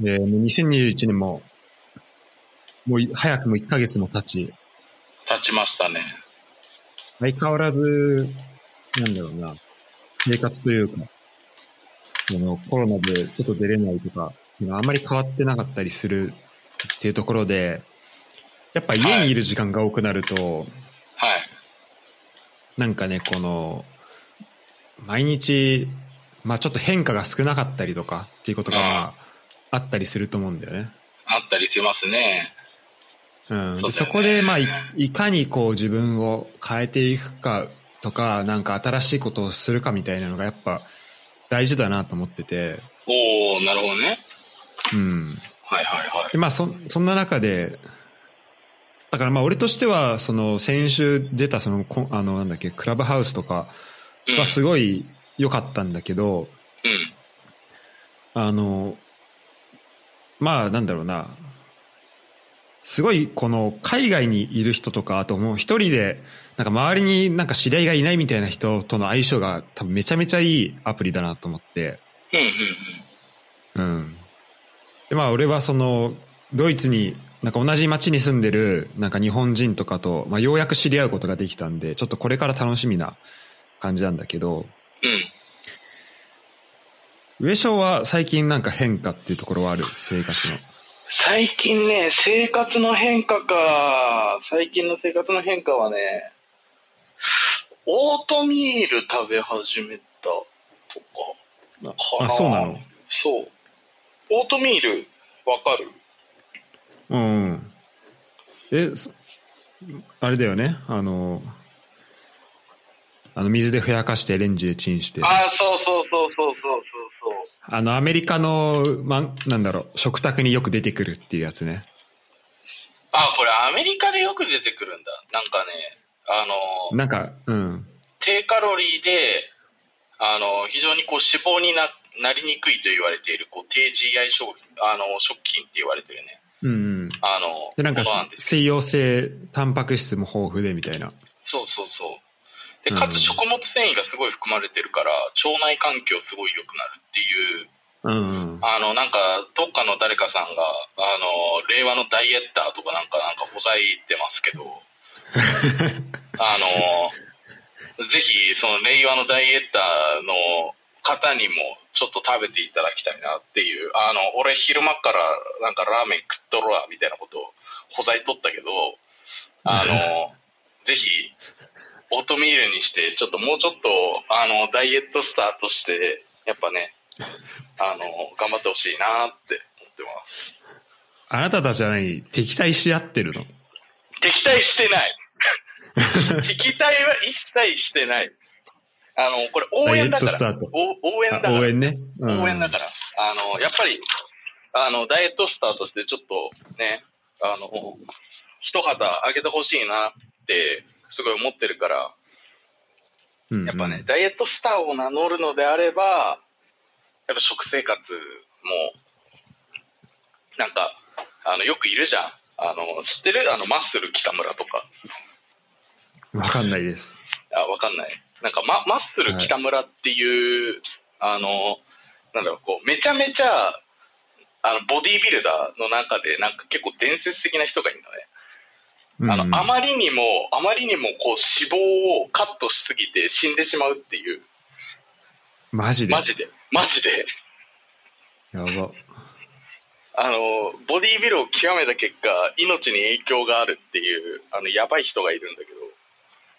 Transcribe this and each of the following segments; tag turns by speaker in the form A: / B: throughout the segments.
A: で、もう2021年も、もうい早くも1ヶ月も経ち、
B: 経ちましたね。
A: 相変わらず、なんだろうな、生活というか、そのコロナで外出れないとか、あんまり変わってなかったりするっていうところで、やっぱ家にいる時間が多くなると、
B: はい。
A: なんかね、この、毎日、まあちょっと変化が少なかったりとかっていうことが、まあ、あったりすると思うんだよね。
B: あったりしますね。
A: うん。
B: そ
A: で
B: うだよね
A: そこで、まあい、いかにこう自分を変えていくかとか、なんか新しいことをするかみたいなのがやっぱ大事だなと思ってて、
B: おー、なるほどね。
A: うん。
B: はいはいはい。
A: で、まあ、そ、そんな中で、だからまあ、俺としては、その、先週出た、その、こあの、なんだっけ、クラブハウスとか
B: うん。
A: はすごい良かったんだけど、
B: うん。
A: あの、まあ、なんだろうな。すごい、この、海外にいる人とか、あともう一人で、なんか周りになんか知り合いがいないみたいな人との相性が多分めちゃめちゃいいアプリだなと思って。
B: うんうん
A: うん。で、まあ俺はその、ドイツに、なんか同じ町に住んでる、なんか日本人とかと、まあようやく知り合うことができたんで、ちょっとこれから楽しみな感じなんだけど、
B: うん。うん。
A: 上昇は最近なんか変化っていうところはある、生活の。
B: 最近ね、生活の変化か。最近の生活の変化はね、オートミール食べ始めたとか。
A: あ、そうなの
B: そう。オートミール、わかる
A: うんうん。え、そあれだよね、あの、あの水でふやかしてレンジでチンして。
B: あー、そうそうそうそうそうそうそう。
A: あの、アメリカの、ま、なんだろう、食卓によく出てくるっていうやつね。
B: あ、これアメリカでよく出てくるんだ。なんかね、あの、
A: なんか、うん。
B: 低カロリーで、あの、非常にこう脂肪にななりにくいと言われている、こう低 GI 食品、あの、食品って言われてるね。
A: うんうん。
B: あの、
A: で、なんか
B: ものなんです
A: 水溶性、タンパク質も豊富でみたいな。
B: そうそうそう。で、
A: うん
B: かつ食物繊維がすごい含まれてるから、腸内環境すごい良くなるっていう、
A: うんうん。
B: あの、なんか、どっかの誰かさんが、あの、令和のダイエッターとかなんか、なんか、ほざいてますけど、 あの、ぜひ、その、令和のダイエッターの方にも、ちょっと食べていただきたいなっていう、あの、俺、昼間から、なんか、ラーメン食っとるわ、みたいなことを、ほざいとったけど、あ の、ぜひ、オートミールにして、ちょっともうちょっと、あの、ダイエットスターとして、やっぱね、あの、頑張ってほしいなって思ってます。
A: あなたたちは何敵対し合ってるの
B: 敵対して ない。敵対は一切してない。あの、これ応援だか
A: ダイエットスタ
B: ら
A: ート。
B: お応援だか
A: あ
B: ら。
A: 応援ね。うん
B: 応援だから。あの、やっぱり、あの、ダイエットスターとしてちょっとね、あの、一旗あげてほしいなって、すごい思ってるから、
A: うんうん
B: やっぱね、ダイエットスターを名乗るのであれば、やっぱ食生活も、なんか、あの、よくいるじゃん。あの、知ってるあの、マッスル北村とか。
A: わかんないです。
B: あ、わかんない。なんか、ま、マッスル北村っていう、あの、なんだろう、こう、めちゃめちゃ、あの、ボディービルダーの中で、なんか結構伝説的な人がいるのね。
A: うん
B: あの、あまりにも、あまりにも、こう、脂肪をカットしすぎて死んでしまうっていう、
A: マジで。
B: マジで、マジで、
A: やば。
B: あの、ボディービルを極めた結果、命に影響があるっていう、あの、やばい人がいるんだけど、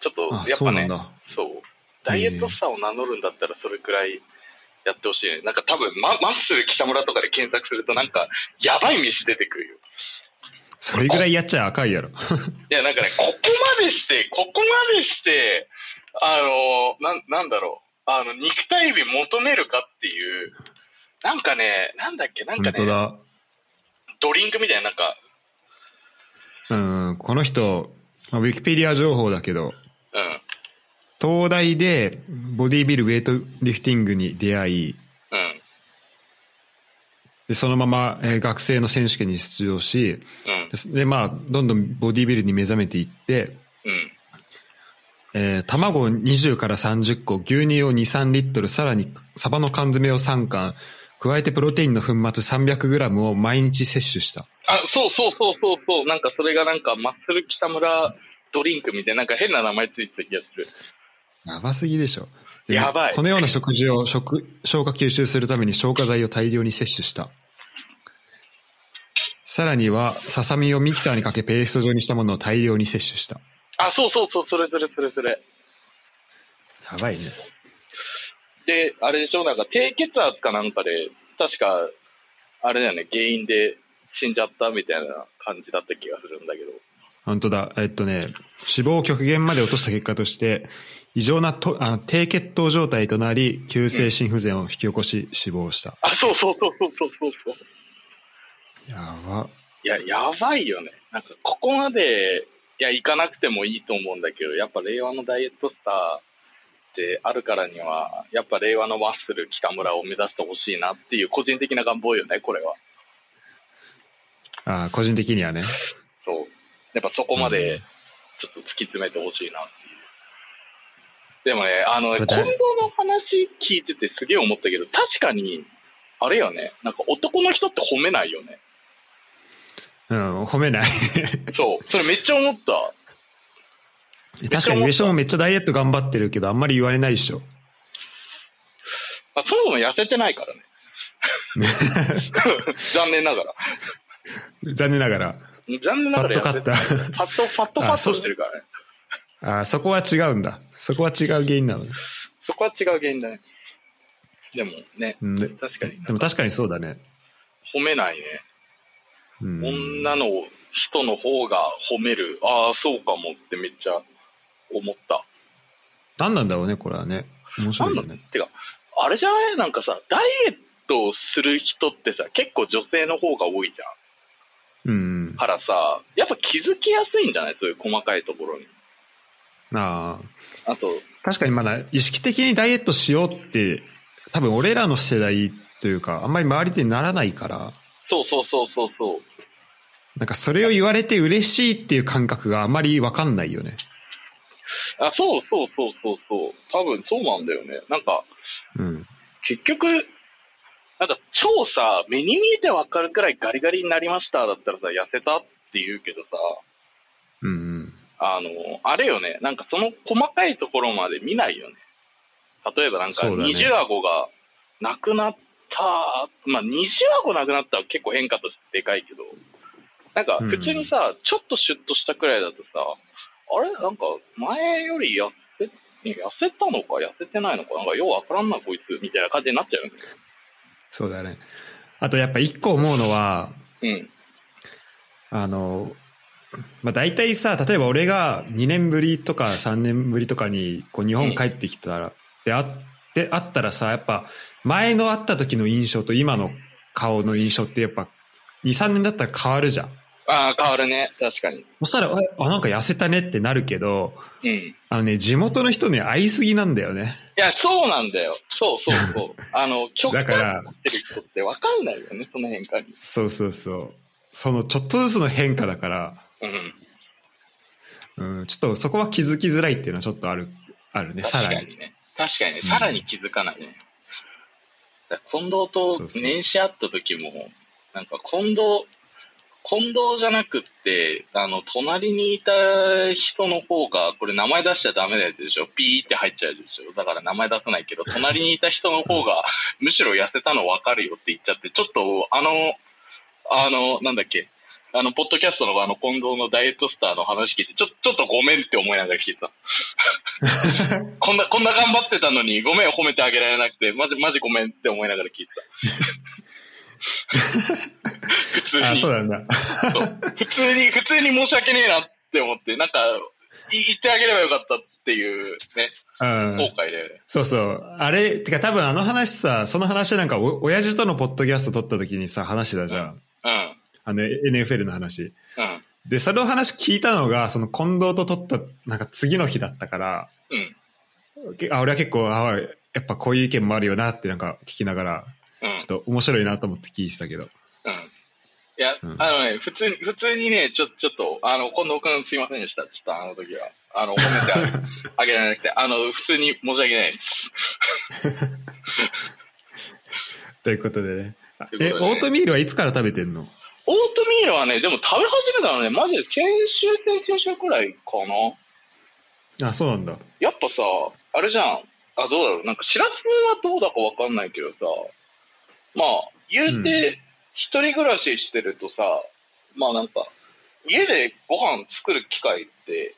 B: ちょっ
A: あ、
B: と、やっ
A: そう
B: ぱ
A: な
B: ね
A: ん、だ。
B: そう。ダイエットスターを名乗るんだったら、それくらいやってほしいね。なんか多分、ま、マッスル北村とかで検索すると、なんか、やばい飯出てくるよ。
A: それぐらいやっちゃ赤いやろ。
B: いや、なんかね、ここまでして、ここまでして、あの、なん、なんだろう。あの、肉体美求めるかっていう、なんかね、なんだっけ、なんか
A: 本当
B: ね、
A: だ。
B: ドリンクみたいな、なんか、
A: うん、この人、まあウィキペディア情報だけど、
B: うん、
A: 東大でボディビルウェイトリフティングに出会い、
B: うん、
A: で、そのまま、えー学生の選手権に出場し、
B: うん、
A: で、まあ、どんどんボディビルに目覚めていって、
B: うん、
A: えー卵を20から30個、牛乳を2、3リットル、さらにサバの缶詰を3缶、加えてプロテインの粉末 300g を毎日摂取した。
B: あ、そうそうそうそうそう、なんかそれがなんか、マッスル北村ドリンクみたいな、なんか変な名前ついてた気がする。
A: やばすぎでしょ。で
B: やばい
A: このような食事を食消化吸収するために消化剤を大量に摂取した。さらには、ささみをミキサーにかけペースト状にしたものを大量に摂取した。
B: あ、そうそうそう、それそれそれそれ。
A: やばいね。
B: で、あれでしょ、なんか低血圧かなんかで、確か、あれだよね、原因で死んじゃったみたいな感じだった気がするんだけど。
A: 本当だ。えっとね、脂肪を極限まで落とした結果として、異常なとあの低血糖状態となり、急性心不全を引き起こし、死亡した。
B: あ、そうそうそうそうそうそうそう。
A: やば。
B: いや、やばいよね。なんか、ここまで、いや、行かなくてもいいと思うんだけど、やっぱ令和のダイエットスターってあるからには、やっぱ令和のマッスル北村を目指してほしいなっていう個人的な願望よね、これは。
A: あー個人的にはね。
B: そう。やっぱそこま
A: う
B: で
A: ん、
B: ちょっと突き詰めてほしいなっていう。でもね、あの
A: これ
B: ね、近
A: 誰
B: 藤の話聞いててすげえ思ったけど、確かに、あれよね、なんか男の人って褒めないよね。
A: うん、褒めない。
B: そう。それめっちゃ思った。
A: 確かに上昇も めっちゃダイエット頑張ってるけど、あんまり言われないでしょ。
B: まあ、そもそも痩せてない からね。残念ながら。
A: 残念ながら。
B: 残念な
A: パ
B: が
A: ッと
B: ら痩
A: カ
B: せ
A: ッ
B: て
A: タ
B: な
A: ー。
B: い。ファット、ファットファ
A: あ
B: ッ
A: そ
B: トしてるからね。
A: あーそこは違うんだ。そこは違う原因なのね。
B: そこは違う原因だね。でもね、
A: うんで
B: 確かに
A: でも確かにそうだね。
B: 褒めないね。
A: うん、
B: 女の人の方が褒める。ああ、そうかもってめっちゃ思った。
A: 何なんだろうね、これはね。面白いよね。
B: てか、あれじゃないなんかさ、ダイエットをする人ってさ、結構女性の方が多いじゃん。
A: うん。
B: からさ、やっぱ気づきやすいんじゃないそういう細かいところに。
A: ああ。
B: あと、
A: 確かにまだ意識的にダイエットしようって、多分俺らの世代というか、あんまり周りでならないから、
B: そうそうそうそうそう。
A: なんかそれを言われて嬉しいっていう感覚があまりわかんないよね。
B: あ、そうそうそうそうそう。多分そうなんだよね。なんか、
A: うん。
B: 結局、なんか超さ、目に見えてわかるくらいガリガリになりましただったらさ、痩せたって言うけどさ、
A: うんうん。
B: あの、あれよね、なんかその細かいところまで見ないよね。例えばなんか、
A: そうだね
B: 二重顎がなくなった、まあ二重顎なくなったは結構変化としてでかいけど、なんか普通にさ、ちょっとシュッとしたくらいだとさ、あれなんか前より痩せ、痩せたのか痩せてないのか、なんかようわからんなこいつみたいな感じになっちゃうよ
A: そうだね。あとやっぱ一個思うのは、
B: ね。
A: あの、まあ、大体さ、例えば俺が2年ぶりとか3年ぶりとかにこう日本帰ってきたら、であって、あったらさ、やっぱ前の会った時の印象と今の顔の印象ってやっぱ2、3年だったら変わるじゃん。
B: うん。ああ、変わるね。確かに。
A: そしたら、えあ、なんか痩せたねってなるけど、
B: うん。い
A: あのね、地元の人ね、会いすぎなんだよね。
B: や、そうなんだよ。そうそう そう。あの、極
A: だ
B: 端に
A: か
B: なっ
A: ら、
B: てる人ってわかんないよね、その変化に。
A: そうそうそう。そのちょっとずつの変化だから、
B: うん。
A: うん、ちょっとそこは気づきづらいっていうのはちょっとある、あるね、さ
B: 確
A: ら
B: か
A: に。
B: にね。確かにね、
A: うん
B: さらに気づかないね。だから近藤
A: そう
B: と
A: そう
B: 年始会った時も、なんか近藤、近藤じゃなくって、あの、隣にいた人の方が、これ名前出しちゃダメなやつでしょピーって入っちゃうやつでしょだから名前出さないけど、隣にいた人の方が、むしろ痩せたの分かるよって言っちゃって、ちょっと、あの、あの、なんだっけ、あの、ポッドキャストのあの、近藤のダイエットスターの話聞いて、ちょ、ちょっとごめんって思いながら聞い てた。こんな、こんな頑張ってたのに、ごめん褒めてあげられなくて、マジ、マジごめんって思いながら聞いて た。普通に。
A: あ、そうなんだ。
B: そう普通に、普通に申し訳ねえなって思って、なんか、い言ってあげればよかったっていうね、
A: うん。
B: 後悔だよね。
A: そうそう。あれ、てか多分あの話さ、その話なんかお、親父とのポッドキャスト撮った時にさ、話してたじゃん。
B: うん。
A: あの、NFL の話。
B: うん。
A: で、その話聞いたのが、その近藤と撮った、なんか次の日だったから、
B: うん。
A: けあ俺は結構、あやっぱこういう意見もあるよなってなんか聞きながら、
B: うん
A: ちょっと面白いなと思って聞いてたけど。
B: うんいや、
A: うん
B: あのね、普通に、普通にね、ちょ、ちょっと、あの、近藤くんすいませんでした。ちょっとあの時は。あの、褒めてあげ あげられなくて、あの、普通に申し訳ないです。
A: ということでね。あ
B: という
A: え、
B: こ
A: オ
B: とで
A: ートミールはいつから食べてんの
B: オートミールはね、でも食べ始めたのね、マジで先週、先々週くらいかな。
A: あ、そうなんだ。
B: やっぱさ、あれじゃん。あ、どうだろう。なんか、しらすはどうだかわかんないけどさ、まあ、言うて、一人暮らししてるとさ、まあなんか、家でご飯作る機会って、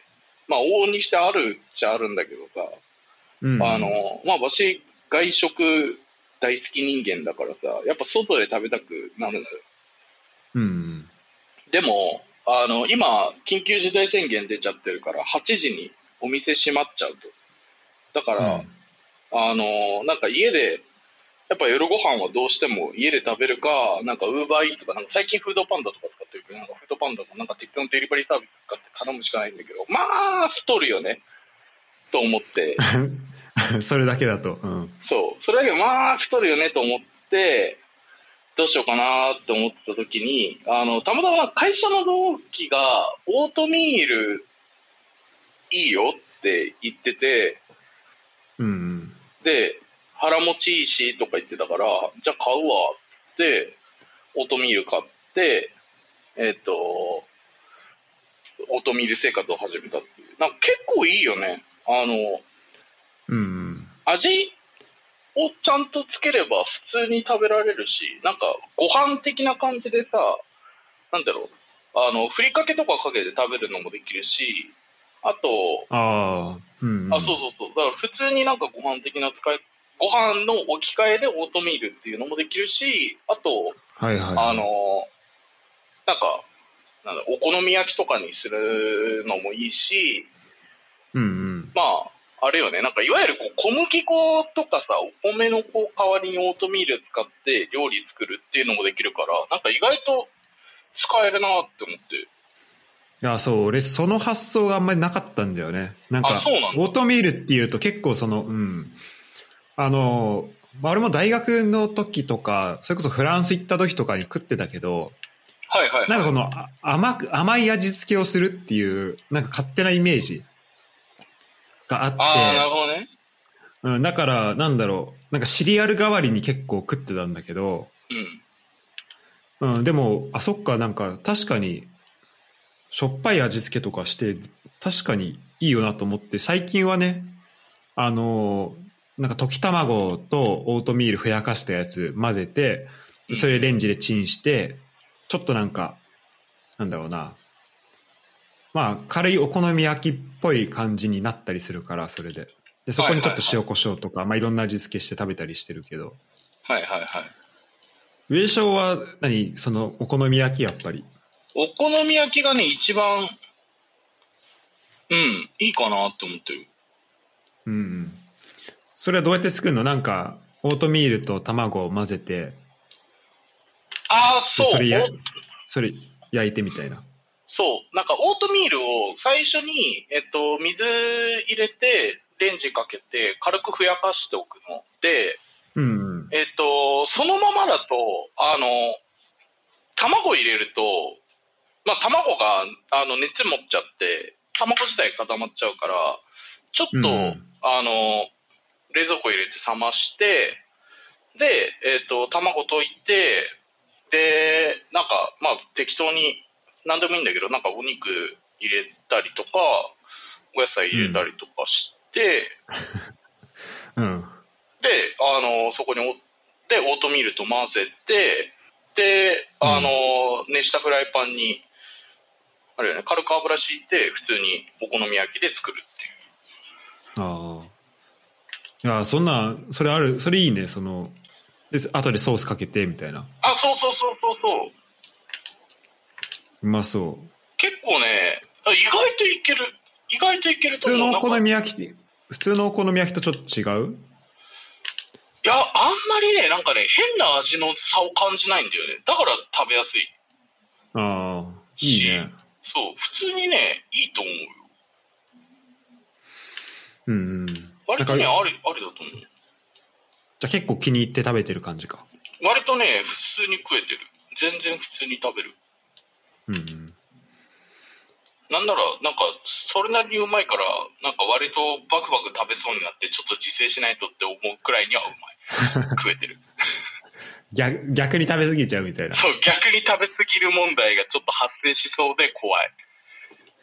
B: まあ、往々にしてあるっちゃあるんだけどさ、
A: うん。
B: あ、の、まあ、わし、外食大好き人間だからさ、やっぱ外で食べたくなるのよ。
A: うん。
B: でも、あの、今、緊急事態宣言出ちゃってるから、8時にお店閉まっちゃうと。だから、
A: うん
B: あの、なんか家で、やっぱ夜ご飯はどうしても家で食べるか、なんかウーバーイーツとか、なんか最近フードパンダとか使ってるけど、なんかフードパンダのなんか適当なデリバリーサービス使って頼むしかないんだけど、まあ、太るよね。と思って、
A: それだけだと。うん。
B: そう。それだけどまあ、太るよねと思って、どうしようかなって思った時に、あの、たまたま会社の同期が、オートミールいいよって言ってて、
A: うん。
B: で、腹持ちいいしとか言ってたから、じゃあ買うわって、オートミール買って、えっ、と、オートミール生活を始めたっていう。なんか結構いいよね。あの、
A: うん。
B: 味をちゃんとつければ普通に食べられるし、なんかご飯的な感じでさ、なんだろう、あの、ふりかけとかかけて食べるのもできるし、あと、
A: ああ。うん。
B: あ、そうそうそう、だから普通になんかご飯的な使い、ご飯の置き換えでオートミールっていうのもできるし、あと、
A: はいはい。
B: あの、なんか、なんだろうお好み焼きとかにするのもいいし、
A: うんうん。
B: まあ、あれよね、なんかいわゆるこう小麦粉とかさ、お米のこう代わりにオートミール使って料理作るっていうのもできるから、なんか意外と使えるなって思って。
A: いや、そう、俺、その発想があんまりなかったんだよね。なんか、
B: あそうなんだ
A: オートミールっていうと結構その、うん。あの、まあ、俺も大学の時とか、それこそフランス行った時とかに食ってたけど、
B: はいはい。
A: なんかこのあ甘く、甘い味付けをするっていう、なんか勝手なイメージがあって、
B: ああ、なるほどね。
A: うん、だから、なんだろう、なんかシリアル代わりに結構食ってたんだけど、
B: うん。
A: うん、でも、あ、そっか、なんか、確かに、しょっぱい味付けとかして、確かにいいよなと思って、最近はね、あのーなんか溶き卵とオートミールふやかしたやつ混ぜて、それレンジでチンして、ちょっとなんか、なんだろうな、まあ、軽いお好み焼きっぽい感じになったりするから、それで。で、そこにちょっと塩コショウとか、まあいろんな味付けして食べたりしてるけど。
B: はいはいはい。
A: 上昇は何、その、お好み焼きやっぱり。
B: お好み焼きがね、一番、うん、いいかなって思ってる。
A: うんうん。それはどうやって作るのなんか、オートミールと卵を混ぜて、
B: ああ、
A: で
B: そう。
A: それや
B: お、
A: それ焼いてみたいな。
B: そう。なんか、オートミールを最初に、えっと、水入れて、レンジかけて、軽くふやかしておくの。で、
A: うんうん。
B: えっと、そのままだと、あの、卵入れると、まあ、卵が、あの、熱持っちゃって、卵自体固まっちゃうから、ちょっと、
A: うん
B: あの、冷蔵庫入れて冷まして、で、えっと、卵溶いて、で、なんか、まあ、適当に、なんでもいいんだけど、なんかお肉入れたりとか、お野菜入れたりとかして、
A: うん。
B: で、あの、そこにお、で、オートミールと混ぜて、で、あの、熱したフライパンに、あれよね、軽く油敷いて、普通にお好み焼きで作るっていう。
A: ああ。いや、そんな、それある、それいいね、その、で、後でソースかけて、みたいな。
B: あ、そうそうそうそうそう。
A: うまそ
B: 結構ね、あ意外といける。意外といけ
A: う。
B: る
A: 普
B: と
A: 通
B: 思う。
A: のお好
B: なんか
A: み焼き、普通のお好み焼きとちょっと違う
B: いや、あんまりね、なんかね、変な味の差を感じないんだよね。だから食べやすい。
A: ああ、いいね。
B: そう、普通にね、いいと思うよ。
A: うんうん。
B: 割と
A: なん
B: ね、
A: か
B: あり、ありだと思う。
A: じゃあ結構気に入って食べてる感じか。
B: 割とね、普通に食えてる。全然普通に食べる。
A: うんうん。
B: なんなら、なんか、それなりにうまいから、なんか割とバクバク食べそうになって、ちょっと自制しないとって思うくらいにはうまい。食えてる。
A: 逆逆に食べ過ぎちゃうみたいな。
B: そう、逆に食べ過ぎる問題がちょっと発生しそうで怖い。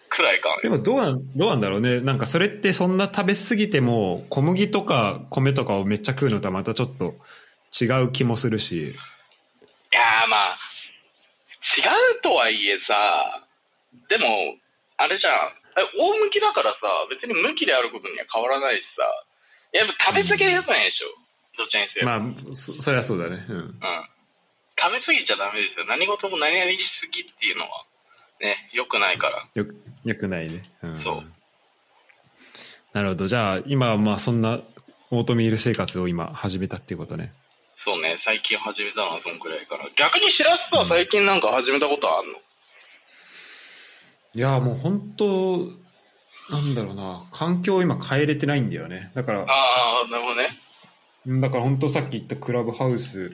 B: くらいか
A: でもどうなん、どうなんだろうね。なんかそれってそんな食べ過ぎても、小麦とか米とかをめっちゃ食うのとはまたちょっと違う気もするし。
B: いやーまあ、違うとはいえさ、でも、あれじゃん、え大麦だからさ、別に麦であることには変わらないしさ、やっぱ食べ過ぎは良くないでしょ、どっちにせよ。
A: まあ、そ、そりゃそうだね。うん。
B: うん。食べ過ぎちゃダメですよ。何事も何々しすぎっていうのは、ね、良くないから。
A: よ、よくないね。うん。
B: そう。
A: なるほど。じゃあ、今はまあそんなオートミール生活を今始めたっていうことね。
B: そうね、最近始めたのはそんくらいから。逆にしらすは最近なんか始めたことあんの、
A: いや、もう本当、なんだろうな。環境を今変えれてないんだよね。だから、
B: ああ、なるほどね。
A: うんだから本当さっき言ったクラブハウス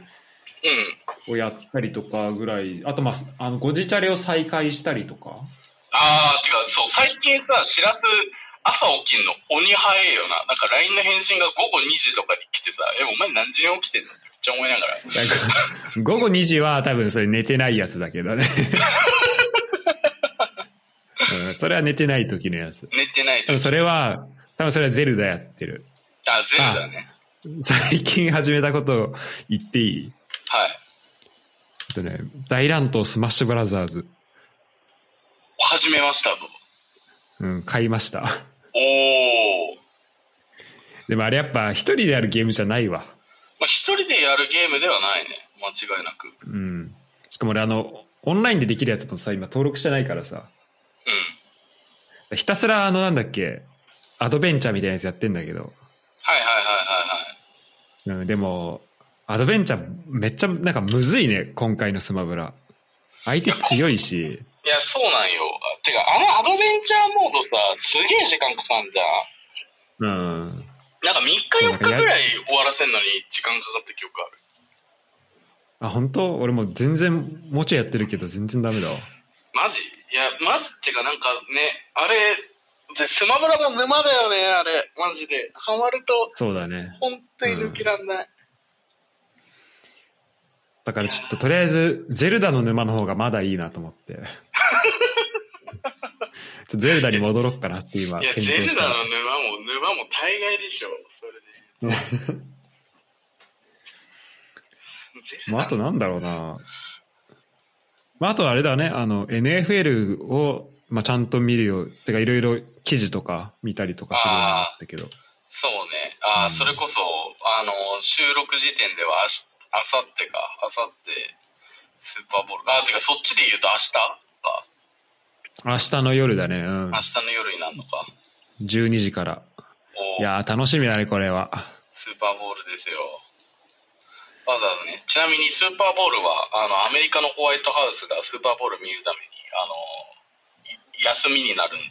B: うん。
A: をやったりとかぐらい、あとまあ、あの、ごじチャレを再開したりとか。
B: ああ、てか、そう、最近さ、知らず、朝起きんの鬼早えよな。なんか LINE の返信が午後2時とかに来てさ、え、お前何時に起きてんのってめっちゃ思いながら。
A: なんか午後2時は多分それ寝てないやつだけどね、うんそれは寝てない時のやつ。
B: 寝てない
A: 多
B: と。
A: 分それは、多分それはゼルダやってる。
B: あ、ゼルだね。
A: 最近始めたことを言っていい
B: はい。
A: あとね、大乱闘スマッシュブラザーズ、
B: 始めましたと。
A: うん、買いました。
B: おー。
A: でもあれやっぱ一人でやるゲームじゃないわ。
B: まあ、一人でやるゲームではないね。間違いなく。うん。
A: うん。しかも俺あの、オンラインでできるやつもさ、今登録してないからさ、ひたすらあのなんだっけ、アドベンチャーみたいなやつやってんだけど、
B: はいはいはいはいは
A: う
B: い。
A: ん、でも、アドベンチャーめっちゃなんかむずいね、今回のスマブラ。相手強いし、
B: いや、そうなんよ。あてか、あのアドベンチャーモードさ、すげえ時間かかんじゃん。
A: うん。
B: なんか3日4日ぐらい終わらせんのに時間かかった記憶ある。
A: あ、本当俺もう全然、もうちょいやってるけど全然ダメだわ。
B: マジいや、マジってかなんかね、あれ、でスマブラの沼だよね、あれ。マジで。ハマると、
A: そうだね。
B: 本当に抜けらんない。
A: だからちょっととりあえず、ゼルダの沼の方がまだいいなと思 って。ちょっとゼルダに戻ろっかなって今、
B: いや、
A: 検
B: ゼ
A: 討し
B: ル
A: た
B: ダの沼も、沼も大概でしょ。それで。ゼルダ
A: まあ、あとなんだろうな。まあ、あとあれだね、あの、NFL を、まあ、ちゃんと見るよ。てか、いろいろ記事とか見たりとかするようになったけど。
B: そうね。あ
A: うん
B: ーそれこそ、あの、収録時点では、あしあさってか、あさって、スーパーボール。あ、てか、そっちで言うと明日か。
A: 明日の夜だね、うん
B: 明。日の夜になるのか。
A: 12時から。い
B: おー
A: やー、楽しみだね、これは。
B: スーパーボールですよ。わざわざね、ちなみにスーパーボールは、あの、アメリカのホワイトハウスがスーパーボール見るために、あの、い休みになるんで、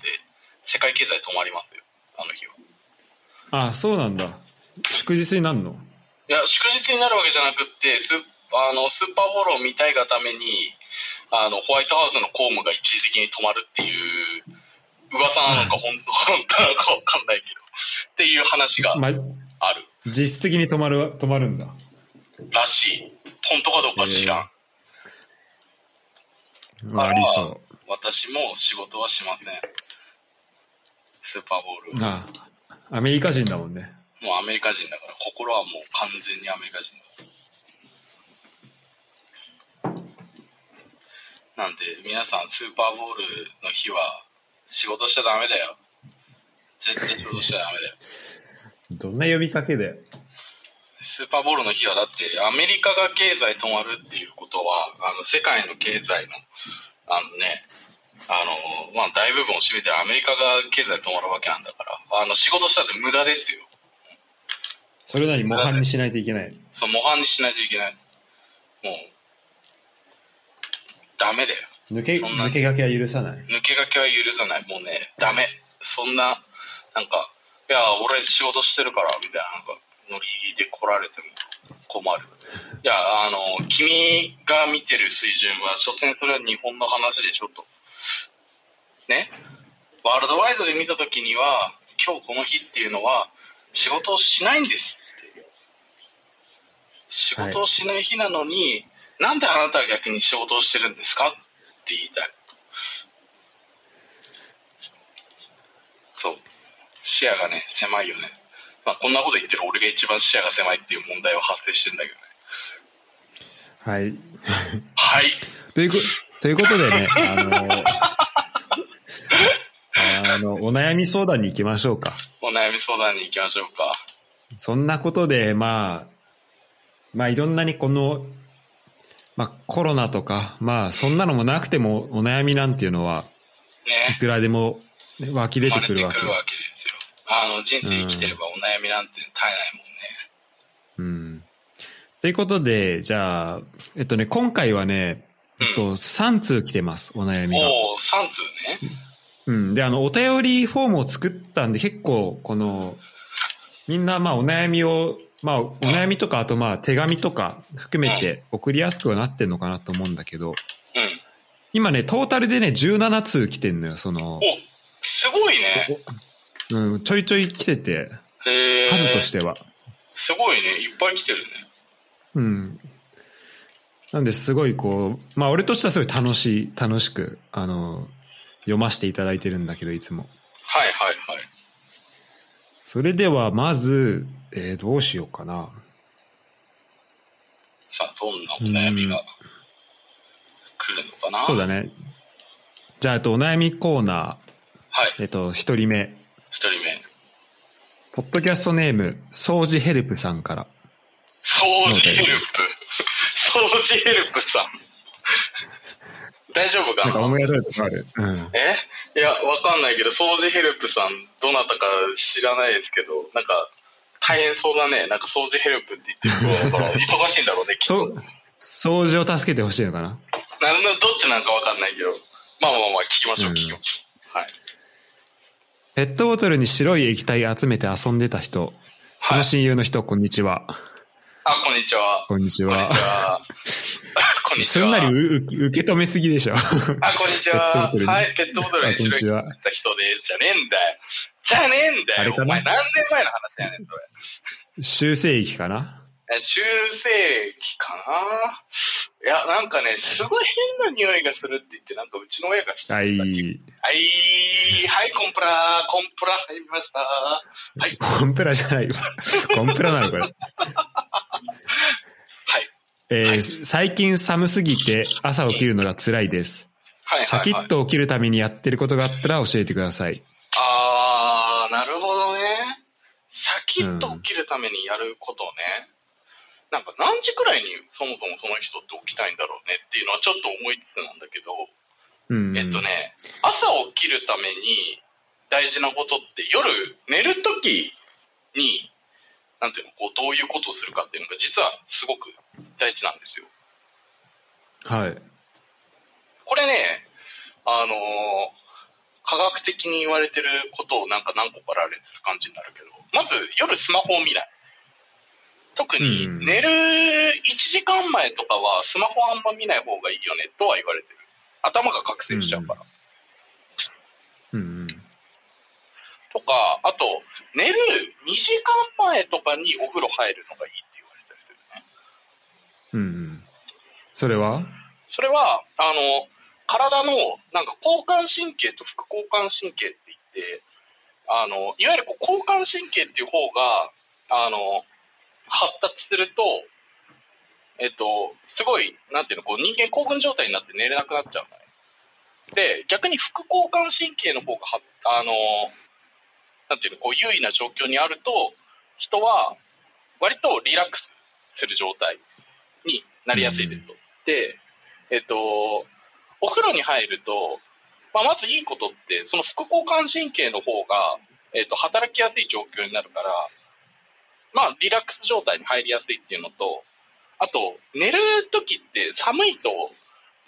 B: 世界経済止まりますよ、あの日は。
A: あ、そうなんだ。祝日になんの
B: いや、祝日になるわけじゃなくって、スーあのスーパーボールを見たいがために、あのホワイトハウスの公務が一時的に止まるっていう、噂なのか、本当本当なのかわかんないけど、っていう話が
A: まあ、
B: ある
A: 実質的に止まる、止まるんだ。
B: らしい。本当かどうか知らん。
A: まあ、ありそ
B: 私も仕事はしません。スーパーボー
A: う。
B: ル。
A: ああ、アメリカ人だもんね。
B: もうアメリカ人だから、心はもう完全にアメリカ人だなんで、皆さん、スーパーボールの日は、仕事しちゃダメだよ。絶対仕事しちゃダメだよ。
A: どんな呼びかけで。
B: スーパーボールの日は、だって、アメリカが経済止まるっていうことは、あの、世界の経済の、あのね、あの、まあ、大部分を占めてるアメリカが経済止まるわけなんだから、あの、仕事したって無駄ですよ。
A: それなり模範にしないといけない。
B: そう、模範にしないといけない。もう、ダメだよ。
A: 抜け、
B: そんな
A: 抜けがけは許さない。
B: 抜け駆けは許さない。もうね、ダメ。そんな、なんか、いや、俺仕事してるから、みたいな、なんか、ノリで来られても困る。いや、あの、君が見てる水準は、所詮それは日本の話でしょ、と。ねワールドワイドで見たときには、今日この日っていうのは、仕事をしないんです。仕事をしない日なのに、なんであなたは逆に仕事をしてるんですかって言いたい。そう。視野がね、狭いよね。まあ、こんなこと言ってる俺が一番視野が狭いっていう問題は発生してんだけどね。
A: はい。
B: はい。
A: というこということでね、あの、あの、お悩み相談に行きましょうか。
B: お悩み相談に行きましょうか。
A: そんなことで、まあ、まあいろんなにこの、まあコロナとか、まあそんなのもなくてもお悩みなんていうのは、い
B: ね。
A: くらでもね湧き出てくるわけ
B: 生。まれてくるですよ。あの、人生生きてればお悩みなんて絶えないもんね。
A: うん。ということで、じゃあ、えっとね、今回はね、えっと、3通来てます、お悩みが。
B: おお、3通ね。
A: うん。で、あの、お便りフォームを作ったんで、結構、この、みんな、まあ、お悩みを、まあ、お悩みとか、あと、まあ、手紙とか含めて送りやすくはなってんのかなと思うんだけど、
B: うん。
A: 今ね、トータルでね、17通来てんのよ、その、
B: おすごいね。
A: おうん、ちょいちょい来てて、
B: へー
A: 数としては。
B: すごいね。いっぱい来てるね。
A: うん。なんで、すごい、こう、まあ、俺としてはすごい楽しい、楽しく、あの、読ませていただいてるんだけど、いつも。
B: はいはいはい。
A: それでは、まず、えーどうしようかな。
B: さあ、どんなお悩みが来るのかな。
A: そうだね。じゃあ、えっと、お悩みコーナ
B: はい。
A: ー、えっと、一人目。
B: 一人目。
A: ポッドキャストネーム、掃除ヘルプさんから。
B: 掃除ヘルプ。掃除ヘルプさん。大丈夫か
A: なんか
B: な
A: 思い当たるとこある。うん。
B: えいや、わかんないけど、掃除ヘルプさん、どなたか知らないですけど、なんか、大変そうだね。なんか掃除ヘルプって言ってると、忙しいんだろうね、きっと。
A: と、掃除を助けてほしいのかな。
B: ななどっちなんかわかんないけど、まあまあまあ、聞きましょう、
A: うん
B: 聞きましょう。はい。
A: ペットボトルに白い液体集めて遊んでた人。その親友の人、こんにちは。
B: あ、こんにちは。
A: こんにち
B: こんに
A: は
B: ち。は。こんにち
A: すんなり
B: は。
A: うう受け止めすぎでしょ。
B: あ、こんにち
A: ペットボ
B: は
A: トル。に
B: はい、ペットボトル
A: あ
B: に
A: こんに
B: 白い
A: ちは。
B: った人で、じゃねえんだよ。じゃねえんだ
A: あれ
B: よ。
A: かな
B: お前何年前の話やねん、そ
A: 修正液かな
B: れ。え修正期かないや、なんかね、すごい変な匂いがするって言って、なんかうちの親がしてた
A: は
B: はい、
A: い。
B: はい、コンプラ、コンプラ入りました。はい、
A: コンプラじゃ ないわ。コンプラなのこれ。
B: はい、
A: えー
B: はい
A: 最近寒すぎて朝起きるのが辛いです。
B: はい、
A: シャ
B: はい
A: キ
B: は
A: ッ
B: い。
A: と起きるためにやってることがあったら教えてください。
B: あー、なるほどね。シャキッと起きるためにやることね。なんか何時くらいにそもそもその人って起きたいんだろうねっていうのはちょっと思いつつなんだけど、
A: うん。
B: えっとね、朝起きるために大事なことって夜寝るときに、なんていうの、こう、どういうことをするかっていうのが実はすごく大事なんですよ。
A: はい。
B: これね、あのー科学的に言われてることをなんか何個か羅列する感じになるけど、まず夜スマホを見ない。特に
A: うん
B: 寝る1時間前とかはスマホあんま見ない方がいいよねとは言われてる。頭が覚醒しちゃうから。
A: うんうん。
B: とか、あと、寝る2時間前とかにお風呂入るのがいいって言われたりするね。
A: うんうん。それは
B: それは、あの、体の、なんか交感神経と副交感神経って言って、あの、いわゆるこう交感神経っていう方が、あの、発達すると、えっと、すごい、なんていうの、こう人間興奮状態になって寝れなくなっちゃうのね。で、逆に副交感神経の方がは、あの、なんていうの、こう優位な状況にあると、人は割とリラックスする状態になりやすいですと。で、えっと、お風呂に入ると、まあ、まずいいことって、その副交感神経の方が、えっと、働きやすい状況になるから、まあ、リラックス状態に入りやすいっていうのと、あと、寝るときって寒いと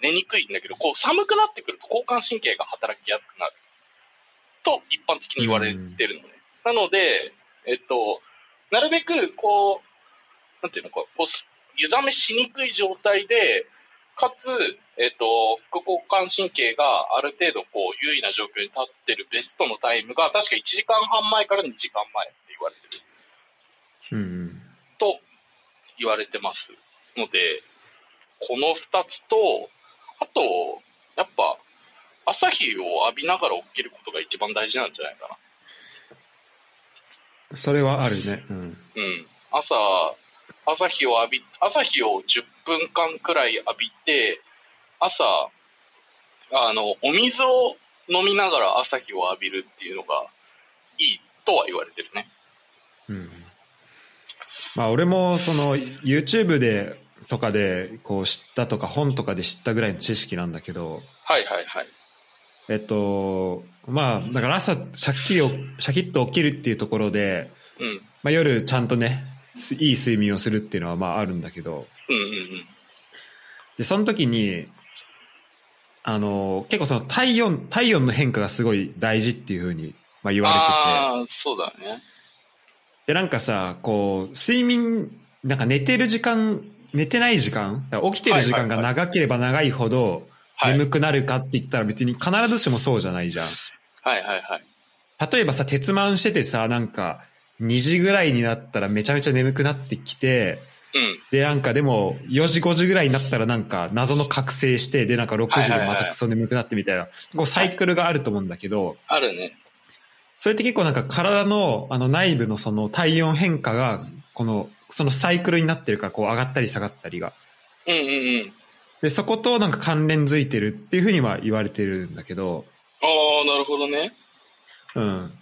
B: 寝にくいんだけど、こう寒くなってくると交感神経が働きやすくなる。と、一般的に言われてるのね。なので、えっと、なるべく、こう、なんていうのか、こう、湯冷めしにくい状態で、かつ、えっと、副交感神経がある程度こう優位な状況に立ってるベストのタイムが確か1時間半前から2時間前って言われて
A: う
B: る
A: ん
B: と言われてますので、この2つと、あと、やっぱ、朝日を浴びながら起きることが一番大事なんじゃないかな。
A: それはあるね。うん。
B: うん、朝朝日を浴び朝日を10分間くらい浴びて朝あのお水を飲みながら朝日を浴びるっていうのがいいとは言われてるね
A: うん。まあ俺もその YouTube でとかでこう知ったとか本とかで知ったぐらいの知識なんだけど、
B: はいはいはい
A: えっと、まあだから朝シャッキリおシャキッと起きるっていうところで、
B: うん
A: まあ夜ちゃんとね、すいい睡眠をするっていうのはまああるんだけど、
B: うんうんうん
A: で、その時に、あの、結構その体温、体温の変化がすごい大事っていうふうに、まあ、言われてて。
B: ああそうだね
A: で、なんかさ、こう、睡眠、なんか寝てる時間、寝てない時間、だから起きてる時間が
B: はいは
A: 長ければ長いほど、
B: はい、
A: 眠くなるかって言ったら別に必ずしもそうじゃないじゃん。
B: はいはいはい
A: 例えばさ、鉄腕しててさ、なんか、2時ぐらいになったらめちゃめちゃ眠くなってきて、
B: うん
A: で、なんかでも、4時5時ぐらいになったらなんか、謎の覚醒して、で、なんか6時
B: はい
A: で
B: はいは
A: ま
B: い
A: たクソ眠くなってみたいな、こうサイクルがあると思うんだけど、
B: あるね
A: それって結構なんか体の、あの内部のその体温変化が、この、そのサイクルになってるから、こう上がったり下がったりが。
B: うんうんうん
A: で、そことなんか関連づいてるっていうふうには言われてるんだけど、
B: ああなるほどね
A: うん。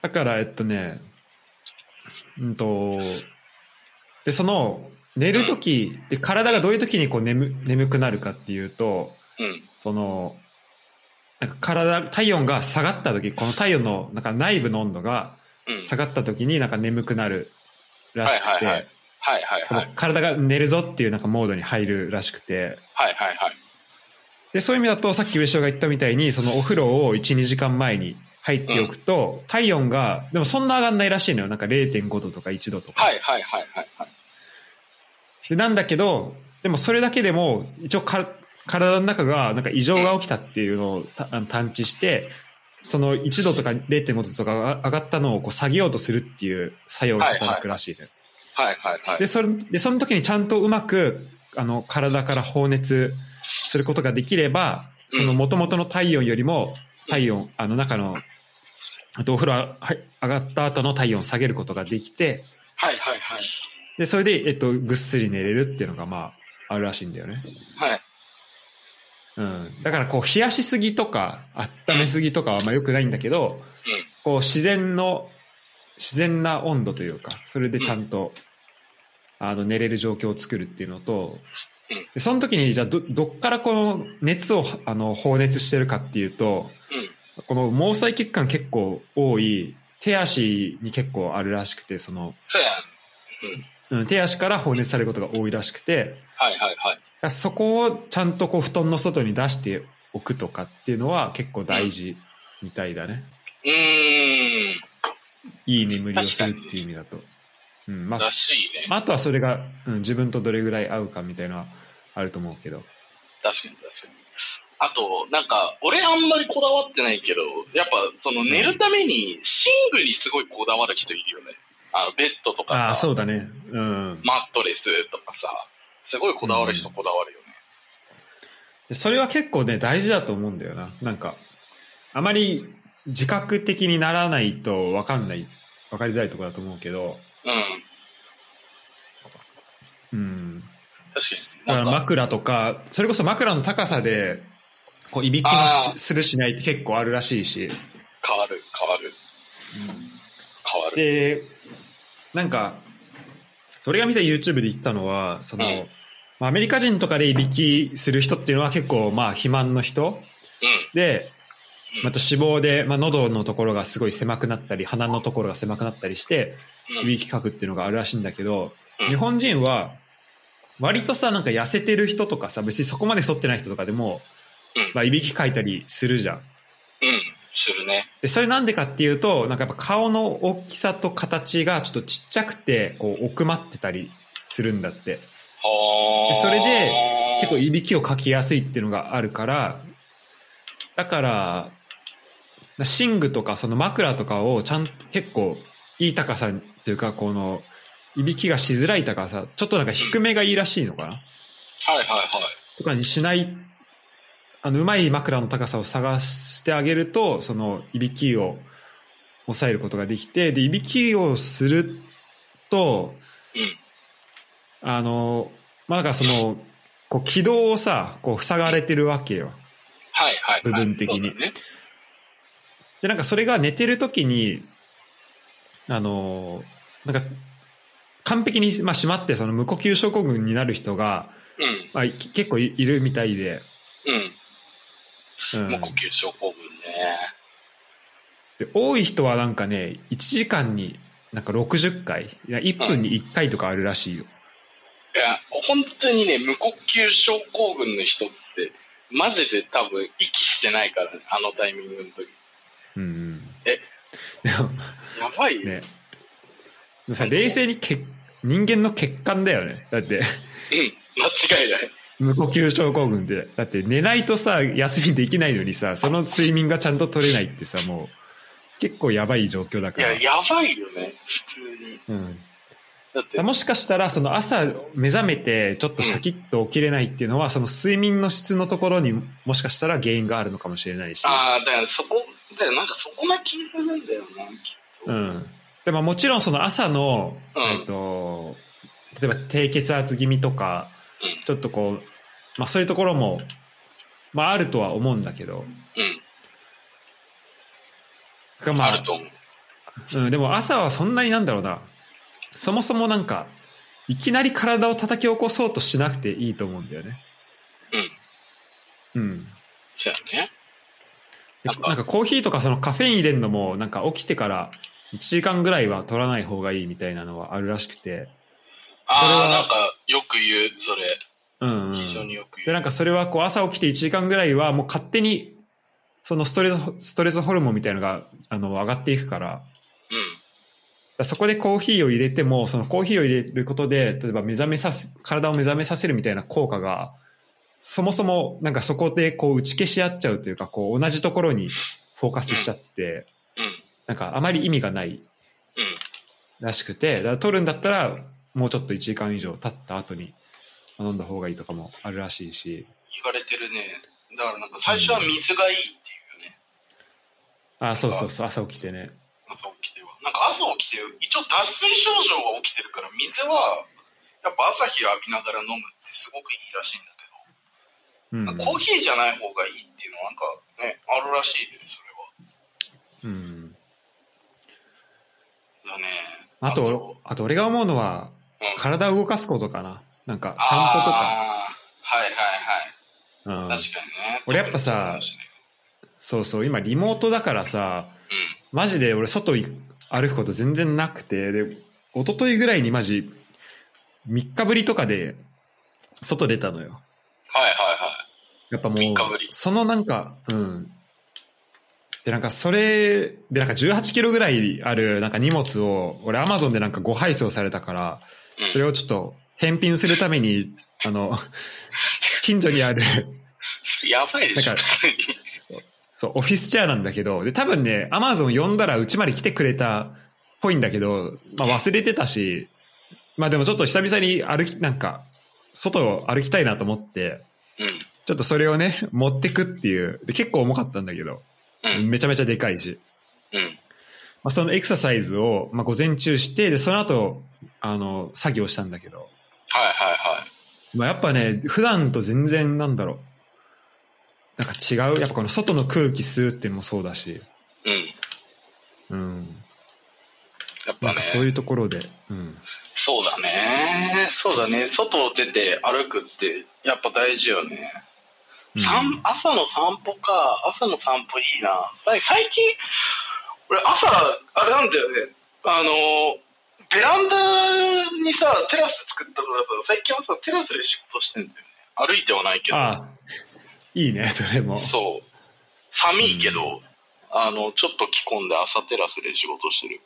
A: だから、えっとね、うんと、で、その、寝るとき、で、体がどういうときにこう眠、眠くなるかっていうと、
B: うん
A: その、なんか体、体温が下がったとき、この体温の、なんか内部の温度が
B: うん
A: 下がったときになんか眠くなるらしく
B: はいはい
A: て、
B: はいはい
A: こ
B: は
A: の
B: い
A: 体が寝るぞっていうなんかモードに入るらしくて、
B: はいはいはい
A: で、そういう意味だと、さっき上昇が言ったみたいに、そのお風呂を1、2時間前に入っておくと、体温が、でもそんな上がんないらしいのよ。なんか0.5度とか1度とか。
B: はいはいはいはいはい
A: で、なんだけど、でもそれだけでも、一応か体の中が、なんか異常が起きたっていうのをたあの探知して、その1度とか0.5度とかが上がったのをこう下げようとするっていう作用が働くらしいのよ。
B: はいはいはい
A: で、それ、で、その時にちゃんとうまく、あの、体から放熱することができれば、
B: うん
A: その元々の体温よりも、体温、あの中の、あとお風呂ははい上がった後の体温を下げることができて、
B: はいはいはい
A: で、それで、えっと、ぐっすり寝れるっていうのが、まあ、あるらしいんだよね。
B: はい
A: うん。だから、こう、冷やしすぎとか、温めすぎとかは、まあ、良くないんだけど、
B: うん
A: こう、自然の、自然な温度というか、それでちゃんと、あの、寝れる状況を作るっていうのと
B: うん、
A: でその時に、じゃあ、ど、どっからこの熱を、あの、放熱してるかっていうと、
B: うん
A: この毛細血管結構多い、手足に結構あるらしくて、その、
B: そうやん。
A: うん、手足から放熱されることが多いらしくて、
B: はいは
A: だ
B: いはい。
A: からそこをちゃんとこう布団の外に出しておくとかっていうのは結構大事みたいだね。
B: うーん。
A: いい眠りをするっていう意味だと。うん、まあ
B: ら、しいね。
A: まああとはそれが、うん、自分とどれぐらい合うかみたいなのはあると思うけど。
B: 確かに確かに。あと、なんか、俺あんまりこだわってないけど、やっぱ、その寝るために、寝具にすごいこだわる人いるよね。あのベッドとかさ
A: ああ、そうだね。うん。
B: マットレスとかさ、すごいこだわる人こだわるよね。
A: でそれは結構ね、大事だと思うんだよな。なんか、あまり自覚的にならないとわかんない、わかりづらいところだと思うけど、
B: うん。
A: うん。
B: 確
A: だか
B: か
A: ら
B: に。なんか、
A: 枕とか、それこそ枕の高さで、こう、いびきの
B: あ
A: し
B: ー
A: するしないって結構あるらしいし。
B: 変わる、変わる、変わる。
A: で、なんか、それが見た YouTube で言ってたのは、その、
B: うん
A: まあアメリカ人とかでいびきする人っていうのは結構、まあ、肥満の人
B: うん。
A: で
B: うん、
A: また脂肪で、まあ、喉のところがすごい狭くなったり、鼻のところが狭くなったりして、
B: うん
A: いびきかくっていうのがあるらしいんだけど、
B: うん
A: 日本人は、割とさ、なんか痩せてる人とかさ、別にそこまで太ってない人とかでも、
B: うん
A: まあ、いびきかいたりするじゃん。
B: うん。するね。
A: で、それなんでかっていうと、なんかやっぱ顔の大きさと形がちょっとちっちゃくて、こう、奥まってたりするんだって。
B: はあ。
A: でそれで結構いびきをかきやすいっていうのがあるから、だから、寝具とかその枕とかをちゃんと結構いい高さというか、このいびきがしづらいとかさ、ちょっとなんか低めがいいらしいのかな、
B: はいはいはい。
A: とかにしない、あの、うまい枕の高さを探してあげると、その、いびきを抑えることができて、で、いびきをすると、
B: うん。
A: あの、まあ、だからその、こう、軌道をさ、こう、塞がれてるわけよ。
B: はいはい、はい。
A: 部分的に
B: そうだね。
A: で、なんかそれが寝てる時に、あの、なんか、完璧に、まあ、閉まって、その無呼吸症候群になる人が、まあ、い結構いいるみたいで、
B: うん。
A: う
B: うん。
A: ん
B: もう呼吸症候群ね。
A: で多い人はなんかね1時間になんか60回いや1分に1回とかあるらしいよ、
B: いや、本当にね、無呼吸症候群の人って、マジで多分息してないからね、あのタイミングの時。
A: うんうん、
B: え
A: でも
B: やばいよ。
A: ねでもさ冷静に血人間の血管だよねだって
B: うん、間違いない。
A: 無呼吸症候群ってだって寝ないとさ休みできないのにさその睡眠がちゃんと取れないってさもう結構やばい状況だ
B: い
A: から
B: や、やばいよね、普通に。
A: うん、
B: だって、
A: もしかしたらその朝目覚めてちょっとシャキッと起きれないっていうのは、その睡眠の質のところにもしかしたら原因があるのかもしれないし、
B: ああ、だからそこ、だからなんかそこな気がするんだよな、きっと。
A: う
B: うん。
A: ん、でももちろんその朝の、
B: うん
A: えっと例えば低血圧気味とかちょっとこう、まあ、そういうところも、まあ、あるとは思うんだけどだから
B: うん。
A: ま
B: あると思う。
A: うん、でも朝はそんなになんだろうなそもそもなんかいきなり体を叩き起こそうとしなくていいと思うんだよね。
B: うん。
A: うん
B: そうやね。
A: で
B: なんか
A: なんかコーヒーとかそのカフェイン入れるのもなんか起きてから1時間ぐらいは取らない方がいいみたいなのはあるらしくて、そ
B: あ
A: れ
B: あ、
A: は
B: なんかよく言う、それ。
A: うんう
B: 非常に
A: ん、
B: よく言う。
A: でなんかそれはこう朝起きて1時間ぐらいはもう勝手にそのストレスストレスホルモンみたいのがあの上がっていくからだか
B: うん。
A: らそこでコーヒーを入れてもそのコーヒーを入れることで例えば目覚めさせ体を目覚めさせるみたいな効果がそもそもなんかそこでこう打ち消し合っちゃうというかこう同じところにフォーカスしちゃってて
B: うん。
A: なんかあまり意味がない
B: うん。
A: らしくてだから取るんだったらもうちょっと1時間以上経った後に飲んだ方がいいとかもあるらしいし
B: 言われてるね。だからなんか最初は水がいいっていうね。
A: あそうそうそう朝起きてね
B: 朝起きては。なんか朝起きて、一応脱水症状が起きてるから、水は、やっぱ朝日浴びながら飲むってすごくいいらしいんだ
A: う
B: けど。
A: ん
B: なんかコーヒーじゃない方がいいっていうのはなんかね、あるらしいね、そ
A: う
B: れ
A: ん
B: は。だね。
A: あとあと俺が思うのは
B: うん
A: 体を動かすことかななんか散歩とか、
B: あーはいは
A: うん
B: いはい。確かにね。
A: 俺やっぱさそうそう今リモートだからさ
B: う
A: マジで俺外い歩くこと全然なくてで一昨日ぐらいにマジ3日ぶりとかで外出たのよ
B: ん。はいはいは
A: やっぱもう
B: 三日ぶり、
A: そのなんか、うん。で、なんかそれ、で、なんか18キロぐらいあるなんか荷物を、俺アマゾンでなんかご配送されたから、
B: い。うん、
A: それをちょっと返品するために、あ の、近所にある、
B: やばいでしょ、
A: だから
B: 普通に。
A: そう、オフィスチェアなんだけど、で、多分ね、アマゾン呼んだらうちまで来てくれたっぽいんだけど、まあ忘れてたし、まあでもちょっと久々に歩き、なんか、外を歩きたいなと思って、ちょっとそれをね、持ってくっていう。で結構重かったんだけど、
B: うん。うん。
A: めちゃめちゃでかいし。
B: うん。
A: まあ、そのエクササイズを、まあ、午前中して、で、その後、あの、作業したんだけど、
B: はいはいはい。
A: まあ、やっぱね、普段と全然なんだろう。なんか違う。やっぱこの外の空気吸うっていうのもそうだし、
B: う
A: う
B: ん。
A: ん。
B: やっぱ
A: なん
B: ね
A: か、そういうところで、うん。
B: そうだね。そうだね。外を出て歩くって、やっぱ大事よね。
A: うん
B: 散朝の散歩か。朝の散歩いいな。だって最近、俺朝、あれなんだよね。あの、ベランダにさ、テラス作ったからさ、最近朝テラスで仕事してんだよね。歩いてはないけど。
A: ああ、いいね、それも。
B: そう。寒いけど、あの、ちょっと着込んで朝テラスで仕事してる。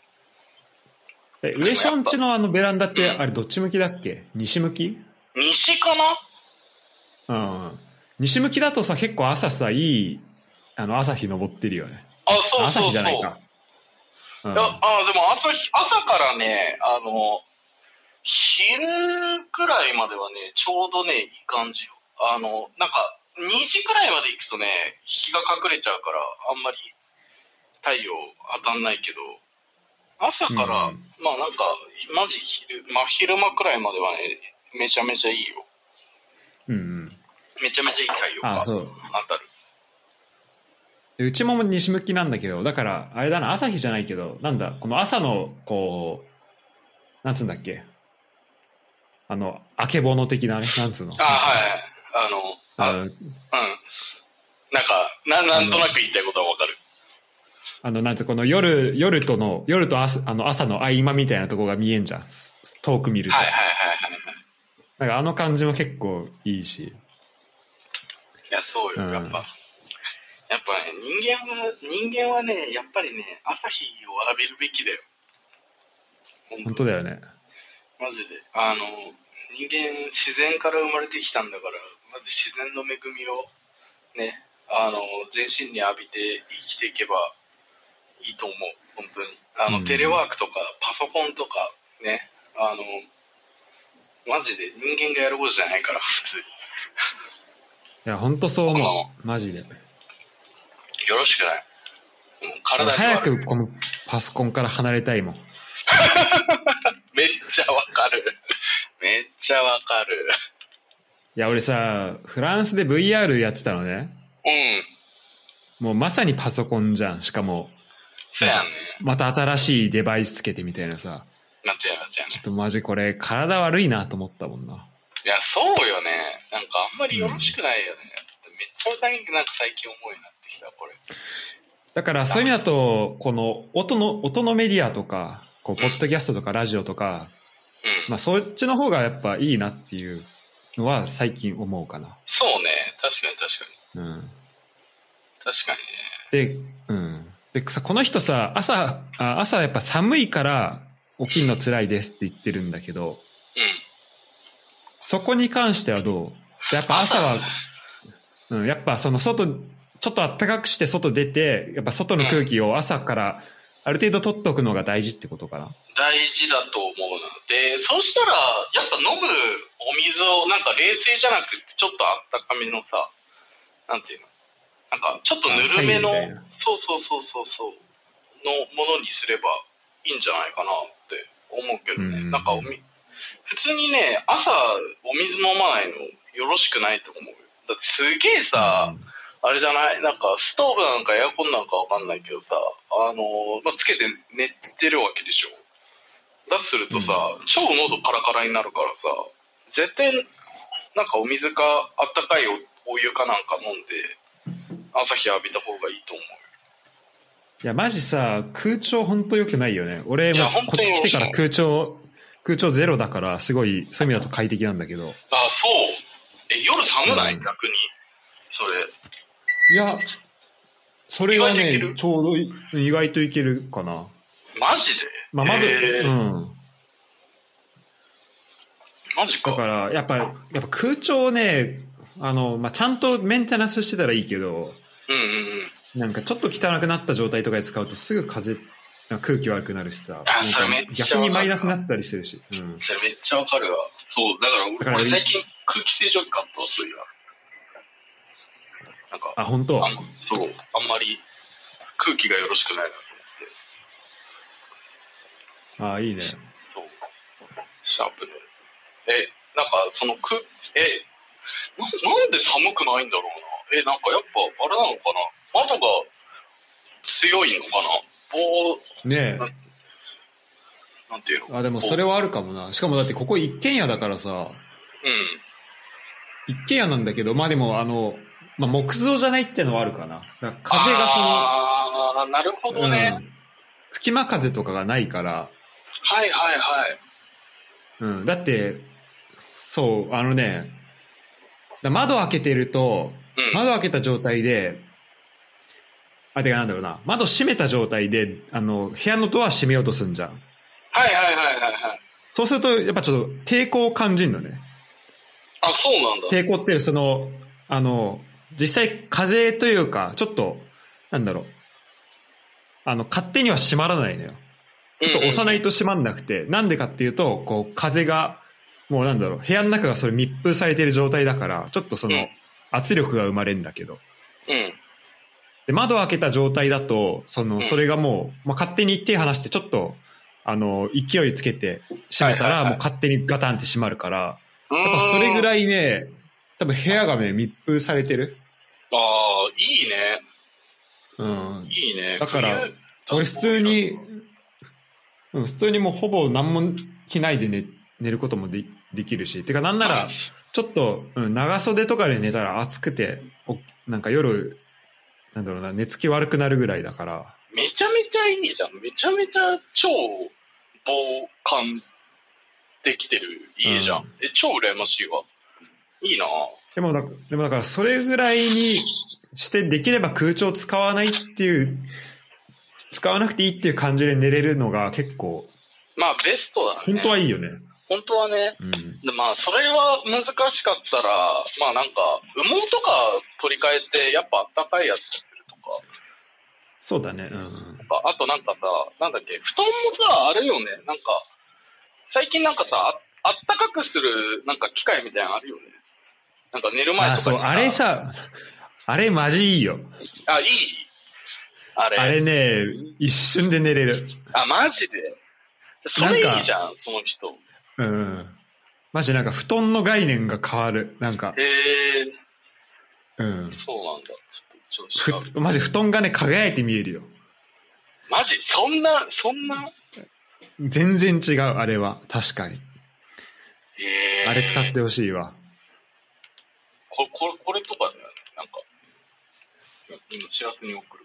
A: え、上ションチのあのベランダって、あれどっち向きだっけ西向き
B: 西かな
A: うん。西向きだとさ、結構朝さ、いい、あの、朝日昇ってるよね。
B: あ、そう
A: 朝
B: そうそう。
A: 日じゃないか。うん
B: いやあでも朝日朝からねあの昼ぐらいまではね、ちょうどね、いい感じよ。あの、なんか、2時ぐらいまで行くとね、日が隠れちゃうから、あんまり太陽当たんないけど、朝か
A: う
B: ら、
A: ん
B: まあなんか、マジ昼、まあ昼間くらいまではね、めちゃめちゃいいよ。
A: うんうん
B: めちゃめちゃいい太陽が
A: あそ
B: 当
A: う
B: たる。
A: でうちも西向きなんだけどだからあれだな朝日じゃないけどなんだこの朝のこうなんつうんだっけあのあけぼの的なねなんつうの
B: あはい。あの、あ
A: あの
B: うん。なんか、ななんとなく言いたいことはわかる。
A: あのなんてこの夜夜との夜と朝あの朝の合間みたいなとこが見えんじゃんす遠く見ると、
B: はいはいはいはい。
A: なんかあの感じも結構いいし
B: いや、そうよ、
A: うん
B: やっぱ。やっぱね、人間は、人間はね、やっぱりね、朝日を選べるべきだよ。
A: 本当だよね
B: マジで。あの、人間、自然から生まれてきたんだから、まず自然の恵みを、ね、あの、全身に浴びて生きていけばいいと思う、本当に。あの、
A: うん
B: テレワークとか、パソコンとか、ね、あの、マジで人間がやることじゃないから、普通に。
A: いや本当そう思うマジで
B: よろしくない。もう体に
A: 早
B: 悪い
A: くこのパソコンから離れたいもん
B: めっちゃわかる。めっちゃわかる。
A: いや俺さフランスで VR やってたのね
B: うん。
A: もうまさにパソコンじゃんしかも
B: そうやんね。
A: また新しいデバイスつけてみたいなさ
B: なんてやなんてやね
A: ちょっとマジこれ体悪いなと思ったもんない
B: や、そうよね。なんかあんまりよろしくないよね。めっちゃ歌いになんか最近重いなってきた、これ。
A: だからそういう意味だとこの音の音のメディアとかこうポッドキャストとかラジオとか、
B: うん。
A: まあ、そっちの方がやっぱいいなっていうのは最近思うかな
B: そうね。確かに確かに。
A: うん
B: 確
A: でう
B: かにね。
A: んでさこの人さ朝あ朝やっぱ寒いから起きるの辛いですって言ってるんだけど
B: うん。
A: そこに関してはどうじゃあやっぱ朝は、うん、やっぱその外、ちょっと暖かくして外出て、やっぱ外の空気を朝からある程度取っとくのが大事ってことかな。
B: 大事だと思うな。で、そうしたら、やっぱ飲むお水を、なんか冷水じゃなくて、ちょっとあったかめのさ、なんていうの、なんかちょっとぬるめの
A: あ白湯みたいな、
B: そうそうそうそうそう、のものにすればいいんじゃないかなって思うけど
A: うんうんう
B: ね。
A: ん
B: なんかおみ、普通にね、朝お水飲まないのよろしくないと思うよ。だってすげえさ、あれじゃないなんか、ストーブなんかエアコンなんかわかんないけどさ、あのーまあ、つけて寝てるわけでしょ。だとするとさ、超喉カラカラになるからさ、絶対、なんかお水か、あったかいおお湯かなんか飲んで、朝日浴びた方がいいと思
A: いや、マジさ、空調ほんと良くないよね。俺
B: いや
A: も
B: ほんと
A: こ
B: に
A: っち来てから
B: 良く
A: 空調、空調ゼロだから、すごい、そういう意味だと快適なんだけど。
B: う。あ、そう。え、夜寒ない、
A: うん
B: 逆に。それ。
A: いや、それが
B: 意外といけ
A: ね
B: る、
A: ちょうどい意外といけるかな。
B: マジで
A: まあ、まだ、
B: えー
A: うん。
B: マジか。
A: だから、やっぱ、やっぱ空調ね、あの、まあ、ちゃんとメンテナンスしてたらいいけど、
B: うんうんうん。
A: なんかちょっと汚くなった状態とかで使うとすぐ風、なんか空気悪くなるしさ、
B: あそれ
A: な
B: め
A: ん
B: っ
A: か
B: ちゃ
A: 逆にマイナスになったりするし、うん、
B: それめっちゃわかるわ。そう、だから俺
A: だから
B: 俺最近空気清浄機買ったわ、そういや。なんか、
A: あ、本当
B: あんそう、あんまり空気がよろしくないなと
A: あ、いいね。
B: 思って。そう。シャープで。え、なんかその空、え、ななんで寒くないんだろうな。え、なんかやっぱあれなのかな。窓が強いのかな。棒、
A: ねえ。
B: なんていうの。
A: あ、でもそれはあるかもな。しかもだってここ一軒家だからさ、
B: うん。
A: 一軒家なんだけど、まあでもあの、まあ木造じゃないってのはあるかな。だから風が
B: あーなるほ
A: その、
B: どね。
A: うん、隙間風とかがないから、
B: はいはいはい。
A: うん、だって、そう、あのね、だ窓開けてると、
B: うん。
A: 窓開けた状態で、あ、てかなんだろうな、窓閉めた状態で、あの、部屋のドア閉めようとすんじゃん。
B: はいはいはいはいはい。
A: そうすると、やっぱちょっと抵抗を感じるのね。
B: あ、そうなんだ。
A: 抵抗って、その、あの、実際風というか、ちょっと、なんだろう。あの、勝手には閉まらないのよ。ちょっと押さないと閉まんなくて、なんでかっていうと、こう、風が、もうなんだろう、部屋の中がそれ密封されてる状態だから、ちょっとそ
B: うん
A: の、圧力が生まれるんだけど、
B: うん。
A: で、窓開けた状態だと、そ
B: うん
A: の、それがもう、まあ、勝手に手離して、ちょっと、あの、勢いつけて閉めた
B: はいはい
A: ら、
B: はい
A: もう勝手にガタンって閉まるから、
B: や
A: やっぱそれぐ
B: い。
A: らいね、多分部屋がね、密封されてる。
B: ああ、いいね。
A: うん。
B: いいね。
A: だから
B: 冬、
A: 俺普通に、うん、普通にもうほぼ何も着ないで寝、寝ることもでできるし、てかなんなら、ちょっと、うん、長袖とかで寝たら暑くて、おなんか夜、なんだろうな、寝つき悪くなるぐらいだから、
B: めちゃめちゃいいじゃん。めちゃめちゃ超防寒できてる。いいじゃん。
A: う
B: え、超羨ましいわ。いいな
A: でもだ、でもだからそれぐらいにしてできれば空調使わないっていう、使わなくていいっていう感じで寝れるのが結構、
B: まあ、ベストだね。
A: 本当はいいよね。
B: 本当はね。
A: うん。
B: でまあ、それは難しかったら、まあなんか、羽毛とか取り替えて、やっぱあったかいやつにするとか。
A: そうだね。うん。
B: かあとなんかさ、なんだっけ、布団もさ、あれよね、なんか、最近なんかさ、ああったかくする、なんか機械みたいなのあるよね。なんか寝る前
A: あ、
B: とか
A: そ
B: に
A: う、あれ、さ、あれマジいいよ。
B: あ、いいあれ。
A: あれね、一瞬で寝れる。
B: あ、マジで。それいいじゃん、その人。
A: うん。マジなんか布団の概念が変わる。なんか
B: へ、え
A: うん。
B: そうなんだ。ちょっと、ちょっと違う
A: ふ、マジ布団がね、輝いて見えるよ。
B: マジそんな、そんな
A: 全然違う、あれは。確かに。
B: へー
A: あれ使ってほしいわ。
B: ここれ、これとかだよね、なんか。今、知らせに送る。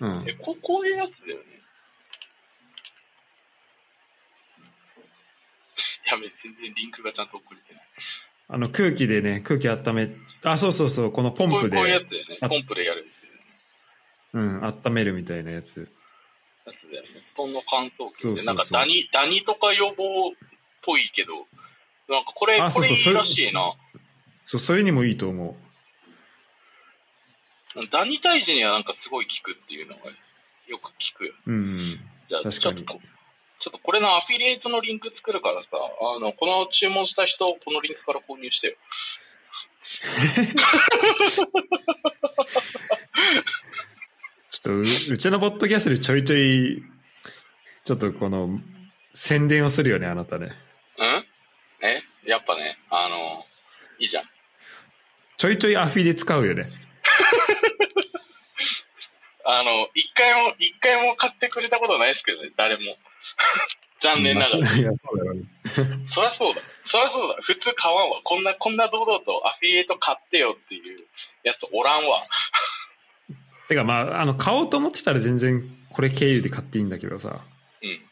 A: うん
B: え、。こ、こういうやつだよね。 やべ、全然リンクがちゃんと送れてない。
A: あの空気でね、空気温め、あ、そうそうそう、このポン
B: こうい
A: プ
B: うこういうや
A: で、
B: つだよね。
A: あ
B: ポンプでやるんですよね。
A: うん、温めるみたいなやつ。
B: やつだよね。布団の乾燥機
A: そうそう
B: で。
A: そう
B: なんかダニ、ダニとか予防っぽいけど、なんかこれ、
A: あ
B: これ
A: そうそ
B: いういらしいな。
A: そう、それにもいいと思
B: ダニ退治にはなんかすごい効くっていうのがよく聞くよ。
A: う。うん。
B: じゃあ、
A: 確
B: ち
A: か
B: ょっと
A: に
B: こ、ちょっとこれのアフィリエイトのリンク作るからさ、あの、この注文した人、このリンクから購入してよ。
A: ちょっとう、うちのポッドキャストでちょいちょい、ちょっとこの、宣伝をするよね、あなたね。
B: うんえやっぱね、あの、いいじゃん。
A: ちょいちょいアフィで使うよね。
B: あの、一回も、一回も買ってくれたことないですけどね、誰も。 残念なが
A: まあ
B: ら。
A: そういや、そうだろうね。
B: そりゃそうだ。そりゃそうだ。普通買わんわ。こんな、こんな堂々とアフィリエイト買ってよっていうやつおらんわ。
A: てか、まあ、あの、買おうと思ってたら全然、これ経由で買っていいんだけどさ。
B: うん。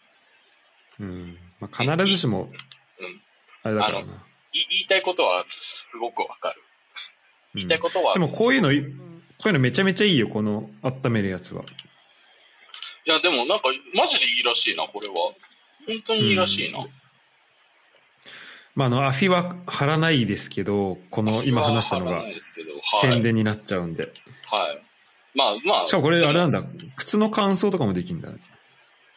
A: うん。まあ、必ずしも
B: うん、
A: あれだからな。
B: い言いたいことはすごくわかる。
A: うん
B: 言いたいことは、
A: でも、こういうのい、こういうのめちゃめちゃいいよ、この温めるやつは。
B: いや、でもなんか、マジでいいらしいな、これは。本当にいいらしいな。
A: うんまあ、あの、アフィは貼らないですけど、この今話したの
B: わ
A: が
B: からないですけど
A: 宣
B: はい。
A: 伝になっちゃうんで。
B: はい。まあまあ。
A: しかもこれあれなんだ、靴の乾燥とかもできるんだね。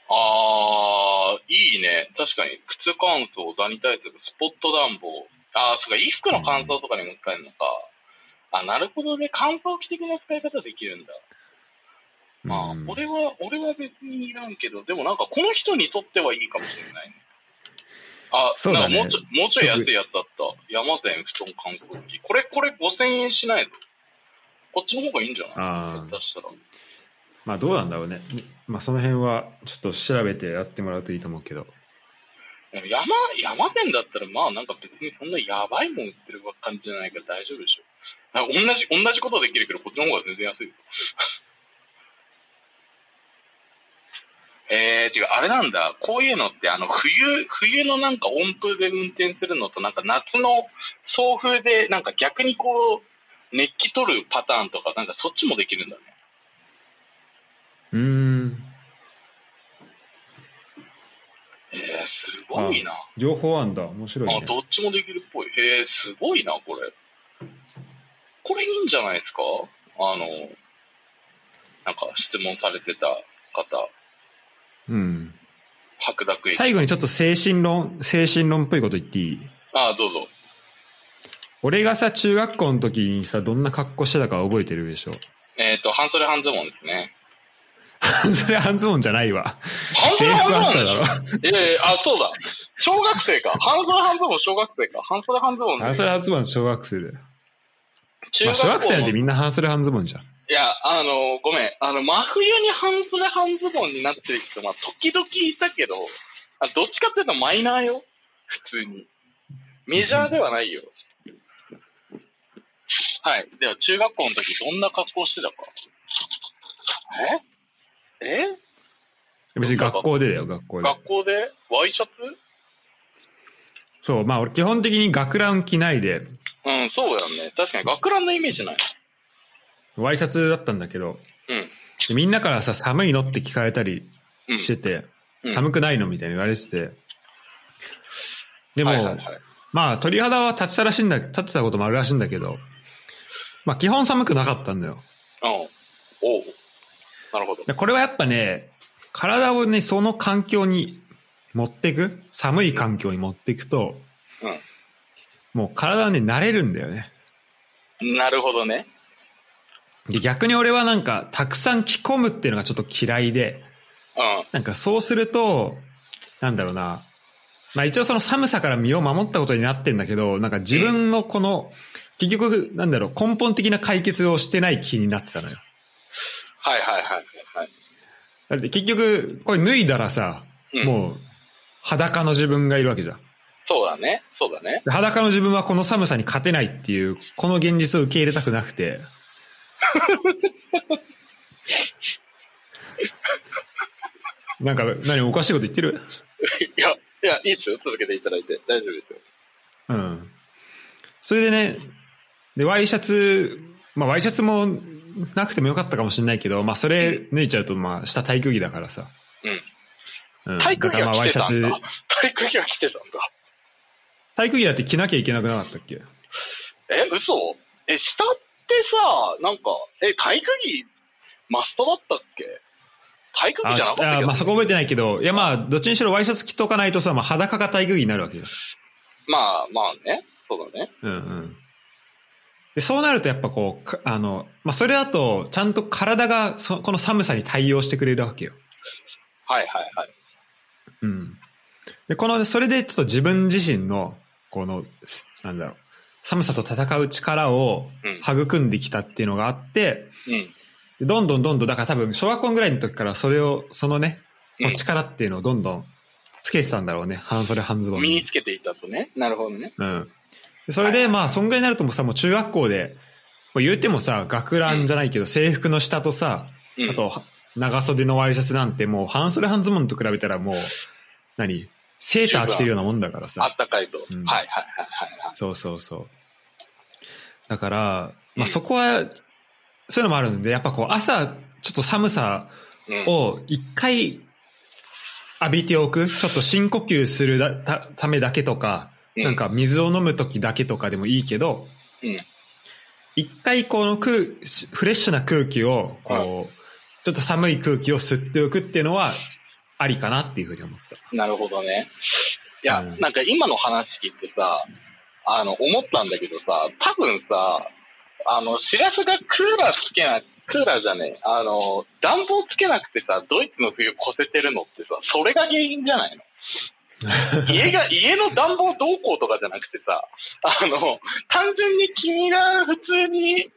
B: あー、いいね。確かに。靴乾燥、ダニ対策、スポット暖房。あー、そうか、衣服の乾燥とかにも使えるのか。あ、なるほどね。乾燥機的な使い方できるんだ。まあ、
A: うん
B: 俺は、俺は別にいらんけど、でもなんか、この人にとってはいいかもしれないね。あ、
A: そうだね
B: なんかもうちょい、もうちょい安いやつだった。山善布団乾燥機。これ、これ5000円しないのこっちの方がいいんじゃない
A: あー
B: 出したら。
A: まあどうなんだろうね。まあその辺はちょっと調べてやってもらうといいと思うけど。
B: でも山、山店だったら、まあなんか別にそんなやばいもん売ってる感じじゃないから大丈夫でしょ。あ同じ、同じことできるけど、こっちの方が全然安いですよ。えー、違う、あれなんだ。こういうのって、あの、冬、冬のなんか温風で運転するのと、なんか夏の送風で、なんか逆にこう、熱気取るパターンとか、なんかそっちもできるんだね。
A: うーん。
B: えー、すごいな。
A: 両方あんだ。面白いね
B: あ、。どっちもできるっぽい。へえ、すごいな、これ。これいいんじゃないですかあの、なんか質問されてた方。
A: うん。
B: 白濁液。
A: 最後にちょっと精神論、精神論っぽいこと言っていい
B: ああ、どうぞ。
A: 俺がさ、中学校の時にさ、どんな格好してたか覚えてるでしょ
B: えっ、と、半袖半ズボンですね。
A: それ半ズボンじゃないわ。
B: 半袖半ズボン
A: 制
B: でしょ
A: 服あっ
B: いやいや、あ、そうだ。小学生か。半袖半ズボン、小学生か。半袖半ズボ
A: た
B: ンで
A: だろ。半袖半ズボンは小学生だよ。
B: 中
A: まあ、
B: 学校
A: 小
B: の
A: 学生なんてみんな半袖半ズボンじゃん。
B: いや、あの、ごめん。あの、真冬に半袖半ズボンになってる人、まあ、時々いたけど、あどっちかっていうとマイナーよ。普通に。メジャーではないよ。はい。では、中学校の時、どんな格好してたか。ええ
A: 別に学校でだよ、学校で。
B: 学校でワイシャツ
A: そう、まあ俺基本的に学ラン着ないで、
B: うん、そうやんね。確かに学ランのイメージない。
A: ワイシャツだったんだけど、
B: うん。
A: でみんなからさ、寒いのって聞かれたり
B: うん。
A: してて、
B: うん
A: 寒くないのみたいに言われてて。でも、
B: はいはいはい。
A: まあ鳥肌は立ってたらしいんだ、立ってたこともあるらしいんだけど、まあ基本寒くなかったんだよ。
B: うん。おうなるほど。
A: でこれはやっぱね、体をね、その環境に持ってく、寒い環境に持っていくと、
B: うん
A: もう体はね、慣れるんだよね。
B: なるほどね。
A: で逆に俺はなんか、たくさん着込むっていうのがちょっと嫌いで、
B: うん。
A: なんかそうすると、なんだろうな。まあ一応その寒さから身を守ったことになってんだけど、なんか自分のこの、結局、なんだろう、根本的な解決をしてない気になってたのよ。
B: はいはいはいはい。
A: だって結局、これ脱いだらさ、
B: うん
A: もう、裸の自分がいるわけじゃん。
B: そうだね。そうだね。
A: で裸の自分はこの寒さに勝てないっていう、この現実を受け入れたくなく て。なんか、何おかしいこと言ってる
B: いや、いや、いいですよ。続けていただいて。大丈夫ですよ。
A: うん。それでね、で、ワイシャツ、まあ、ワイシャツもなくてもよかったかもしれないけど、まあ、それ脱いちゃうと、まあ、下体育着だからさ。うん。
B: 体育
A: だ
B: 着
A: から
B: は
A: まあ、ワイ
B: 着
A: シ
B: て
A: ャ
B: たん
A: ツ
B: だ、。体育着は着てたんだ。
A: 体育着だって着なきゃいけなくなかったっけ
B: え、嘘え、下ってさ、なんか、え、体育着マストだったっけ体育着
A: あ
B: じゃなかった
A: ち
B: っ
A: あ
B: け
A: まあ、そこ覚えてないけど、いや、まあ、どっちにしろワイシャツ着とかないとさ、まあ、裸が体育着になるわけじゃん。
B: まあまあね。そうだね。
A: うんうん。で、そうなるとやっぱこう、かあの、まあ、それだと、ちゃんと体がそ、この寒さに対応してくれるわけよ。
B: はいはいはい。
A: うん。で、この、それでちょっと自分自身の、この、すなんだろう、寒さと戦う力を
B: うん
A: 育んできたっていうのがあって、
B: うん。
A: でどんどんどんどん、だから多分、小学校ぐらいの時からそれを、そのね、こう
B: うん
A: 力っていうのをどんどんつけてたんだろうね。半袖半ズボン
B: 身
A: に
B: につけていたとね。なるほどね。
A: うん。でそれで、まあ、そんぐらいになるともうさ、もう中学校で、もう言うてもさ、学ランじゃないけど、制服の下とさ、
B: うん、
A: あと、長袖のワイシャツなんてもう、半袖半ズボンと比べたらもう、何セーター着てるようなもんだから
B: あ
A: さ
B: っ。たかいと。
A: うん
B: はいはいはいはいはい。
A: そうそうそう。だから、
B: う
A: ま
B: ん
A: あそこは、そういうのもあるんで、やっぱこう、朝、ちょっと寒さ
B: うん、
A: を一回浴びておく。ちょっと深呼吸するだたためだけとか、
B: うん
A: なんか水を飲む時だけとかでもいいけど、
B: うん
A: 一回この空、フレッシュな空気を、こう、
B: は
A: ちょっと寒い空気を吸っておくっていうのは、ありかなっていうふうに思った。
B: なるほどね。いや、
A: うん
B: なんか今の話聞いてさ、あの、思ったんだけどさ、多分さ、あの、しらすがクーラーつけな、クーラーじゃねえ、あの、暖房つけなくてさ、ドイツの冬越せてるのってさ、それが原因じ ゃないの家が、家の暖房どうこうとかじゃなくてさ、あの、単純に君が普通に、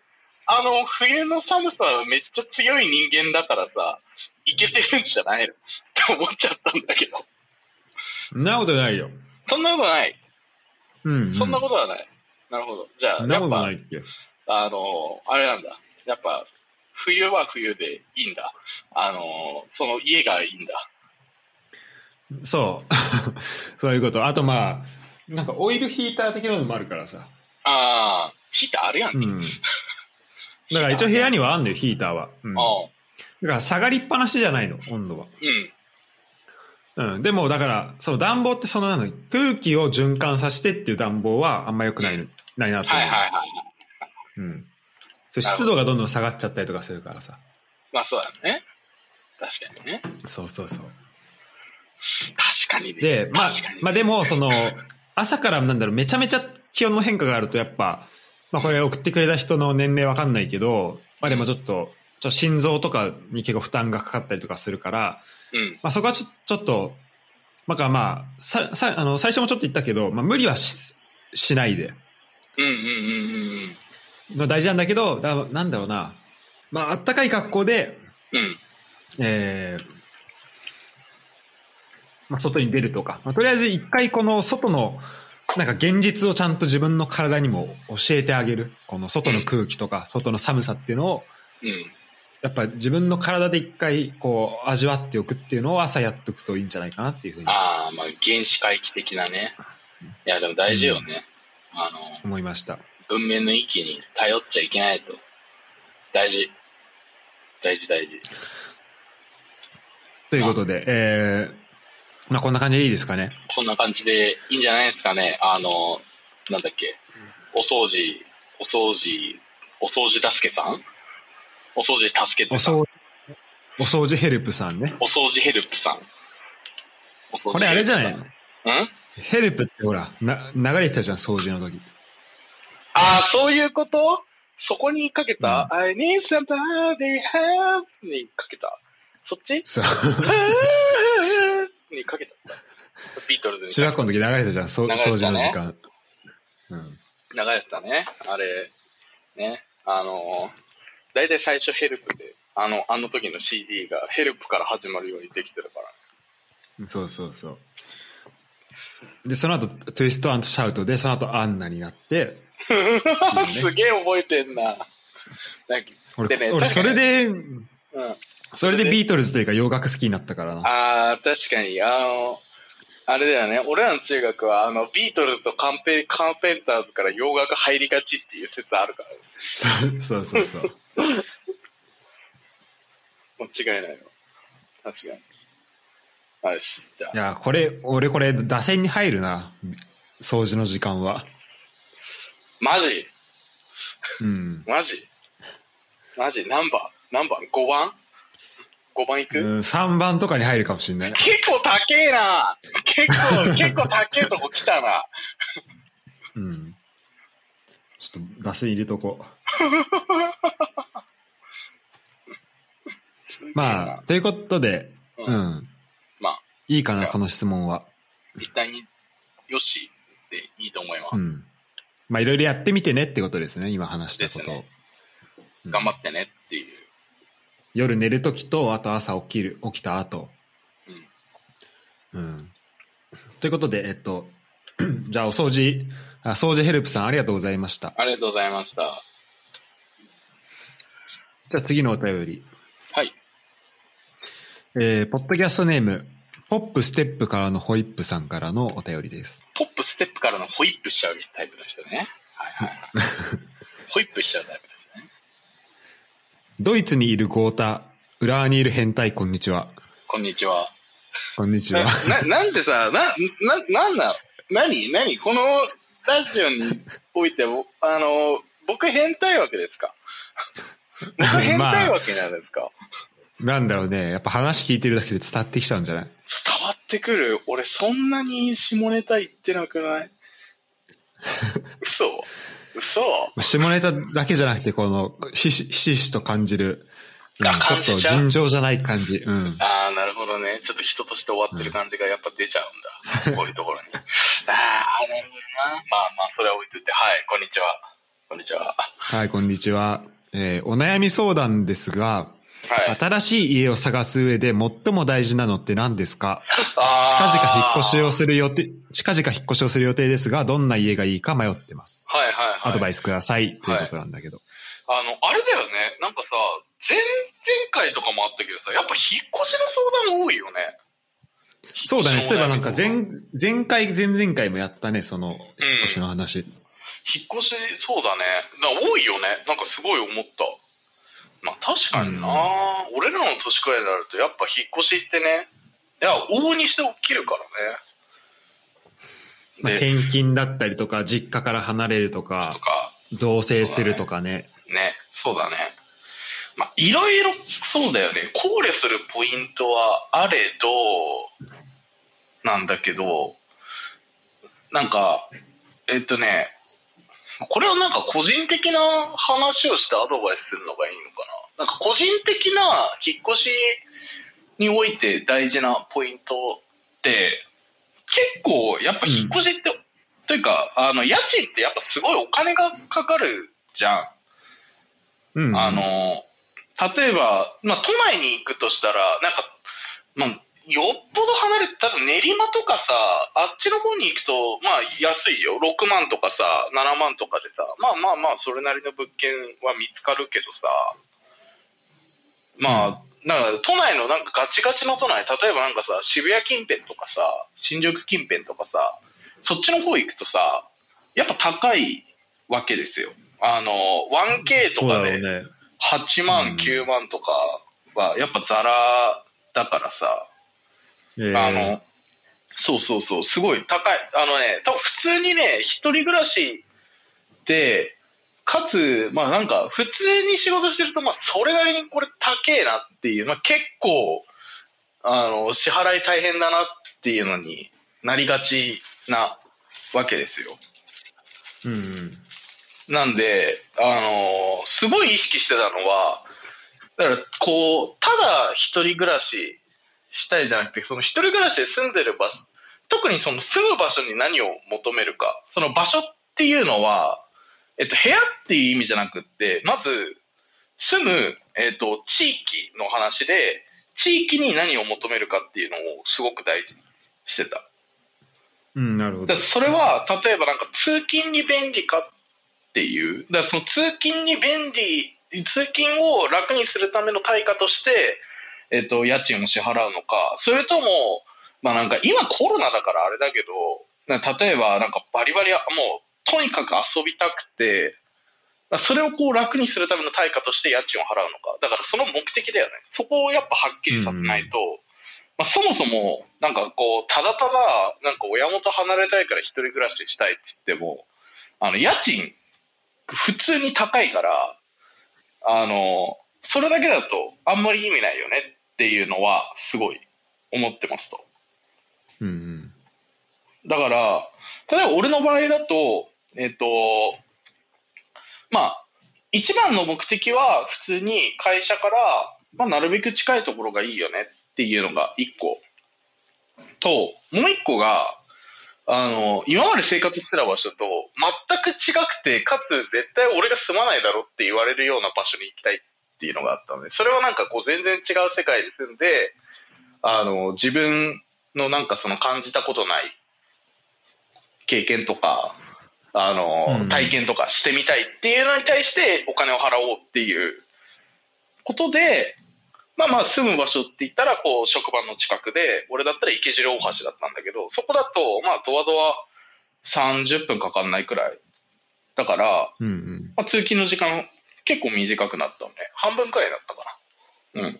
B: あの、冬の寒さめっちゃ強い人間だからさ、いけてるんじゃないのって思っちゃったんだけど。
A: そんなことないよ。
B: そんなことない。
A: うん、うん。
B: そんなことはない。なるほど。じゃ
A: そ
B: あ、
A: んな
B: や
A: こ
B: っ
A: と
B: ぱ
A: ない、って。
B: あのー、あれなんだ。やっぱ、冬は冬でいいんだ。あのー、その家がいいんだ。
A: そう。 そういうこと。あとまあ、なんかオイルヒーター的なのもあるからさ。
B: ああ、ヒーターあるやん
A: う
B: け。
A: ん。だから一応部屋にはあんのよ、ヒーターは。うん。
B: あ
A: だ
B: あ、
A: から下がりっぱなしじゃないの、温度は。
B: うん。
A: うん。でもだから、その暖房ってそのなのに、空気を循環させてっていう暖房はあんま良くないの、ないなと思う。
B: はいはいはいはい。
A: うん。それ湿度がどんどん下がっちゃったりとかするからさ。
B: まあそうだね。確かにね。
A: そうそうそう。
B: 確かにね。
A: で、まあ
B: 確か、に
A: まあでも、その、朝からなんだろう、めちゃめちゃ気温の変化があるとやっぱ、まあこれ送ってくれた人の年齢わかんないけど、まあでもちょっと、ちょ心臓とかに結構負担がかかったりとかするから、
B: うん。
A: まあ、そこはちょちょっと、まあ、まあ、さ、さ、あの、最初もちょっと言ったけど、まあ、無理はし、しないで。
B: うんうんうんうん
A: の大事なんだけど、だなんだろうな。まあ、あったかい格好で、
B: うん。うん。
A: えー、まあ、外に出るとか。まあ、とりあえず一回この外の、なんか現実をちゃんと自分の体にも教えてあげる。この外の空気とか、外の寒さっていうのを、
B: うん。
A: やっぱ自分の体で一回こう味わっておくっていうのを朝やっとくといいんじゃないかなっていうふうに
B: ああ、まあ、原始回帰的なね。いや、でも大事よね。あの、
A: 思いました。
B: 文明の域に頼っちゃいけないと。大事。大事大事。
A: ということで、えー、まあこんな感じでいいですかね。
B: こんな感じでいいんじゃないですかね。あの、なんだっけ。お掃除、お掃除、お掃除助けさんお掃除助け
A: お
B: てさん。
A: 掃除、お掃除ヘルプさんね。
B: お掃除ヘルプさん。お掃除
A: これあれじゃな
B: ヘ
A: い
B: ル
A: の
B: プさんうん
A: ヘルプってほら、な、流れてたじゃん、掃除の時。
B: ああ、そういうことそこにかけた、?I need somebody help にかけた。そっ ち
A: そう。
B: にかけちゃった。ビートルズに
A: 中学校の時流れてたじゃん、そう
B: 流れてたね
A: 掃除の時間。うん。
B: 流れてたね。あれ、ね。あの、だいたい最初ヘルプで、あの、あの時の CD がヘルプから始まるようにできてるから。
A: そうそうそう。で、その後、トゥイストシャウトで、その後、アンナになって、いいね
B: すげえ覚えてんな。なんか
A: 俺、
B: でね
A: 俺、
B: 確か
A: そ
B: に
A: れで、
B: うん。
A: それでビートルズというか洋楽好きになったからな。
B: ああ、確かに、あの、あれだよね、俺らの中学は、あの、ビートルズとカンペ、カンペンターズから洋楽入りがちっていう説あるから、
A: そうそうそうそう。
B: もう違いないよ。確かに。はい、じゃ
A: い
B: あ、
A: や、これ、俺これ、打線に入るな。掃除の時間は。
B: マジ
A: うん。
B: マジマジ何番何番 ?5 番 ?5 番いく、
A: うん、3番とかに入るかもしれない。
B: 結構高えな結構、 結構高えとこ来たな。
A: うん。ちょっと、打線入れとこう。 まあ、ということで、
B: うん
A: うん。
B: まあ、
A: いいかな、この質問は。
B: 一旦に、よしでいいと思います。
A: うん。まあ、いろいろやってみてねってことですね、今話したこと
B: です
A: を
B: ね。
A: うん
B: 頑張ってねっていう。
A: 夜寝るときと、あと朝起きる、起きた後。
B: うん
A: うん。ということで、えっと、 じゃあ、お掃除、あ掃除ヘルプさんありがとうございました。
B: ありがとうございました。
A: じゃあ、次のお便り。
B: はい。
A: えー、ポッドキャストネーム、ポップステップからのホイップさんからのお便りです。
B: ポップステップからのホイップしちゃうタイプの人ね。はいは いはい。ホイップしちゃうタイプの人ね。
A: ドイツにいるゴータ、浦和にいる変態、こんにちは。
B: こんにちは。
A: こんにち
B: な
A: は。
B: な、なんでさ、な、な、なんなの何何このラジオにおいて、おあの、僕変態枠ですか僕変態枠なんですか、
A: なんだろうね、やっぱ話聞いてるだけで伝わってきちゃうんじゃない
B: 伝わってくる俺そんなに下ネタ言ってなくない嘘嘘
A: まあ下ネタだけじゃなくて、この、ひし、ひしひしと感じる、うん
B: あ
A: ちょっ
B: 感
A: と
B: じちゃう
A: 尋常じゃない感じ。うん。
B: ああ、なるほどね。ちょっと人として終わってる感じがやっぱ出ちゃうんだ。こういうところに。ああ、なるほどな。まあまあ、それは置いといて。はい、こんにちは。こんにちは。
A: はい、こんにちは。えーお悩み相談ですが、
B: はい。
A: 新しい家を探す上で最も大事なのって何ですか近
B: あー
A: 々引っ越しをする予定、近々引っ越しをする予定ですが、どんな家がいいか迷ってます。
B: はいはいはい。
A: アドバイ
B: ス。
A: スください、ということなんだけど。
B: あの、あれだよね。なんかさ、前々回とかもあったけどさ、やっぱ引っ越しの相談多いよね。
A: そうだね、そういえばなんか
B: 引っ越し
A: 前、
B: の
A: 前回、前々回もやったね、その、引っ越しの話。
B: 引っ越し、そうだね。なんか多いよね。なんかすごい思った。まあ確かにな、俺らの年くらいになると、やっぱ引っ越しってね、いや、往々にして起きるから
A: まあ、
B: ね。で、
A: 転勤だったりとか、実家から離れると
B: と
A: か、
B: か、
A: 同棲するとかね。
B: ね、そうだね。まあいろいろそうだよね。考慮するポイントはあれど、なんだけど、なんか、えっとね、これはなんか個人的な話をしてアドバイスするのがいいのかな。なんか個人的な引っ越しにおいて大事なポイントって、結構やっぱ引っ越しって、というか、あの、家賃ってやっぱすごいお金がかかるじゃん。
A: うん。
B: あ、の、例えば、まあ、都内に行くとしたら、なんか、まあ、よっぽど離れて、多分練馬とかさ、あっちの方に行くと、まあ、安いよ。6万とかさ、7万とかでさ、まあまあまあ、それなりの物件は見つかるけどさ、まあ、なんか都内のなんかガチガチの都内、例えばなんかさ、渋谷近辺とかさ、新宿近辺とかさ、そっちの方行くとさ、やっぱ高いわけですよ。あの、1K
A: そ
B: と
A: うだ
B: か
A: ろ
B: で
A: う、ね。
B: 8
A: うん
B: 万、9万とかは、やっぱザラだからさ、
A: えー
B: あの、そうそうそう、すごい高い。あのね、多分普通にね、一人暮らしで、かつ、まあなんか、普通に仕事してると、まあそれなりにこれ高えなっていう、まあ結構、あの、支払い大変だなっていうのになりがちなわけですよ。
A: うん
B: なんで、あのーすごい意識してたのは、だから、こう、ただ一人暮らししたいじゃなくて、その一人暮らしで住んでる場所、特にその住む場所に何を求めるか、その場所っていうのは、えっと、部屋っていう意味じゃなくって、まず、住む、えっと、地域の話で、地域に何を求めるかっていうのをすごく大事にしてた。
A: うん。うん、なるほど
B: だから。それは例えばなんか通勤に便利かっていうだからその通勤に便利通勤を楽にするための対価として、えっと家賃を支払うのかそれとも、まあ、なんか今コロナだからあれだけどなんか例えばなんかバリバリもうとにかく遊びたくてだからそれをこう楽にするための対価として家賃を払うのかだからその目的だよねそこをやっぱはっきりさせないと。まあ、そもそも、なんかこう、ただただ、なんか親元離れたいから一人暮らししたいって言っても、あの、家賃、普通に高いから、あの、それだけだとあんまり意味ないよねっていうのは、すごい思ってますと。
A: うんうん。
B: だから、例えば俺の場合だと、えっ、と、まあ、一番の目的は普通に会社から、まあ、なるべく近いところがいいよねっていうのが一個。と、もう一個が、あの、今まで生活してた場所と全く違くて、かつ絶対俺が住まないだろって言われるような場所に行きたいっていうのがあったので、それはなんかこう全然違う世界で住んで、あの、自分のなんかその感じたことない経験とか、あの、
A: うん
B: 体験とかしてみたいっていうのに対してお金を払おうっていうことで、まあまあ住む場所って言ったら、こう職場の近くで、俺だったら池尻大橋だったんだけど、そこだと、まあドアドア30分かかんないくらい。だから、
A: うんうん。
B: まあ、通勤の時間結構短くなったのね半分くらいだったかなうんっ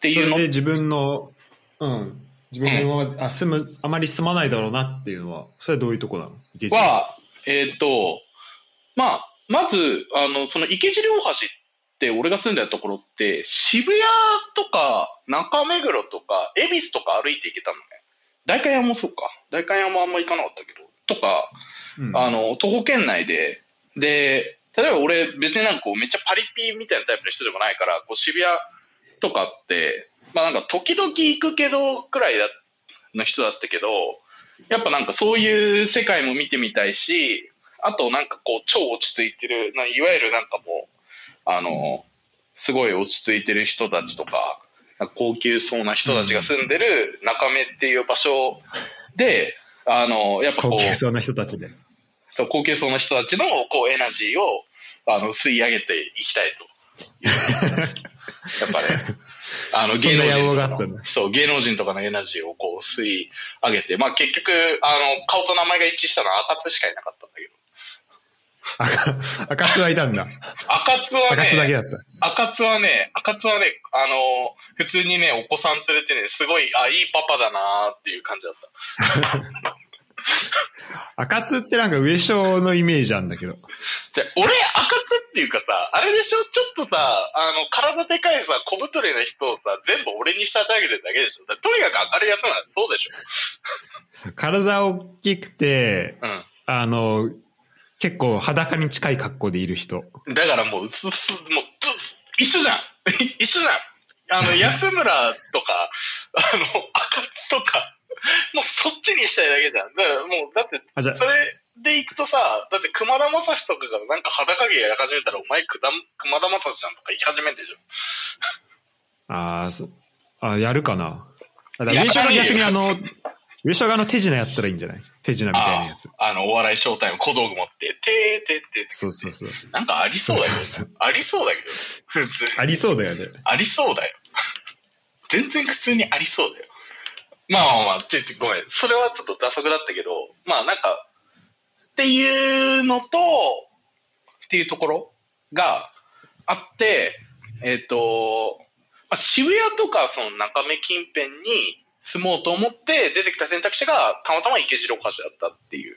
B: て
A: そ
B: いう
A: れ
B: の
A: で自分の、うん。自分が今まで、あ、住む、あまり住まないだろうなっていうのは、それはどういうとこなの池尻、
B: はえっ、とまあまずあのその池尻大橋って俺が住んでたところって渋谷とか中目黒とか恵比寿とか歩いて行けたのね代官山もそうか代官山もあんま行かなかったけどとか
A: うん、
B: あの、徒歩圏内で、で、例えば俺、別になんかこう、めっちゃパリピみたいなタイプの人でもないから、こう、渋谷とかって、まあなんか、時々行くけど、くらいだの人だったけど、やっぱなんかそういう世界も見てみたいし、あとなんかこう、超落ち着いてる、ないわゆるなんかもう、あの、すごい落ち着いてる人たちとか、なんか高級そうな人たちが住んでる中目っていう場所で、あの、やっぱこ
A: 高
B: う、
A: 級そうな人たちで。
B: そう高級層の人たちのこうエナジーをあの吸い上げていきたい と。やっぱね、あの
A: そん
B: 芸
A: な
B: 能
A: 野望
B: 人
A: があ
B: と
A: った
B: か
A: んだ
B: のそう芸能人とかのエナジーをこう吸い上げて、まあ結局あの顔と名前が一致したのは赤津しかいなかったんだけど、
A: 赤、赤津はいた んだ。
B: 赤津は
A: 赤津だけ
B: ね、
A: だった。
B: 赤津はね、赤津はね、あの普通にねお子さん連れてね、すごいあいいパパだなーっていう感じだった。
A: 赤津ってなんか上昇のイメージあんだけど。
B: じゃあ俺赤津っっていうかさ、あれでしょちょっとさ、あの、体でかいさ、小太りな人をさ、全部俺に仕立て上げてるだけでしょだとにかく明るいやつなんてそうでしょ
A: 体大きくて、
B: うん。
A: あの、結構裸に近い格好でいる人。
B: だからもう、すすもう、ず一緒じゃん 一緒じゃんあの、安村とか、あの、赤津とか、もうそっちにしたいだけじゃん。だからもう、だって、
A: あ、じゃあ
B: それで行くとさ、だって熊田正史とかがなんか裸芸やり始めたら、お前くだ熊田正史じゃんとか言い始めんでしょ。
A: あーそあ、やるかな。あだ
B: やらない
A: 上昇が逆に
B: よ
A: あの、上昇があの手品やったらいいんじゃない手品みたいなやつ。
B: あの、お笑いショータイム小道具持って、てーてーてーて
A: そうそうそう。
B: ー。なんかありそうだけ
A: そうそう
B: ど、ありそうだけど、普通に。
A: ありそうだよね。
B: ありそうだよ。全然普通にありそうだよ。まあまあまあ、ちょちょごめん。それはちょっと打足だったけど、まあなんか、っていうのと、っていうところがあって、えっ、と、まあ、渋谷とかその中目近辺に住もうと思って出てきた選択肢がたまたま池城菓子だったっていう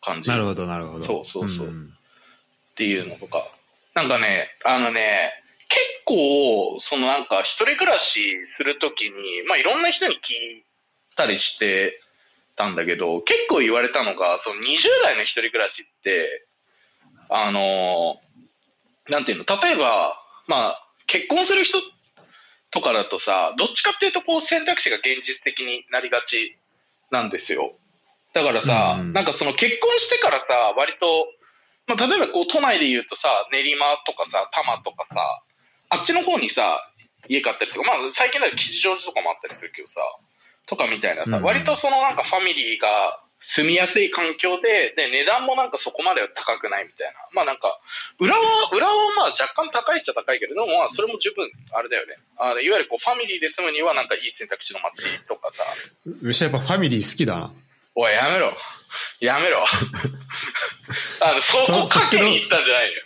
B: 感じ。
A: なるほど、なるほど。
B: そうそうそうんっていうのとか。なんかね、あのね、結構、そのなんか一人暮らしするときに、まあいろんな人に聞いたりしてたんだけど、結構言われたのが、その20代の一人暮らしって、あの、なんていうの、例えば、まあ結婚する人とかだとさ、どっちかっていうとこう選択肢が現実的になりがちなんですよ。だからさ、
A: うん
B: なんかその結婚してからさ、割と、まあ、例えばこう都内で言うとさ、練馬とかさ、多摩とかさ、あっちの方にさ、家買ったりとか、まあ、最近だと吉祥寺とかもあったりするけどさ、とかみたいな
A: うん
B: さ、
A: うん
B: 割とそのなんかファミリーが住みやすい環境で、で、値段もなんかそこまでは高くないみたいな。まあなんか、裏は、裏はまあ若干高いっちゃ高いけれども、まあそれも十分、あれだよね。あのいわゆるこうファミリーで住むにはなんかいい選択肢の街とかさ、
A: う牛やっぱファミリー好きだな。
B: おい、やめろ。や めろ。あの、そこ
A: そそ
B: か
A: っち
B: け
A: の
B: に行ったんじゃないのよ。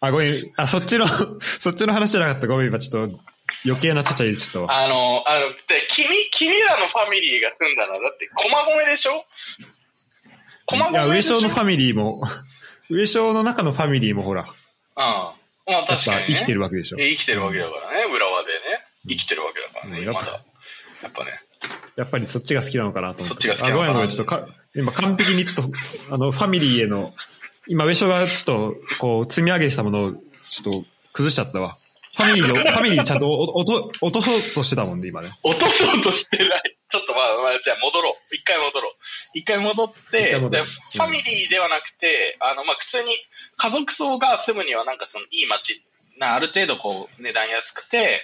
A: あ、ごめん。あ、そっちの、 そっちの話じゃなかった。ごめん、今ちょっと余計なちゃちゃ入れちゃった わ。
B: あの、あの、で君、君らのファミリーが住んだのは、だって、駒込でしょ駒込
A: いや、
B: で
A: 上
B: しょ
A: 昇のフ
B: ァミ
A: ァミリ
B: リー。
A: ーも、 上昇の中のファミリーもほら、
B: うん。まあ
A: やっ
B: 確か
A: ぱ
B: に、ね。
A: 生きてるわけでしょ。
B: え生きてるわけだからね、浦和でね。生きてるわけだから
A: う
B: ね、
A: んやっ
B: ま
A: ぱ
B: だ。やっぱね。
A: やっぱりそっちが好きなのかなと思って。
B: そっちが好きなのかな
A: あ、ごめんごめん。ちょっとか、今完璧にちょっと、あの、ファミリーへの、今、上昇がちょっと、こう、積み上げてたものを、ちょっと、崩しちゃったわ。ファミリーの、ファミリーちゃんとおお落と、落とそうとしてたもんね、今ね。
B: 落とそうとしてない。 ちょっとまあ、まあ、じゃあ戻ろう。一回戻ろう。一回戻って、
A: 一回戻
B: で
A: ろう
B: ファミリーではなくて、あの、まあ、普通に家族層が住むにはなんかそのいい街、なある程度こう値段安くて、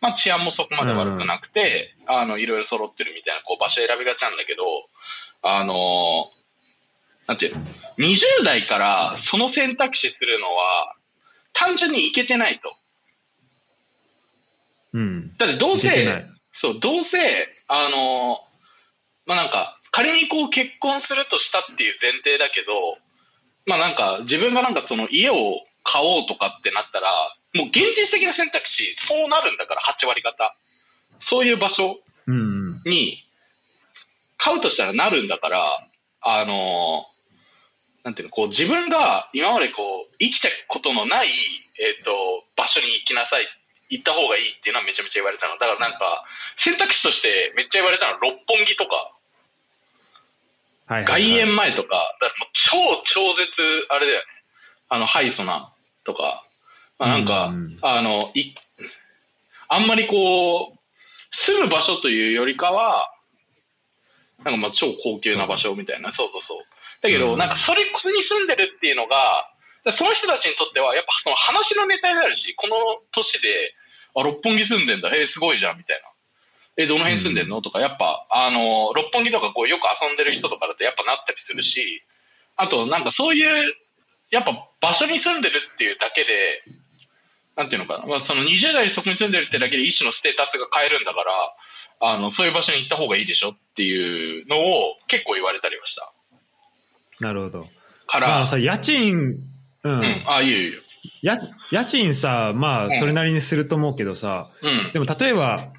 B: まあ、治安もそこまで悪くなくて、あの、いろいろ揃ってるみたいな、こう場所選びがちなんだけど、あのーなんていうの ?20 代からその選択肢するのは、単純にいけてないと。
A: うん。
B: だってどう
A: いけてな
B: せ
A: い、
B: そう、どうせ、あのーまあなんか、仮にこう結婚するとしたっていう前提だけど、まあなんか、自分がなんかその家を買おうとかってなったら、もう現実的な選択肢、そうなるんだから、8割方。そういう場所
A: うん、うん。
B: に、買うとしたらなるんだから、あのーなんていうの、こう自分が今までこう、生きたことのない、えっ、と、場所に行きなさい、行った方がいいっていうのはめちゃめちゃ言われたの。だからなんか、選択肢としてめっちゃ言われたのは六本木とか、
A: はい、はいはい。
B: 外苑前とか、だからもう超超絶、あれだよね。あの、ハイソナとか、まあ、なんか、
A: うんうん
B: あの、い、あんまりこう、住む場所というよりかは、なんかまあ超高級な場所みたいな、そうそうそう。だけど、
A: うん
B: なんかそれ、ここに住んでるっていうのが、だからその人たちにとっては、やっぱその話のネタになるし、この年で、あ、六本木住んでんだ、へえ、すごいじゃん、みたいな。え、どの辺住んでんのとか、やっぱ、あの、六本木とかこうよく遊んでる人とかだとやっぱなったりするし、あとなんかそういう、やっぱ場所に住んでるっていうだけで、なんていうのかな、まあ、その20代でそこに住んでるってだけで一種のステータスが変えるんだから、あの、そういう場所に行った方がいいでしょっていうのを結構言われたりはした。
A: なるほど。
B: か
A: ま
B: ら、
A: あさ、家賃、う。
B: うんん、あ、いいよいいよ。
A: や、家賃さ、ま
B: ん
A: あ、それなりにすると思うけどさ、
B: うん。
A: でも例えば、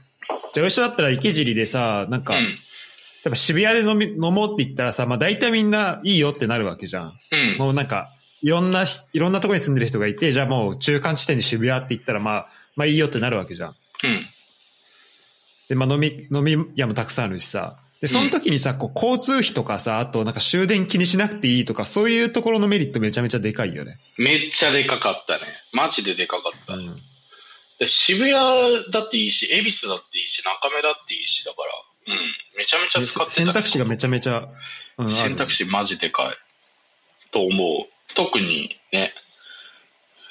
A: じゃあ、上昇だったら池尻でさ、なん
B: う
A: か、
B: ん。
A: やっぱ渋谷で飲み、飲もうって言ったらさ、まあ大体みんないいよってなるわけじゃん。
B: うん。
A: もうなんか、いろんなひ、いろんなところに住んでる人がいて、じゃあもう中間地点に渋谷って言ったら、まあ、まあいいよってなるわけじゃん。
B: うん。
A: で、まあ飲み、飲み屋もたくさんあるしさ。で、その時にさ、こう、交通費とかさ、あとなんか終電気にしなくていいとか、そういうところのメリットめちゃめちゃでかいよね。
B: めっちゃでかかったね。マジででかかった。
A: ん。
B: で渋谷だっていいし、恵比寿だっていいし、中目だっていいし、だから、うん。めちゃめちゃ使ってた、
A: 選択肢がめちゃめちゃ、うん、
B: 選択
A: 肢。
B: 肢マジでかい。と思う。特にね。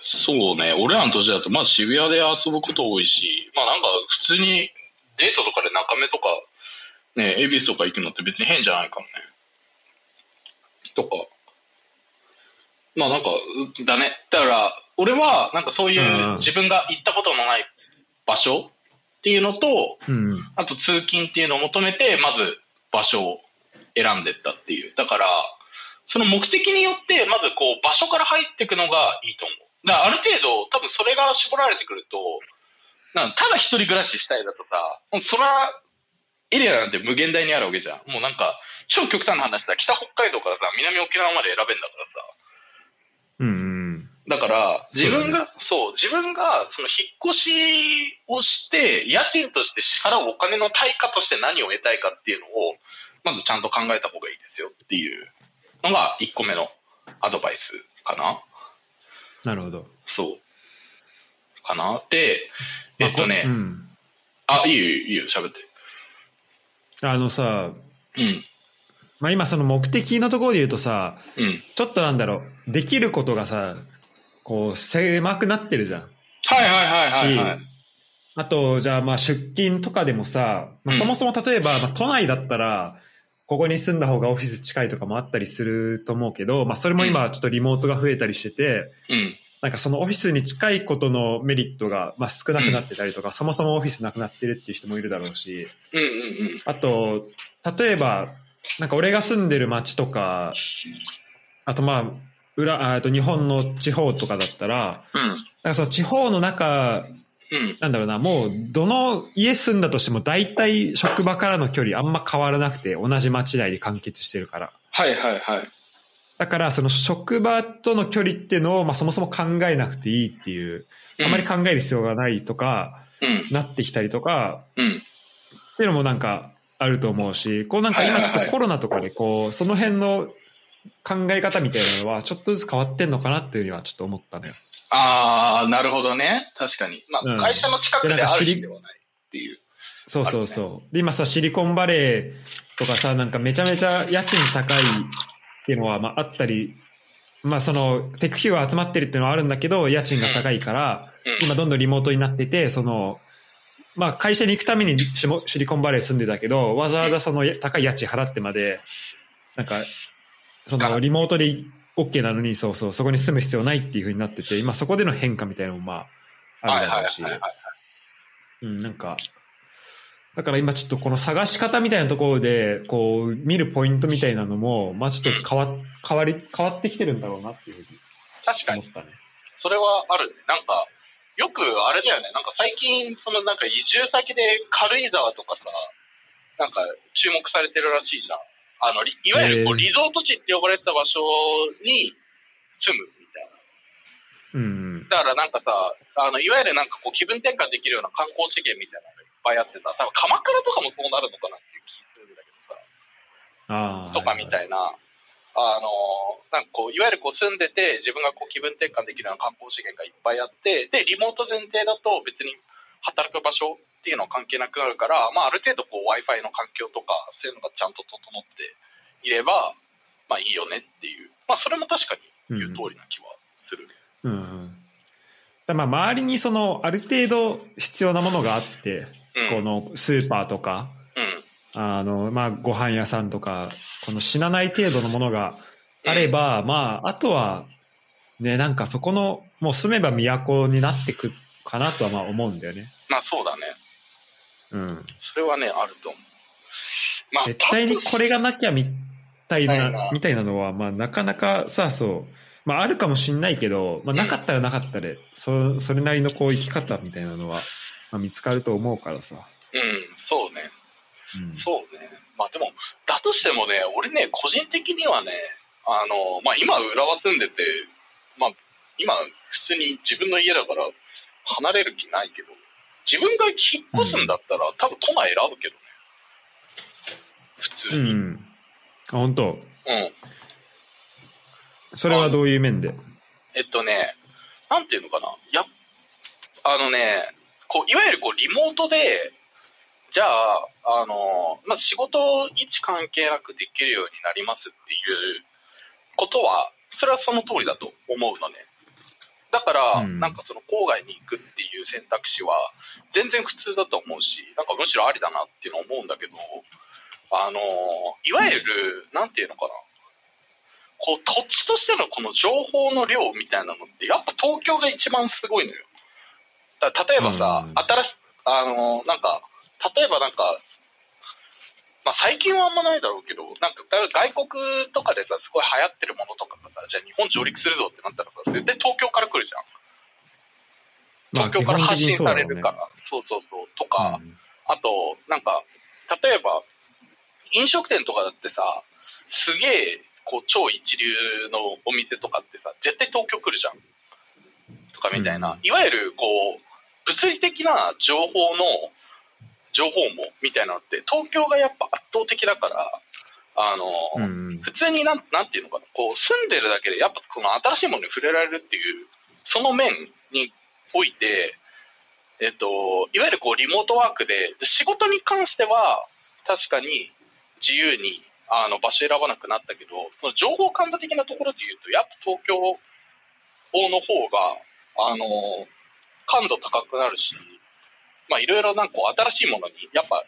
B: そうね。俺らの年だと、まあ渋谷で遊ぶこと多いし、まあなんか普通にデートとかで中目とか、ね、恵比寿とか行くのって別に変じゃないからね。とか。まあなんか、うだね。だから、俺はなんかそういう自分が行ったことのない場所っていうのと、
A: うん。
B: あと通勤っていうのを求めて、まず場所を選んでったっていう。だから、その目的によって、まずこう場所から入っていくのがいいと思う。だからある程度、多分それが絞られてくると、なんかただ一人暮らししたいだとか、もうそら、エリアなんて無限大にあるわけじゃん。もうなんか、超極端な話だ。北北海道からさ、南沖縄まで選べんだからさ。
A: うんうん。
B: だから、自分
A: そ
B: が、そう,、自分が、その、引っ越しをして、家賃として支払うお金の対価として何を得たいかっていうのを、まずちゃんと考えた方がいいですよっていうのが、1個目のアドバイスかな。
A: なるほど。
B: そう。かな。で、えっとね、
A: まあこうん。
B: あ、いいよ、いいよ、喋って。
A: あのさ、
B: うん、
A: まあ今その目的のところで言うとさ、
B: うん。
A: ちょっとなんだろう、できることがさ、こう、狭くなってるじゃん。
B: はいはいはいはい、はい。
A: あと、じゃあ、まあ、出勤とかでもさ、まあ、
B: うん
A: そもそも例えば、まあ、都内だったら、ここに住んだ方がオフィス近いとかもあったりすると思うけど、まあ、それも今、ちょっとリモートが増えたりしてて、
B: うん、
A: なんかそのオフィスに近いことのメリットが、まあ、少なくなってたりとか、そもそもオフィスなくなってるっていう人もいるだろうし、
B: うん、うん、うん。
A: あと、例えば、なんか俺が住んでる町とか、あとまあ、裏、ああと日本の地方とかだったら、
B: うん、
A: なんかその地方の中
B: うん。
A: なんだろうな、もう、どの家住んだとしても、大体職場からの距離あんま変わらなくて、同じ町内で完結してるから。
B: はいはいはい。
A: だから、その職場との距離っていうのを、まあそもそも考えなくていいっていう、あまり考える必要がないとか、
B: うん、
A: なってきたりとか、
B: うん、
A: っていうのもなんかあると思うし、こうなんか今ちょっとコロナとかで、こう、その辺の考え方みたいなのは、ちょっとずつ変わってんのかなっていうにはちょっと思ったのよ。
B: ああ、なるほどね。確かに。まあ、
A: うん
B: 会社の近くで
A: でなん
B: あ
A: か知
B: る
A: り
B: 必要はないっていう。
A: そうそうそう。で、今さ、シリコンバレーとかさ、なんかめちゃめちゃ家賃高いっていうのは、まああったり、まあその、テック企業が集まってるっていうのはあるんだけど、家賃が高いから、
B: うん
A: 今どんどんリモートになってて、その、まあ会社に行くためにシモシリコンバレー住んでたけど、わざわざその高い家賃払ってまで、なんか、そのリモートで OK なのに、そうそう、そこに住む必要ないっていう風になってて、今そこでの変化みたいなのもまあ、あ
B: はい
A: るだ
B: はい
A: ろうし。
B: はいはい。
A: うん、なんか、だから今ちょっとこの探し方みたいなところで、こう、見るポイントみたいなのも、まあちょっと変わ、変わり、変わってきてるんだろうなっていう
B: 確
A: ふう
B: か
A: に
B: に、
A: 思ったね。
B: それはあるね。なんか、よくあれだよね。なんか最近、そのなんか移住先で軽井沢とかさ、なんか注目されてるらしいじゃん。あの、りいわゆるこう
A: へー
B: リゾート地って呼ばれてた場所に住むみたいな。
A: うんうん。
B: だからなんかさ、あの、いわゆるなんかこう気分転換できるような観光資源みたいなのがいっぱいあってさ、多分鎌倉とかもそうなるのかなっていう気するんだけどさ。
A: ああ。
B: とかみ
A: い。
B: たいな、あのなんかこういわゆるこう住んでて、自分がこう気分転換できるような観光資源がいっぱいあって、でリモート前提だと、別に働く場所っていうのは関係なくなるから、まあ、ある程度こう w i f i の環境とか、そういうのがちゃんと整っていれば、まあ、いいよねっていう、まあ、それも確かに
A: うん
B: 言う通りな気はする。
A: うんうん。だからまあ周りにその、ある程度必要なものがあって、
B: うん、
A: このスーパーとか、
B: うん
A: あの、まあご飯屋さんとか、この死なない程度のものがあれば、まあ、あとは、ね、なんかそこの、もう住めば都になってくかなとはまあ思うんだよね。
B: まあそうだね、
A: うん。
B: それはね、あると思う。まあ
A: 絶対にこれがなきゃみたい
B: ないな
A: な、みたいなのは、まあなかなかさ、そう、まああるかもしんないけど、まあ
B: ん
A: なかったらなかったで、そ、それなりのこう生き方みたいなのは、まあ見つかると思うからさ。
B: うん、そうね。
A: うん。
B: そうね、まあでも、だとしてもね、俺ね、個人的にはね、あのまあ、今、浦和住んでて、まあ、今、普通に自分の家だから離れる気ないけど、自分が引っ越すんだったら、多分都内選ぶけどね。普
A: う
B: 通に。うん。
A: ん。あ、本当。それはどういう面で
B: えっとね、なんていうのかな。やっあのね、こう、いわゆるこう、リモートで、じゃあ、あの、まず仕事位置関係なくできるようになりますっていうことは、それはその通りだと思うのね。だから、
A: うん
B: なんかその郊外に行くっていう選択肢は、全然普通だと思うし、なんかむしろありだなっていうのは思うんだけど、あの、いわゆる、なんていうのかな。こう、土地としてのこの情報の量みたいなのって、やっぱ東京が一番すごいのよ。だから例えばさ、
A: うん
B: 新し、あの、なんか、例えばなんか、まあ最近はあんまないだろうけど、なんかだから外国とかでさ、すごい流行ってるものとかがさ、じゃあ日本上陸するぞってなったらさ、絶対東京から来るじゃん。東京から発信されるから、そうそうそう、と
A: 基本
B: か、
A: 的にそうだろうね
B: あと、なんか、例えば、飲食店とかだってさ、すげえ、こう、超一流のお店とかってさ、絶対東京来るじゃん。とかみたいな、
A: う
B: いわゆる、こう、物理的な情報の、情報網みたいなのって、東京がやっぱ圧倒的だから、あの、
A: うんうん
B: 普通になん、なんていうのかな、こう、住んでるだけで、やっぱこの新しいものに触れられるっていう、その面において、えっと、いわゆるこう、リモートワークで、で仕事に関しては、確かに自由に、あの、場所選ばなくなったけど、その情報感度的なところで言うと、やっぱ東京の方が、あの、感度高くなるし、まあ、いろいろなんかこう新しいものに、やっぱ、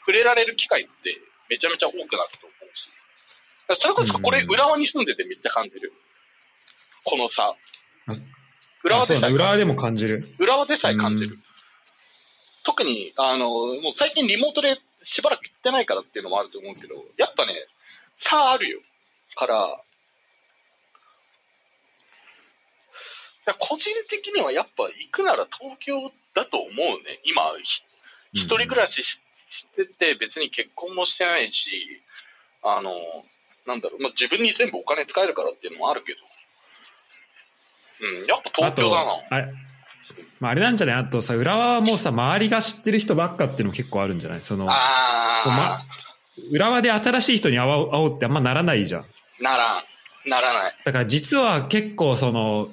B: 触れられる機会って、めちゃめちゃ多くなると思うし、だからそれこそこれ、
A: うん
B: 浦和に住んでてめっちゃ感じる。このさ
A: あ、
B: 浦和
A: あそ
B: で
A: う
B: さ
A: だ
B: え
A: ね浦和でも感じる。
B: 浦和でさえ感じる。
A: うん
B: 特に、あの、もう最近リモートでしばらく行ってないからっていうのもあると思うけど、やっぱね、差あるよ。から、だから個人的にはやっぱ行くなら東京だと思うね。今、ひ一人暮らしししてて、別に結婚もしてないし、あの、なんだろう、まあ、自分に全部お金使えるからっていうのもあるけど、うん、やっぱ東京だな。
A: あとあれまあ、あれなんじゃないあとさ、浦和はもうさ、周りが知ってる人ばっかっていうのも結構あるんじゃないその、
B: ああ、
A: おま浦和で新しい人に会おう会おうってあんまならないじゃん。
B: ならん。ならない。
A: だから実は結構その、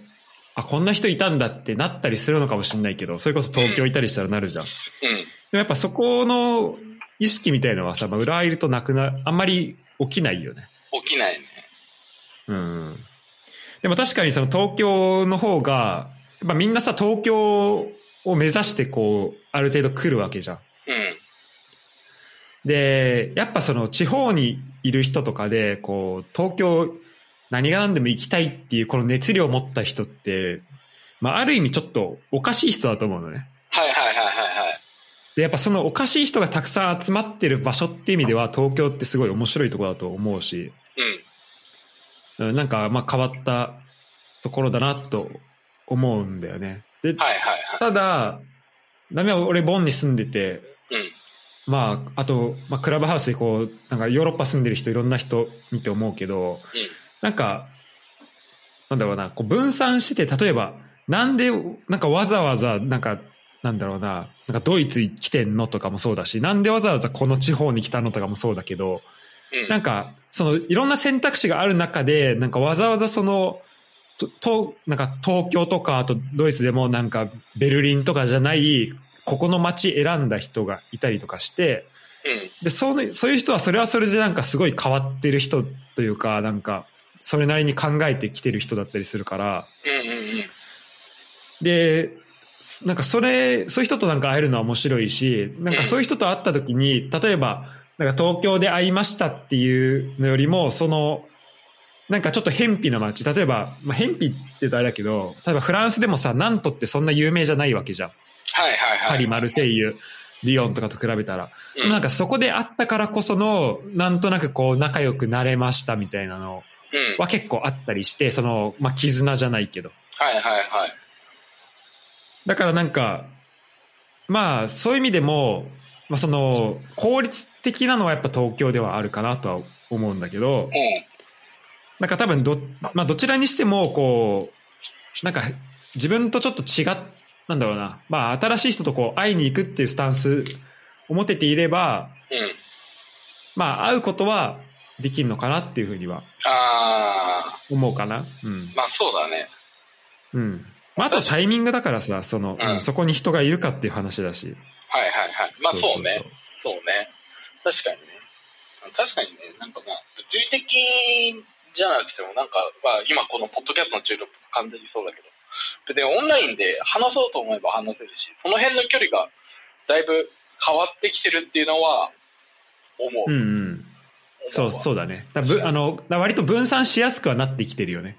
A: あ、こんな人いたんだってなったりするのかもしれないけど、それこそ東京いたりしたらなるじゃん。で
B: うん。
A: もやっぱそこの意識みたいのはさ、まあ、浦和いるとなくな、あんまり起きないよね。
B: 起きないね。
A: うん。でも確かにその東京の方が、やっぱみんなさ、東京を目指してこう、ある程度来るわけじゃん。
B: うん。
A: で、やっぱその地方にいる人とかで、こう、東京何が何でも行きたいっていうこの熱量を持った人って、まあある意味ちょっとおかしい人だと思うのね。
B: はいはいはいはいはい。
A: で、やっぱそのおかしい人がたくさん集まってる場所って意味では東京ってすごい面白いところだと思うし、
B: うん。
A: うんなんかまあ変わったところだなと思うんだよね。で、
B: はいはいはい。
A: ただ、ダメは俺ボンに住んでて、
B: うん。
A: まあ、あと、まあ、クラブハウスでこう、なんかヨーロッパ住んでる人いろんな人見て思うけど、
B: うん
A: なんか、なんだろうな、こう分散してて、例えば、なんで、なんかわざわざ、なんか、なんだろうな、なんかドイツ来てんのとかもそうだし、なんでわざわざこの地方に来たのとかもそうだけど、
B: うん。
A: なんか、その、いろんな選択肢がある中で、なんかわざわざその、と、となんか東京とか、あとドイツでもなんかベルリンとかじゃない、ここの街選んだ人がいたりとかして、
B: うん。
A: で、そうね、そういう人はそれはそれでなんかすごい変わってる人というか、なんか、それなりに考えてきてる人だったりするから、
B: うんうんうん。
A: で、なんかそれ、そういう人となんか会えるのは面白いし、なんかそういう人と会った時に、例えば、なんか東京で会いましたっていうのよりも、その、なんかちょっと偏僻な街、例えば、まあ、偏僻って言うとあれだけど、例えばフランスでもさ、ナントってそんな有名じゃないわけじゃん。
B: はいはいはい。
A: パリ、マルセイユ、リヨンとかと比べたら。
B: うん。
A: なんかそこで会ったからこその、なんとなくこう仲良くなれましたみたいなの
B: うん。
A: は結構あったりして、その、まあ、絆じゃないけど。
B: はいはいはい。
A: だからなんか、まあそういう意味でも、まあその、効率的なのはやっぱ東京ではあるかなとは思うんだけど、
B: うん。
A: なんか多分ど、まあどちらにしても、こう、なんか自分とちょっと違っ、なんだろうな、まあ新しい人とこう会いに行くっていうスタンスを持てていれば、
B: うん。
A: まあ会うことはできるのかなっていうふうには
B: あ
A: 思うかな。うん
B: ー、。まあそうだね。
A: うん。まああとタイミングだからさ、その、
B: うん
A: うんそこに人がいるかっていう話だし。
B: はいはいはい。まあそうね。
A: そ
B: そうね。確かにね。確かにね、なんかまあ、物理的じゃなくても、なんか、まあ今このポッドキャストの注力完全にそうだけど、別にオンラインで話そうと思えば話せるし、その辺の距離がだいぶ変わってきてるっていうのは、思う。
A: うんうん。そう、
B: う。
A: そうだね。だぶあの、だ割と分散しやすくはなってきてるよね。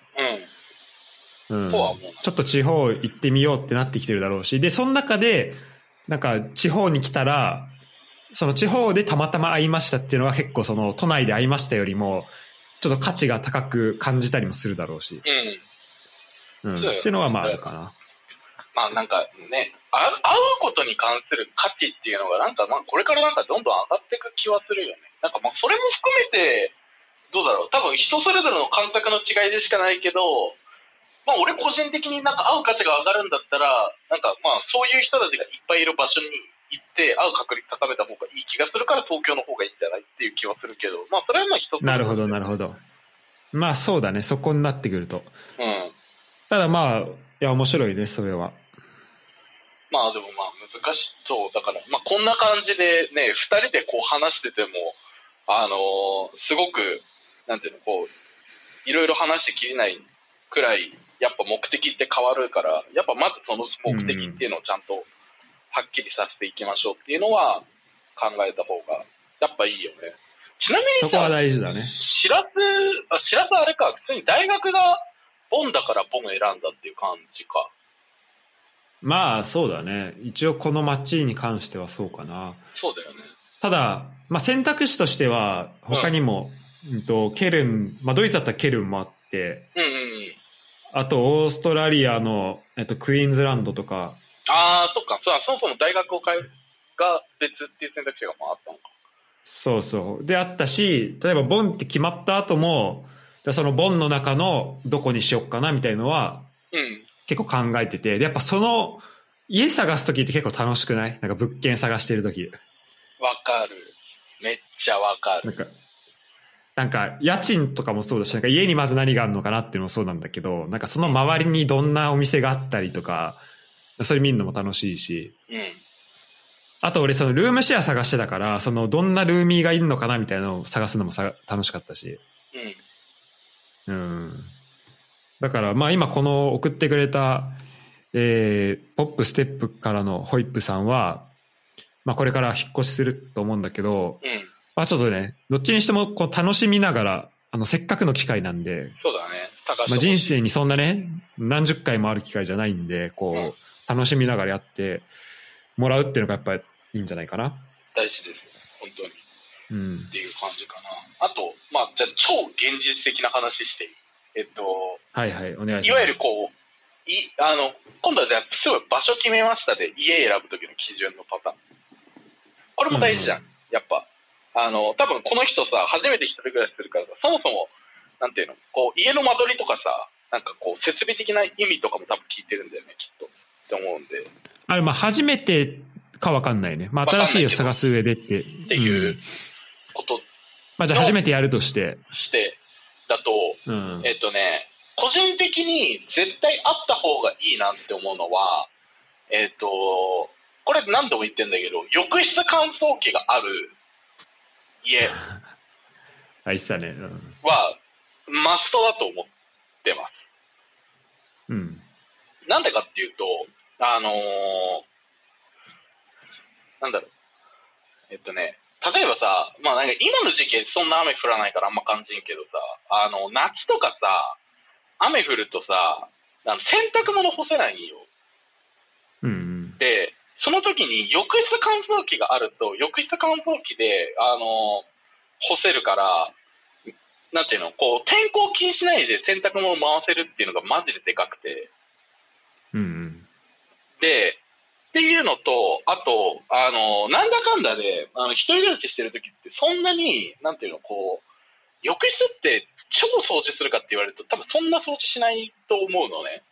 B: う
A: うん。
B: とは思う
A: ちょっと地方行ってみようってなってきてるだろうし、で、その中で、なんか地方に来たら、その地方でたまたま会いましたっていうのは結構その都内で会いましたよりも、ちょっと価値が高く感じたりもするだろうし、
B: ん。うん。
A: うん。っ
B: そうよ
A: ていうのはまああるかな。
B: まあなんかね、あ会うことに関する価値っていうのがなんかまあこれからなんかどんどん上がっていく気はするよね。なんかまあそれも含めて、どうだろう。多分人それぞれの感覚の違いでしかないけど、まあ俺個人的になんか会う価値が上がるんだったら、なんかまあそういう人たちがいっぱいいる場所に行って会う確率高めた方がいい気がするから東京の方がいいんじゃないっていう気はするけど、まあそれはまあ人それぞれ
A: なるほど、なるほど。
B: ど。
A: まあそうだね、そこになってくると。
B: うん。
A: ただまあ、いや、面白いね、それは。
B: まあでもまあ難しそうだから、まあ、こんな感じでね2人でこう話しててもあのーすごくなんていうのこういろいろ話してきれないくらいやっぱ目的って変わるからやっぱまずその目的っていうのをちゃんとはっきりさせていきましょうっていうのは考えた方がやっぱいいよねちなみ
A: そ
B: に
A: こは
B: さ
A: 大事だね。
B: 知らずあ知らずあれか普通に大学がボンだからボン選んだっていう感じか
A: まあそうだね。一応この街に関してはそうかな。
B: そうだよね
A: ただ、まあ、選択肢としては他にも、うんとケルン、まあ、ドイツだったらケルンもあって
B: うんうんうん
A: あとオーストラリアの、えっと、クイーンズランドとか
B: ああ、そっか。そうそもそも大学を変えが別っていう選択肢がまああったのか。
A: そうそうであったし例えばボンって決まった後もじゃあそのボンの中のどこにしよっかなみたいのは
B: うん。
A: 結構考えててでやっぱその家探す時って結構楽しくないなんか物件探してる時
B: わかる。めっちゃわか
A: な
B: る。
A: んかなんか家賃とかもそうだしなんか家にまず何があるのかなっていうのもそうなんだけどなんかその周りにどんなお店があったりとかそれ見るのも楽しいし
B: うん。
A: あと俺そのルームシェア探してたからそのどんなルーミーがいるのかなみたいなのを探すのもさ楽しかったし
B: うん。
A: うんだからまあ今この送ってくれた、えーポップステップからのホイップさんは、まあ、これから引っ越しすると思うんだけど
B: うん。
A: まあちょっとね、どっちにしてもこう楽しみながら、あの、せっかくの機会なんで、
B: そうだね。高橋
A: まあ人生にそんなね、何十回もある機会じゃないんで、
B: うん
A: こう、楽しみながらやってもらうっていうのがやっぱりいいんじゃないかな。
B: 大事です。本当に。っ
A: うん。
B: ていう感じかな。あと、まあ、じゃあ超現実的な話していいえっと、
A: はいはい、お願いします。
B: いわゆるこう、い、あの、今度はじゃあ、すごい場所決めましたで、家選ぶ時の基準のパターン。これも大事じゃん、
A: う
B: やっぱ。あの、多分この人さ、初めて一人暮らしするからさ、そもそも、なんていうの、こう、家の間取りとかさ、なんかこう、設備的な意味とかも多分聞いてるんだよね、きっと。って思うんで。
A: あれ、まあ初めてかわかんないね。まあ
B: わかんな
A: 新
B: いけど
A: しいを探す上でって。って
B: っていうこと
A: まあじゃあ初めてやるとして。
B: して、だと、
A: うん。
B: えっとね、個人的に絶対あった方がいいなって思うのは、えっと、これ何度も言ってんだけど、浴室乾燥機がある家
A: あ、言ってたね。うん
B: はマストだと思ってま
A: うん。
B: す。なんでかっていうと、あのーなんだろう。えっとね、例えばさ、まあなんか今の時期そんな雨降らないからあんま感じんけどさ、あの、夏とかさ、雨降るとさ、あの洗濯物干せないんよ。
A: うんうん。
B: で、その時に浴室乾燥機があると、浴室乾燥機で、あの、干せるから、なんていうの、こう、天候を気にしないで洗濯物を回せるっていうのがマジででかくて。
A: うんうん。
B: で、っていうのと、あと、あの、なんだかんだで、あの、一人暮らししてる時って、そんなに、なんていうの、こう、浴室って超掃除するかって言われると、多分そんな掃除しないと思うのね。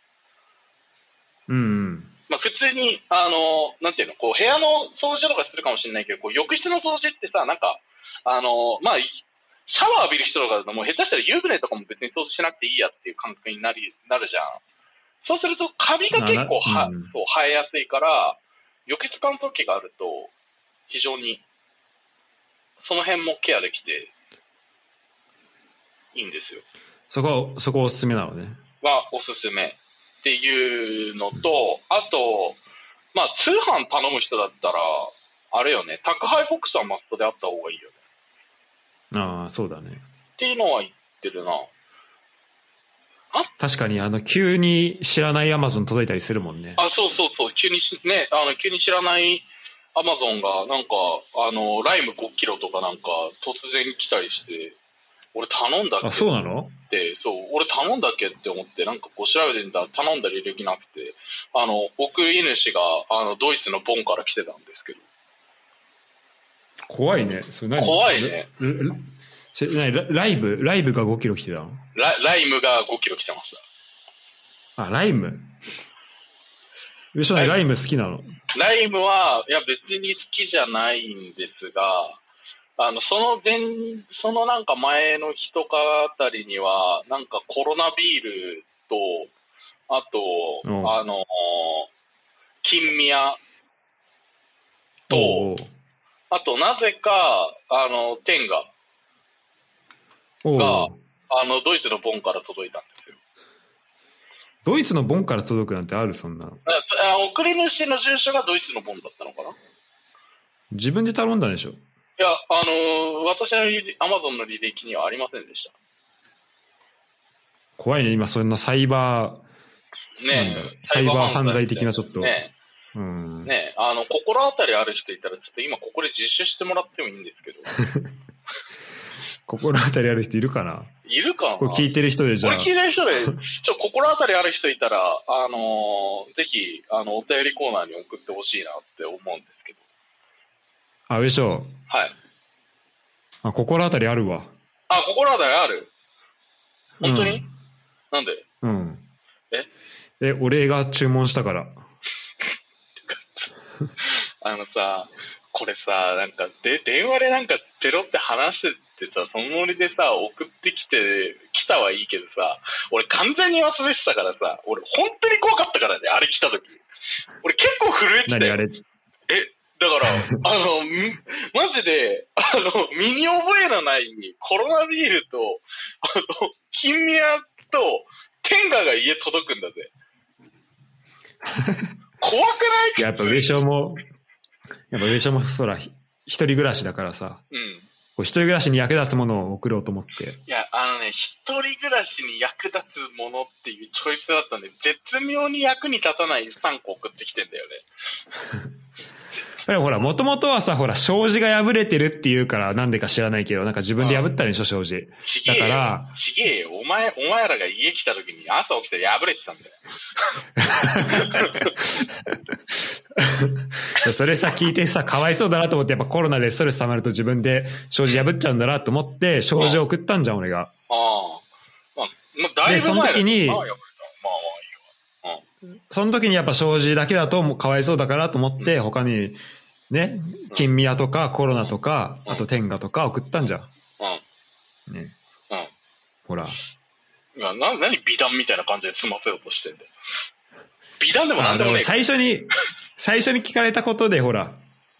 A: うんうん。
B: まあ、普通に、あの、なんていうの、こう、部屋の掃除とかするかもしれないけど、こう、浴室の掃除ってさ、なんか、あの、まあ、いシャワー浴びる人とかだと、もう下手したら湯船とかも別に掃除しなくていいやっていう感覚になり、なるじゃん。そうすると、カビが結構は、
A: ななうん
B: そう、生えやすいから、浴室乾燥機があると、非常に、その辺もケアできて、いいんですよ。
A: そこ、そこおすすめなのね。
B: はおすすめっていうのと、あと、まあ、通販頼む人だったら、あれよね、宅配ボックスはマストであった方がいいよね。
A: ああ、そうだね。
B: っていうのは言ってるな。
A: 確かに、あの、急に知らないアマゾン届いたりするもんね。
B: あ、そうそうそう、急にし、ね、あの、急に知らないアマゾンが、なんか、あの、ライム5キロとかなんか、突然来たりして、俺頼んだっけ
A: あ、そうなの
B: って、そう、俺頼んだっけって思って、なんかこう調べてんだ、頼んだ履歴なくて、あの、送り主が、あの、ドイツのボンから来てたんですけど、
A: 怖いね。それ何
B: 怖いね。
A: ルルそれ何ラライブライブが5キロ来てたの
B: ラライムが5キロ来てまし
A: あ、ライム。よしょね、
B: ラ
A: ライム好きなの。
B: た。ライムは、いや別に好きじゃないんですが、あの、その前、そのなんか前の日とかあたりには、なんかコロナビールと、あと、
A: うん
B: あの、金宮と、
A: おう
B: あと、なぜか、あの、天が、
A: おう
B: が
A: おう
B: あの、ドイツのボンから届いたんですよ。
A: ドイツのボンから届くなんてある、そんなの。
B: ああ送り主の住所がドイツのボンだったのかない
A: 自分で頼んだんでしょ。
B: や、あのー私の履アマゾンの履歴にはありませんでし
A: 怖いね、今、そんなサイバ
B: た。
A: ー、なんだろ
B: ね
A: う
B: え。
A: サイバー犯罪的なちょっと。
B: ね
A: うん
B: え、ねえ、あの、心当たりある人いたら、ちょっと今ここで実習してもらってもいいんですけど、
A: 心当たりある人いるかない
B: るかな
A: これ聞いてる人で、じ
B: こ
A: ゃ
B: れ
A: あ
B: 聞い。てる人で、ちょ、心当たりある人いたら、あのーぜひ、あの、お便りコーナーに送ってほしいなって思うんですけど。
A: あ、よいしょ。
B: はい。
A: あ、心当たりあるわ。
B: あ、心当たりある本当に、なんで
A: うん。うん
B: え
A: え、俺が注文したから。
B: あのさ、これさ、なんかで、電話でなんかペロって話しててさ、そのノリでさ、送ってきて、来たはいいけどさ、俺完全に忘れてたからさ、俺本当に怖かったからね、あれ来た時。俺結構震えてた
A: 何
B: よ
A: あ。れ
B: だから、あの、みマジで、あの、身に覚えのないコロナビールと、あの、金宮と、天下が家届く んだぜ。怖くない
A: いややっぱ上昇も、やっぱ上昇もそら、ひ一人暮らしだからさ、
B: うん。
A: こう一人暮らしに役立つものを送ろうと思って。
B: いや、あのね、一人暮らしに役立つものっていうチョイスだったんで、絶妙に役に立たない3個送ってきてんだよね。
A: でもほら、もともとはさ、ほら、障子が破れてるっていうから、なんでか知らないけど、なんか自分で破ったんでしょ、障子。
B: ちげ
A: だ
B: え
A: か
B: よ。
A: ら、
B: ちげえよ。お前、お前らが家来た時に朝起きたら破れてたんだよ。
A: それさ、聞いてさ、かわいそうだなと思って、やっぱコロナでストレス溜まると自分で障子破っちゃうんだなと思って、障子を送ったんじゃん、俺が。
B: ああ。まあ、まあ、だいぶ前だ
A: でその時に
B: まあ、破れたまあまあ
A: その時にやっぱ障子だけだともうかわいそうだからと思って、他に、ね、金宮とかコロナとか、
B: うん
A: あと天下とか送ったんじゃ
B: うん
A: ん。ね。
B: うん
A: ほら。
B: いやな何美談みたいな感じで済ませようとしてんだよ。美談でもな
A: あ
B: んでも
A: の
B: ねえ
A: 最初 に、最初に聞かれたことで、ほら、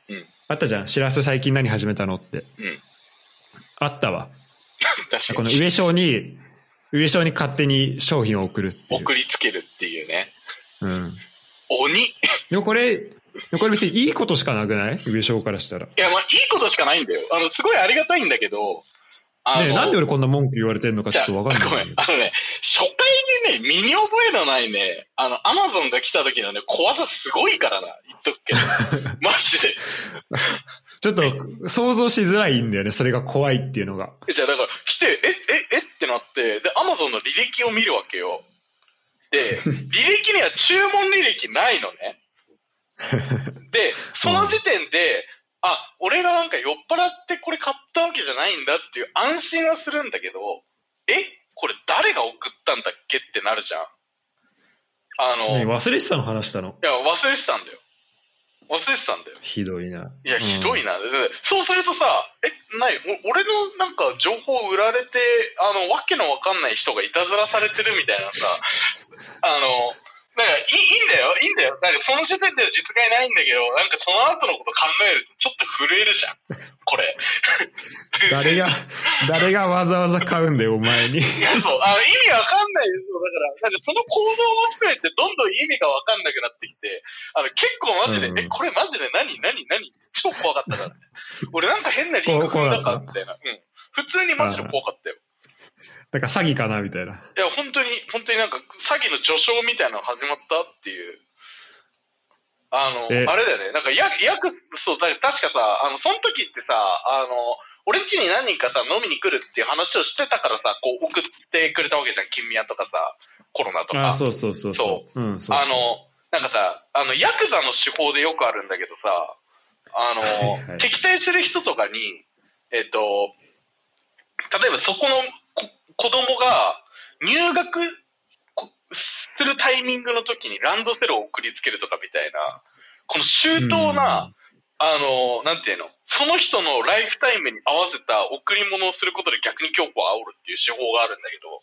B: うん
A: あったじゃん。しらす最近何始めたのって。
B: うん。
A: あったわ。
B: 確か
A: この
B: に。
A: 上昇に、上昇に勝手に商品を送るっていう
B: 送。りつけるっていうね。
A: うん。
B: 鬼。い
A: でもこれ、でもこれ別にいいことしかなくない上昇からしたら。
B: や、まあ、いいことしかないんだよ。あの、すごいありがたいんだけど、あ
A: ねえなんで俺こんな文句言われてんのかちょっとわかん
B: じゃあご
A: ない
B: め
A: ん
B: ん。
A: だ
B: あのね、初回にね、身に覚えのないね、あの、アマゾンが来た時のね、怖さすごいからな。言っとくけど。 マジで。
A: けど。ちょっと想像しづらいんだよね。それが怖いっていうのが。
B: じゃあだから来て、え、え、えってなって、で、アマゾンの履歴を見るわけよ。で、履歴には注文履歴ないのね。で、その時点で、あ、俺がなんか酔っ払ってこれ買ったわけじゃないんだっていう安心はするんだけど、えこれ誰が送ったんだっけってなるじゃん。あの、
A: ね
B: い
A: 忘れてたの話したの。
B: や、忘れてたんだよ。忘れてたんだよ。
A: ひどいな。
B: いや、ひどい
A: な。
B: な。だってそうするとさ、え、ない、お俺のなんか情報を売られて、あの、わけのわかんない人がいたずらされてるみたいなさ、 あの、なんかいいいいんだよ、いいんだよ。なんかその時点では実害ないんだけど、なんかその後のこと考えるとちょっと震えるじゃん。これ。
A: 誰が、 誰がわざわざ買うんだよ、お前に。
B: いや、そう、あの、意味わかんないですよ。だから、なんかその行動も含めて、どんどん意味がわかんなくなってきて、あの、結構マジで、
A: うん
B: え、これマジで何何何超怖かったから。俺なんか変なリンク踏んだか
A: 怖怖かった
B: みたいな。うん。普通にマジで怖かったよ。
A: だから詐欺かな、みたいな。
B: いや、本当に、本当になんか、詐欺の序章みたいなの始まったっていう。あの、あ
A: え
B: れだよね。なんか、や、やく、そう、だから確かさ、あの、その時ってさ、あの、俺ん家に何人かさ、飲みに来るっていう話をしてたからさ、こう、送ってくれたわけじゃん。金宮とかさ、コロナとか。
A: あ、そうそうそうそう。うん、そうそう。
B: あの、なんかさ、あの、ヤクザの手法でよくあるんだけどさ、あの、
A: はいはい
B: 敵対する人とかに、えっと、例えばそこのこ子供が入学こするタイミングの時にランドセルを送りつけるとかみたいな、この周到な、あの、なんていうの、その人のライフタイムに合わせた贈り物をすることで逆に恐怖を煽るっていう手法があるんだけど、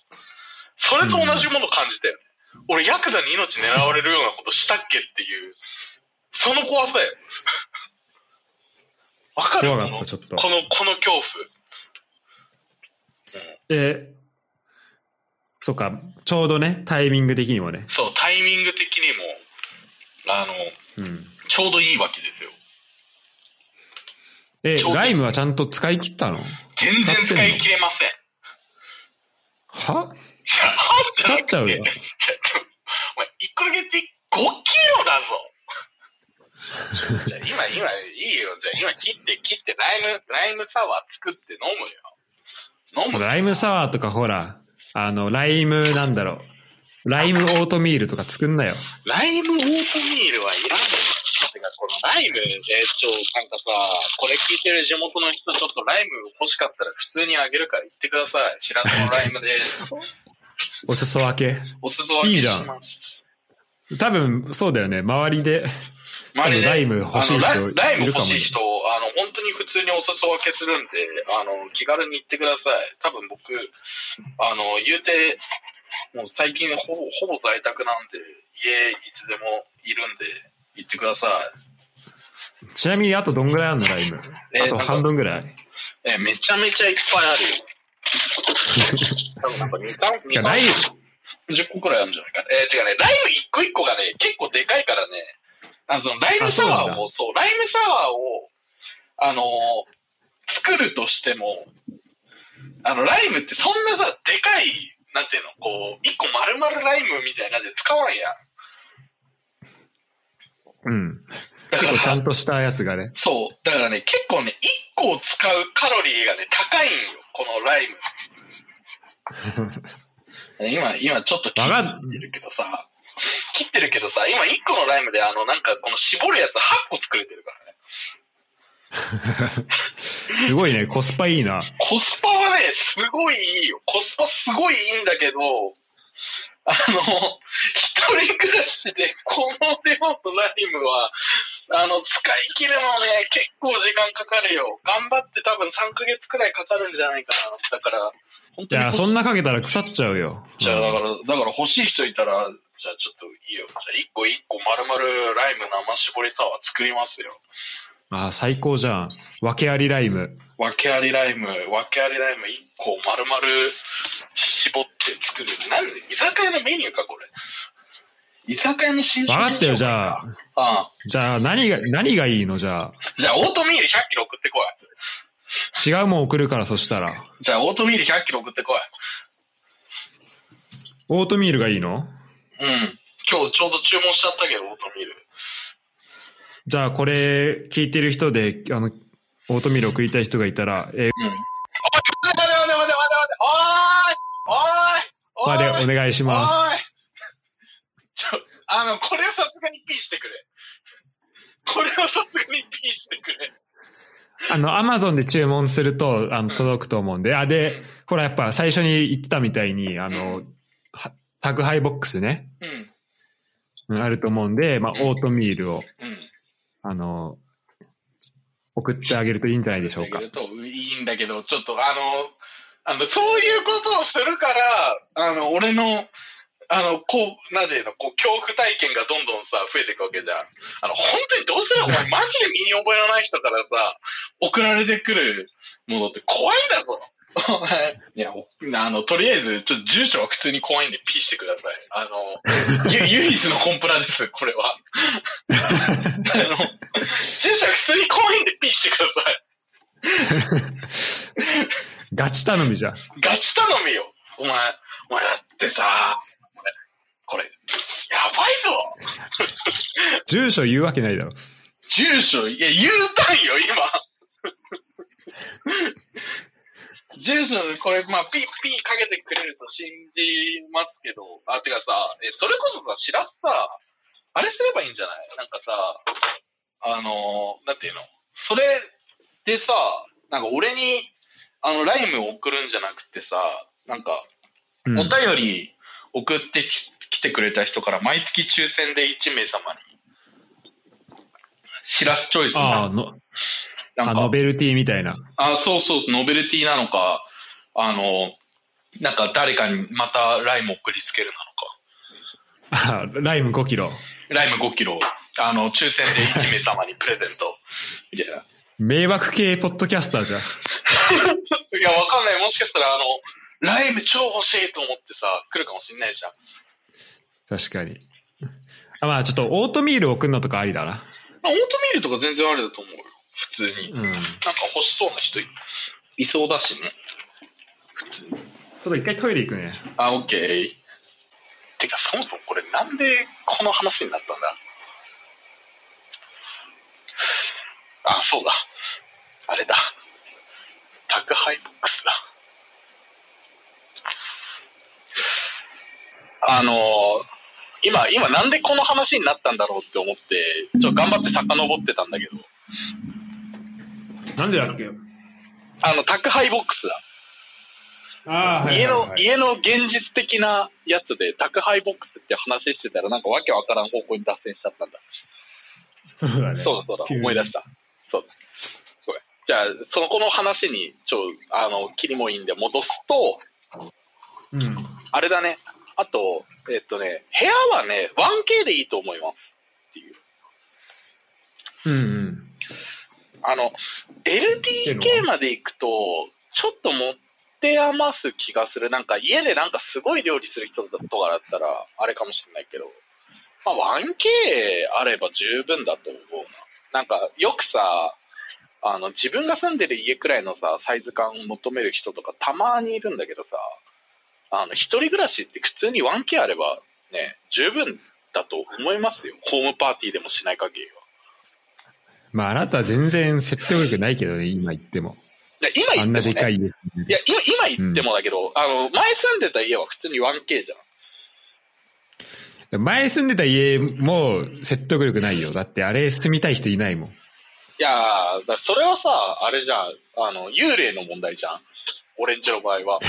B: それと同じものを感じたよね。俺、ヤクザに命狙われるようなことしたっけっていう、その怖さよ。 わかる
A: 怖かった
B: この
A: ちょっと
B: この、この恐怖。
A: えー、そっか、ちょうどね、タイミング的にもね。
B: そう、タイミング的にも、あの、
A: うん。
B: ちょうどいいわけですよ。
A: え
B: ちょう、ど
A: ライムはちゃんと使い切ったの
B: 全然使い切れません。い
A: は
B: や、あんた
A: 腐 っちゃうよ。
B: ちょっとお前、一個だけ言って5キロだぞ。 じゃあ今、今、いいよ。じゃあ今、切って、切って、ライム、ライムサワー作って飲むよ。飲む
A: ライムサワーとかほら、あの、ライムなんだろう。ライムオートミールとか作んなよ。
B: ライムオートミールはいらんのてか、このライム、えー、ちょ、なんかさ、これ聞いてる地元の人、ちょっとライム欲しかったら普通にあげるから言ってください。白玉ライムで、
A: お裾分
B: お裾分
A: いい
B: けし
A: じゃん
B: ます。
A: け。多分、そうだよね。周りで。
B: 周りで
A: ライム欲しい人
B: あのラライム
A: いるか
B: 欲
A: も
B: しい人、あの、本当に普通にお裾分けするんで、あの、気軽に言ってください。多分僕、あの、言うて、もう最近ほぼ、ほぼ在宅なんで、家いつでもいるんで、言ってください。
A: ちなみにあとどんぐらいあるの、ライム。
B: えー
A: あと半分ぐらい。
B: え、めちゃめちゃいっぱいあるよ。 多分なんか2、3、
A: いやライム
B: 2、3 10個くらいあるんじゃないかな。えーてかね、ライム1個1個がね、結構でかいからね、あのそのライムサワーを、そうライムサワーを、あのー作るとしても、あの、ライムってそんなさ、でかい、なんていうの、こう、1個丸々ライムみたいな感じで使わんやん。
A: うん。
B: だか
A: ちゃ
B: ら、
A: んとしたやつがね。
B: そう、だからね、結構ね、1個を使うカロリーがね、高いんよ、このライム。 今、今ちょっと切
A: わかん
B: ってるけどさ、切ってるけどさ、今1個のライムで、あの、なんかこの絞るやつ8個作れてるからね。
A: すごいね。コスパいいな。
B: コスパはね、すごいいいよ。コスパすごいいいんだけど、あの、一人暮らしでこの量のライムは、あの、使い切るのね、結構時間かかるよ。頑張って多分3ヶ月くらいかかるんじゃないかな。だから、本
A: い
B: 当に
A: や、
B: 欲しい
A: そんなかけたら腐っちゃうよ。
B: じゃあ、だか
A: うん
B: ら、だから欲しい人いたら、じゃあちょっといいよ。じゃあ一個一個丸々ライム生絞りサワー作りますよ。
A: あー、最高じゃん。訳ありライム。
B: 訳ありライム、訳ありライム一個丸々絞って作る。なんで居酒屋のメニューか、これ。居酒屋の新
A: わかったよ、じゃあ。
B: あ。あ
A: じゃあ、何が、何がいいのじゃあ。
B: じゃあオートミール100キロ送ってこい。
A: 違うもん送るから、そしたら。
B: じゃあオートミール100キロ送ってこい。
A: オートミールがいいの
B: うん。今日ちょうど注文しちゃったけど、オートミール。
A: じゃあ、これ、聞いてる人で、あの、オートミール送りたい人がいたら、えー
B: うん。おい、待て待て待て待て
A: ま
B: 待て待ておーいおーいおーい
A: でお願いします。
B: おいちょ、あの、これはさすがにピーしてくれ。これはさすがにピーしてくれ。
A: あの、アマゾンで注文すると、あの、
B: うん
A: 届くと思うんで、あ、
B: う
A: で
B: ん、
A: ほら、やっぱ最初に言ってたみたいに、あ
B: う
A: の、は宅配ボックスね、
B: うん。
A: うんあると思うんで、まあ
B: う、ん
A: オートミールを、
B: うん。
A: あの、送ってあげるといいんじゃないでしょうか
B: だ。けどいいんだけど、ちょっとあの、あの、そういうことをするから、あの、俺の、あの、こう、なんていうの、こう、恐怖体験がどんどんさ、増えていくわけじゃん。あの、本当にどうせならお前、マジで身に覚えのない人からさ、送られてくるものって怖いんだぞ。お前いや、おあの、とりあえず、ちょっと住所は普通に怖いんで、ピしてください。あの、ゆ 唯一のコンプラです、これ は。あの、住所は普通に怖いんで、ピしてください。
A: ガチ頼みじゃん。
B: ガチ頼みよ。お前、お前だってさ、これ、やばいぞ。
A: 住所言うわけないだろ。
B: 住所、いや、言うたんよ、今。 住所、これ、まあ、ピーピーかけてくれると信じますけど、あ、てかさ、え、それこそさ、しらすさ、あれすればいいんじゃないなんかさ、あのー、なんていうのそれでさ、なんか俺に、あの、ライムを送るんじゃなくてさ、なんか、
A: うん
B: お便り送ってき来てくれた人から毎月抽選で1名様に、しらすチョイス
A: ああ、
B: な
A: の、
B: な
A: あ
B: ん
A: ノ
B: か、
A: ベルティみたいな。
B: あそうそう、ノベルティなのか、あの、なんか誰かにまたライム送りつけるなのか、
A: あライム5キロ。
B: ライム5キロ、あの、抽選で1名様にプレゼン ト。みたいな。
A: 迷惑系ポッドキャスターじゃん。
B: いや、わかんない。もしかしたら、あの、ライム超欲しいと思ってさ、来るかもしんないじゃん。
A: 確かに。あまあちょっとオートミール送るのとかありだな。
B: まあオートミールとか全然あるだと思うよ。普通に。
A: うん。ちょ
B: なんか欲しそうな人いいそうだしね。
A: っと一回トイレ行くね。
B: あ、オッケー。てか、そもそもこれなんでこの話になったんだあ、そうだ。あれだ。宅配ボックスだ。あのー今、今なんでこの話になったんだろうって思って、ちょっと頑張って遡ってたんだけど、
A: なんでだっけ
B: あの、宅配ボックスだ。
A: あ
B: 家の、家の現実的なやつで宅配ボックスって話してたらなんかわけわからん方向に脱線しちゃったんだ。
A: そうだね。
B: そうだそうだ、
A: 急に
B: 思い出した。そうだ。ごめんじゃあ、そのこの話に、ちょ、あの、切りもいいんで戻すと、
A: うん。
B: あれだね。あと、えっとね、部屋はね、1K でいいと思います。
A: うんうん。
B: あの、LDK まで行くと、ちょっと持って余す気がする。なんか家でなんかすごい料理する人とかだったら、あれかもしれないけど、まあ 1K あれば十分だと思うな。なんかよくさ、あの、自分が住んでる家くらいのさ、サイズ感を求める人とかたまにいるんだけどさ、あの、一人暮らしって普通に 1K あればね、十分だと思いますよ。ホームパーティーでもしない限りは。
A: まああなたは全然説得力ないけどね、今言っても。
B: で今言
A: あ
B: って
A: ん
B: も、ね、
A: なでかい家。
B: いや、今今言ってもだけど、あの、前住んでた家は普通に 1K じゃん。
A: 前住んでた家も説得力ないよ。だってあれ住みたい人いないもん。
B: いやーだからそれはさ、あれじゃん、あの、幽霊の問題じゃん。俺んちの場合は。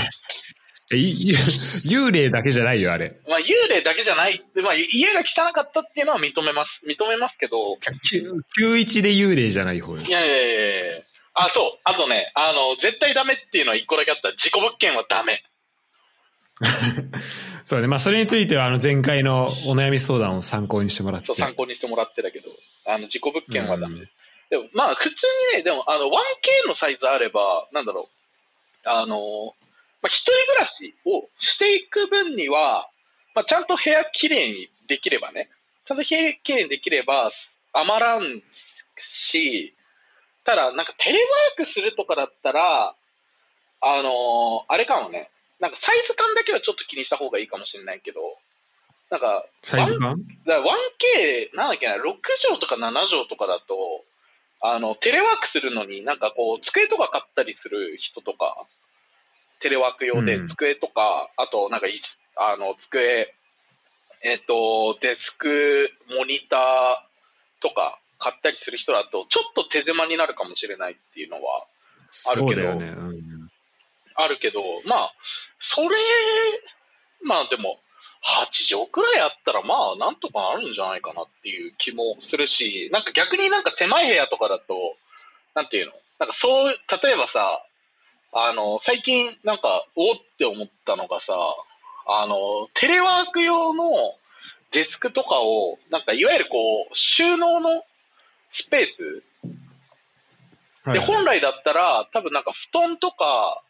A: え、い 幽霊だけじゃないよ、あれ。
B: まあ、幽霊だけじゃない、まあ、家が汚かったっていうのは認めます。認めますけど、
A: 91で幽霊じゃない方よ
B: い。やいやいやいやあ、そう。あとね、あの、絶対ダメっていうのは一個だけあった。事故物件はダメ。
A: そうね。まあ、それについては、あの、前回のお悩み相談を参考にしてもらって。
B: そう、参考にしてもらってたけど、あの、事故物件はダメ。
A: うん
B: でも、まあ、普通にね、でも、あの、1K のサイズあれば、なんだろう、あの、まあ、一人暮らしをしていく分には、まあ、ちゃんと部屋きれいにできればね、ちゃんと部屋きれいにできれば余らんし、ただ、なんかテレワークするとかだったら、あのあれかもね、なんかサイズ感だけはちょっと気にした方がいいかもしれないけど、なんか、
A: サイズ感
B: だから 1K、なんだっけな、6畳とか7畳とかだと、あの、テレワークするのになんかこう、机とか買ったりする人とか、テレワーク用で
A: うん
B: 机とか、あとなんかい、あの、机、えっ、と、デスク、モニターとか買ったりする人だと、ちょっと手狭になるかもしれないっていうのはある
A: そう
B: けど
A: だよね。うん。
B: あるけど、まあ、それ、まあでも、8畳くらいあったら、まあ、なんとかなるんじゃないかなっていう気もするし、なんか逆になんか狭い部屋とかだと、なんていうのなんかそう、例えばさ、あの、最近なんか、おって思ったのがさ、あの、テレワーク用のデスクとかを、なんかいわゆるこう、収納のスペース
A: はい
B: で、
A: はい
B: 本来だったら、多分なんか布団とか、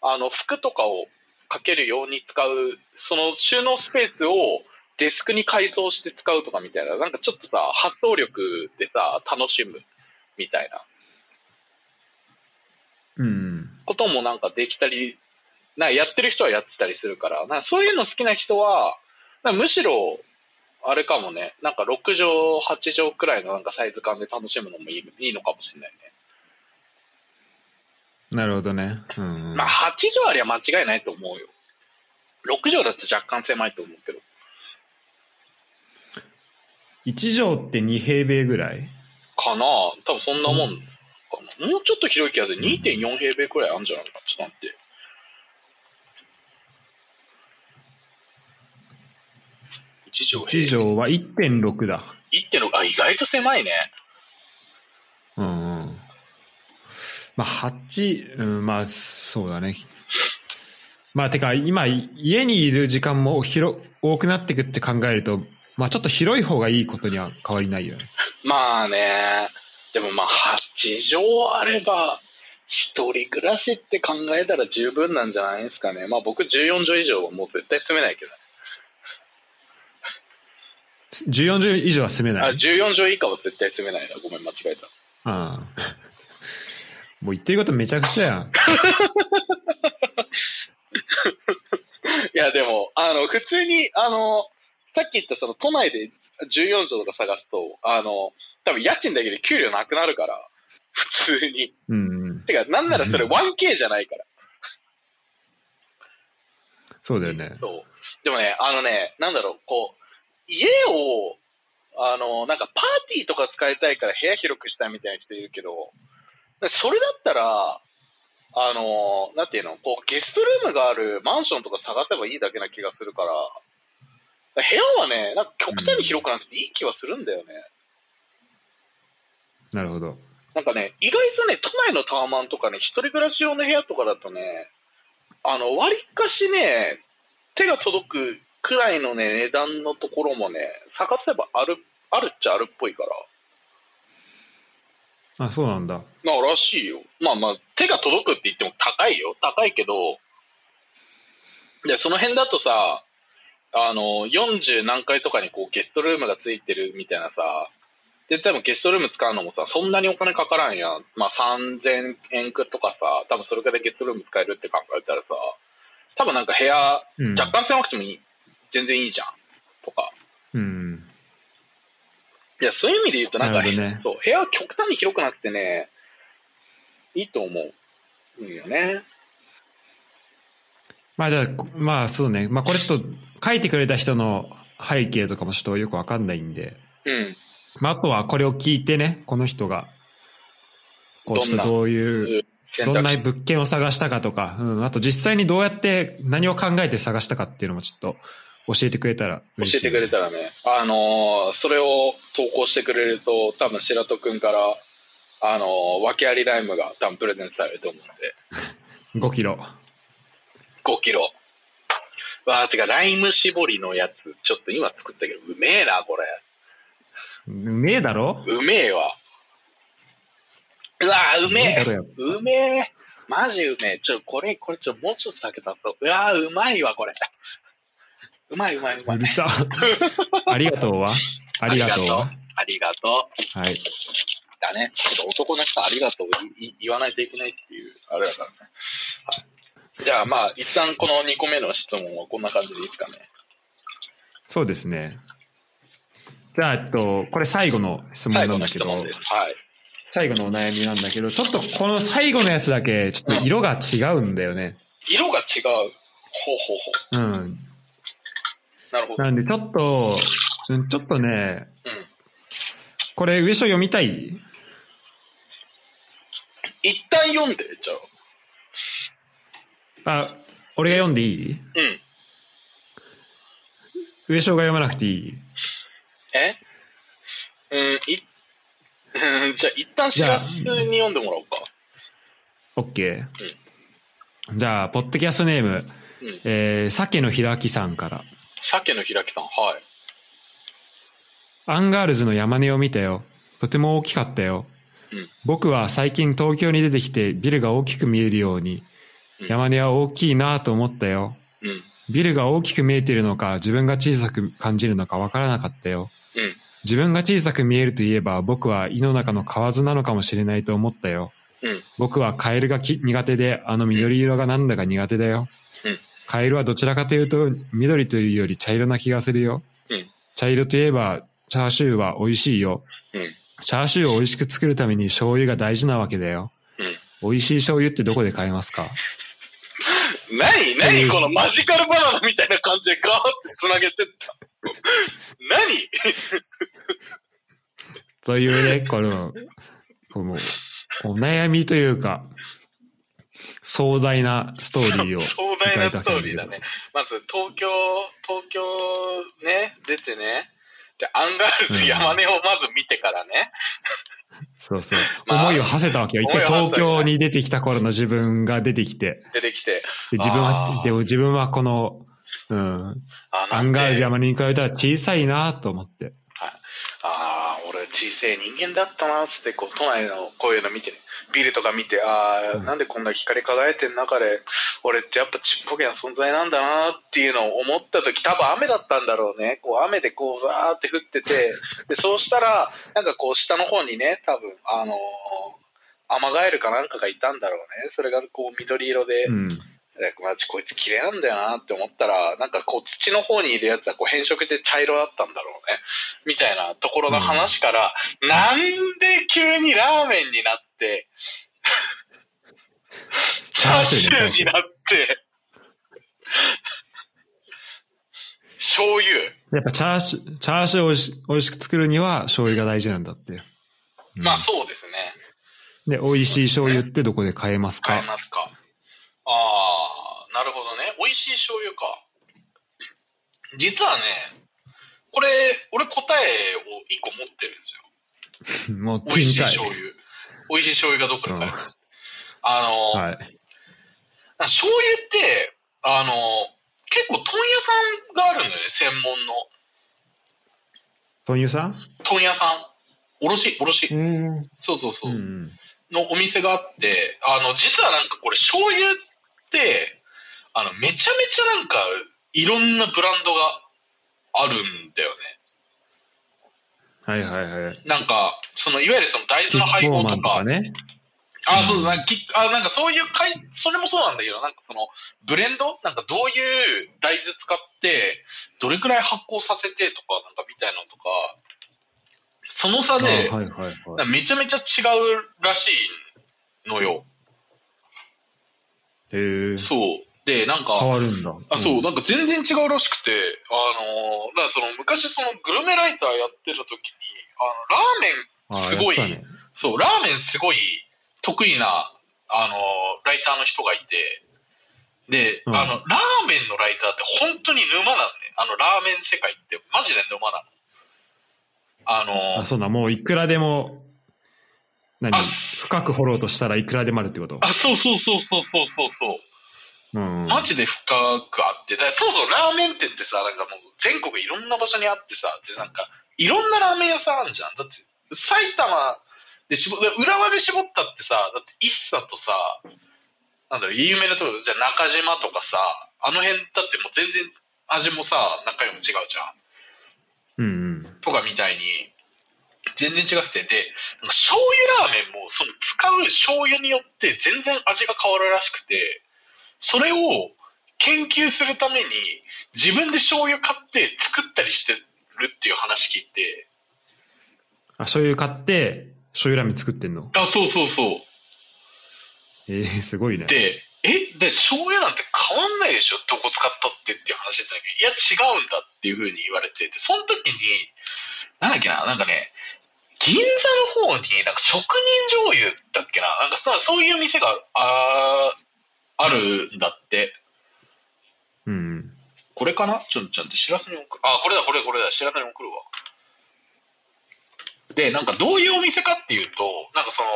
B: あの、服とかをかけるように使う、その収納スペースをデスクに改造して使うとかみたいな、なんかちょっとさ、発想力でさ、楽しむみたいな
A: うん。
B: こともなんかできたり、なんかやってる人はやってたりするから、なんかそういうの好きな人は、なんかむしろ、あれかもね、なんか6畳、8畳くらいのなんかサイズ感で楽しむのもいいいいのかもしれないね。
A: なるほどね。うん。
B: まあ、8畳ありゃ間違いないと思うよ。6畳だと若干狭いと思うけど。
A: 1畳って2平米ぐらい
B: かなあ多分そんなもんかな。もうちょっと広い気がする。
A: うん
B: 2.4平米くらいあるんじゃないかな。ちょっと待って。
A: ?1
B: 1畳平
A: 畳は1.6だ。
B: 1.6あ、意外と狭いね。
A: うんうん。まあ、8、うん、まあ、そうだね。まあ、てか、今、家にいる時間も広、多くなってくって考えると、まあ、ちょっと広い方がいいことには変わりないよね。
B: まあね。でもまあ、8畳あれば、一人暮らしって考えたら十分なんじゃないですかね。まあ僕14畳以上はもう絶対住めないけど。
A: 14畳以上は住めな
B: あ、
A: い。
B: 14畳以下は絶対詰めないな。ごめん、間違えた。
A: うん。もう言ってることめちゃくちゃやん。
B: いや、でも、あの、普通に、あの、さっき言ったその都内で14畳とか探すと、あの、多分家賃だけで給料なくなるから、普通に。
A: うん、うん。
B: てか、なんならそれ 1K じゃないから。
A: そうだよね。
B: そう。でもね、あのね、なんだろう、こう、家を、あの、なんかパーティーとか使いたいから部屋広くしたいみたいな人いるけど、それだったら、あの、なんていうの、こう、ゲストルームがあるマンションとか探せばいいだけな気がするから、部屋はね、なんか極端に広くなくていい気はするんだよね。
A: なるほど。
B: なんかね、意外とね、都内のタワマンとかね、一人暮らし用の部屋とかだとね、あの、割かしね、手が届くくらいのね、値段のところもね、探せばある、あるっちゃあるっぽいから。
A: あ、そうなんだ。
B: ならしいよ。まあまあ、手が届くって言っても高いよ。高いけど、で、その辺だとさ、あの、40何階とかにこうゲストルームがついてるみたいなさ、で、多分ゲストルーム使うのもさ、そんなにお金かからんやん。まあ3000円とかさ、多分それからいゲストルーム使えるって考えたらさ、多分なんか部屋、
A: うん。
B: 若干狭くてもいい、全然いいじゃん。とか。
A: うん。
B: いや、そういう意味で言うと、なんか、
A: なるほどね
B: そう、部屋は極端に広くなくてね、いいと思う。うんよね。
A: まあじゃあ、こまあそうね。まあこれちょっと書いてくれた人の背景とかもちょっとよくわかんないんで。
B: うん。
A: まああとはこれを聞いてね、この人が、こう
B: どん
A: ちょっ
B: な
A: とどういう、
B: 選
A: どん
B: 択
A: な
B: 肢
A: 物件を探したかとか、うん、あと実際にどうやって何を考えて探したかっていうのもちょっと教えてくれたら嬉し
B: 教え
A: い、
B: てくれたらね、あのーそれを投稿してくれると、多分白戸くんから、あのー訳ありライムが多分プレゼントされると思うので、
A: 5キロ。
B: 5キロ。わー、てか、ライム絞りのやつ、ちょっと今作ったけど、うめえな、これ。
A: うめえだろ
B: うめえわ。うわー、うめ
A: だ
B: え
A: ろやっ
B: うめえ。マジうめえ。ちょ、これ、これ、ちょ、もうちょっと酒出そう。うわー、うまいわ、これ。うまい、うまい、う
A: ぱ
B: ま
A: う
B: い
A: る。 さ。ありがとうはありがとうは
B: ありがとう。
A: はい。
B: だね。ちょっと男の人、ありがとういい言わないといけないっていう、あれだからね。はいじゃあ、まあ、一旦この2個目の質問はこんな感じでいいですかね。
A: そうですね。じゃあ、えっと、これ最後の質問
B: 最
A: な
B: 後
A: ん
B: の
A: だけ
B: 質
A: ど。
B: 問です。はい。
A: 最後のお悩みなんだけど、ちょっとこの最後のやつだけ、ちょっと色が違うんだよね。
B: 色が違う。ほうほう
A: う
B: ほ
A: ん。
B: う。なるほど。
A: なんでちょっと、うんちょっとね、
B: うん。
A: これ、上書読みたい
B: 一旦読んで、じゃあ。
A: あ、俺が読んでいい
B: うん。
A: 上書が読まなくていい
B: えうん、い、うん じゃあ一旦しらすに読んでもらおうか。
A: ?OK。じゃあ、ポッドキャストネーム、
B: うん。
A: えー、鮭の開きさんから。
B: 鮭の開きさん、はい。
A: アンガールズの山根を見たよ。とても大きかったよ。
B: うん
A: 僕は最近東京に出てきてビルが大きく見えるように、
B: うん
A: 山根は大きいなぁと思ったよ。
B: うん。
A: ビルが大きく見えているのか自分が小さく感じるのかわからなかったよ。
B: うん。
A: 自分が小さく見えるといえば僕は胃の中の蛙なのかもしれないと思ったよ。
B: うん。
A: 僕はカエルがき苦手で、あの緑色がなんだか苦手だよ。
B: うん
A: カエルはどちらかというと、緑というより茶色な気がするよ。
B: うん
A: 茶色といえば、チャーシューは美味しいよ。
B: うん。
A: チャーシューを美味しく作るために醤油が大事なわけだよ。
B: うん。
A: 美味しい醤油ってどこで買えますか
B: 何何このマジカルバナナみたいな感じでガーって繋げてった。 何
A: というね、この、この、お悩みというか、壮大なストーリー を。
B: 壮大なストーリーだね。まず東京、東京ね、出てね。で、アンガールズ山根をまず見てからね。
A: そうそう。
B: まあ
A: 思いを馳せたわけよ。一回
B: 思いを
A: 東
B: 馳せたよ
A: 京
B: ね
A: に出てきた頃の自分が出てきて。
B: 出てきて。
A: で自分
B: あ
A: は
B: ー、
A: でも自分はこの、うん、
B: あ
A: アンガールズ
B: ン。
A: 山根に比べたら小さいなと思って。
B: ああ、俺小さい人間だったな、つって、こう、都内のこういうの見てね。ビルとか見て、ああ、
A: うん
B: なんでこんな光り輝いてる中で、俺ってやっぱちっぽけな存在なんだなっていうのを思った時、多分雨だったんだろうね。こう雨でこうザーって降ってて、で、そうしたら、なんかこう下の方にね、多分、あのーアマガエルかなんかがいたんだろうね。それがこう緑色で、
A: うん。
B: えまあちこいつ綺麗なんだよなって思ったら、なんかこう土の方にいるやつはこう変色で茶色だったんだろうね。みたいなところの話から、なんで急にラーメンになって、チ
A: チ
B: ャ
A: ャ
B: ー
A: ー
B: シ
A: シ
B: ュ
A: ュ
B: ー
A: ー
B: に
A: に
B: なって、醤油。
A: やっぱチャーシュー、チャーシューをおいし美味しく作るには醤油が大事なんだって。うん
B: まあそうですね。
A: で、美味しい醤油ってどこで買えます
B: 買え
A: か
B: ますか。ああ、なるほどね。美味しい醤油か。実はね、これ、俺答えを一個持ってるんです よ。
A: もう、
B: 美味
A: み
B: しい
A: たい。
B: 醤油。美味しい醤油がどっかで買える。
A: う
B: あの、
A: はい。
B: 醤油って、あの、結構問屋さんがあるのよね、専門の。
A: 豚油さん
B: 問屋さん。卸、卸。
A: ん。
B: そうそうそう。
A: うん。
B: のお店があって、あの、実はなんかこれ醤油って、あの、めちゃめちゃなんか、いろんなブランドがあるんだよね。
A: はいはいはい。
B: なんか、その、いわゆるその大
A: キ
B: 豆の
A: ッ
B: 配
A: コ
B: 合
A: ーマ
B: と
A: ンと
B: か
A: か、ね。
B: あ、
A: うん
B: そうそう、なんかきあなんかそういうかい、それもそうなんだけど、なんかその、ブレンドなんかどういう大豆使って、どれくらい発酵させてとか、なんかみたいなのとか、その差
A: あ
B: で、
A: はいはいはい。
B: なんかめちゃめちゃ違うらしいのよ。
A: へー
B: そう。で、なんか、
A: 変わるんだ。
B: あ、そう、
A: だ。
B: なんか全然違うらしくて、あのーだからその昔そのグルメライターやってた時に、あの、ラー
A: あー
B: メン、すごい
A: やったね
B: そう、ラーメンすごい得意な、あのーライターの人がいて、で、
A: うん
B: あの、ラーメンのライターって本当に沼なんね。あの、ラーメン世界ってマジで沼なの。あのー
A: あ、そうだ、もういくらでも、何
B: あ
A: 深く掘ろうとしたらいくらでもあるってこと
B: あ、そうそうそうそうそうそうそう。
A: うん。
B: マジで深くあって、だからそうそう、ラーメン店ってさ、なんかもう全国いろんな場所にあってさ、で、なんか、いろんなラーメン屋さんあるじゃん。だって、埼玉で絞、で浦和で絞ったってさ、だって、一茶とさ、なんだろう、有名なところ、じゃあ中島とかさ、あの辺だってもう全然味もさ、中身も違うじゃん。
A: うんうん。
B: とかみたいに、全然違くて、で、なんか醤油ラーメンも、その使う醤油によって全然味が変わるらしくて、それを研究するために自分で醤油買って作ったりしてるっていう話聞いて、
A: あ、醤油買って、醤油ラーメン作ってんの
B: あ、そうそうそう。
A: えー、すごいね。
B: で、え、で、醤油なんて変わんないでしょどこ使ったってっていう話だったんだけど、いや、違うんだっていうふうに言われて、で、その時に、なんだっけな、なんかね、銀座の方に、なんか職人醤油だっけな、なんかそそういう店がああるんだって。
A: うん。
B: これかなちょっと、ちょっと、知らせに送る。あ、これだ、これ、これだ、知らせに送るわ。で、なんかどういうお店かっていうと、なんかその、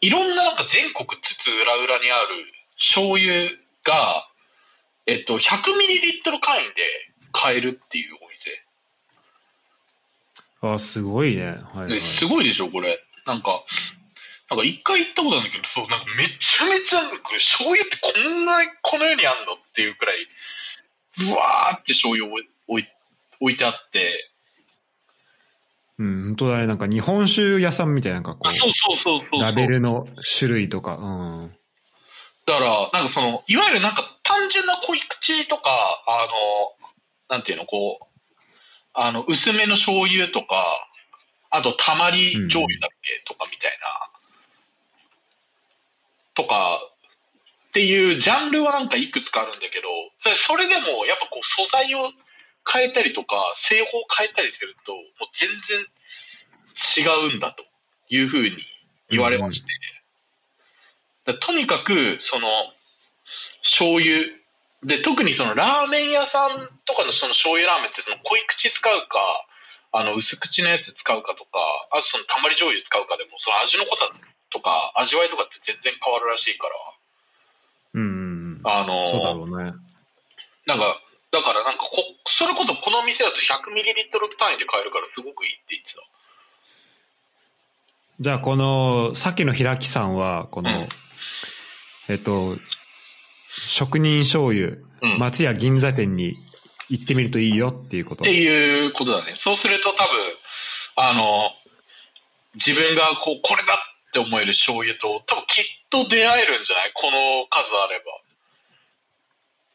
B: いろんななんか全国津々浦々にある醤油が、えっと、100ミリリットル単位で買えるっていうお店。
A: あ、すごいね。はい、はい。
B: ね、すごいでしょ、これ。なんか、なんか一回行ったことあるんだけど、そう、なんかめちゃめちゃ、これ醤油ってこんな、この世にあんのっていうくらい、ぶわーって醤油置い置い置いてあって、
A: うん、本当だね。なんか日本酒屋さんみたいな、なんかこ
B: あそうそうそうそうそう
A: う、ラベルの種類とか。うん。
B: だから、なんかその、いわゆるなんか単純な濃い口とか、あの、なんていうの、こう、あの、薄めの醤油とか、あと、たまり醤油だっけ、とかみたいな、とか、っていうジャンルはなんかいくつかあるんだけど、それそれでもやっぱこう素材を変えたりとか、製法を変えたりすると、もう全然違うんだというふうに言われまして、だからとにかく、その、醤油で特にそのラーメン屋さんとかのその醤油ラーメンってその濃い口使うかあの薄口のやつ使うかとかあとそのたまり醤油使うかでもその味の濃さとか味わいとかって全然変わるらしいから
A: うんうん
B: あの
A: うん。
B: ー
A: そうだろうね。
B: なんかだからなんかこそれこそこの店だと100ミリリットル単位で買えるからすごくいいって言ってた
A: じゃあ、この、さっきの平木さんは、この、
B: うん
A: えっと、職人醤油、
B: うん
A: 松屋銀座店に行ってみるといいよっていうこと。
B: っていうことだね。そうすると多分、あの、自分がこう、これだって思える醤油と、多分きっと出会えるんじゃないこの数あれ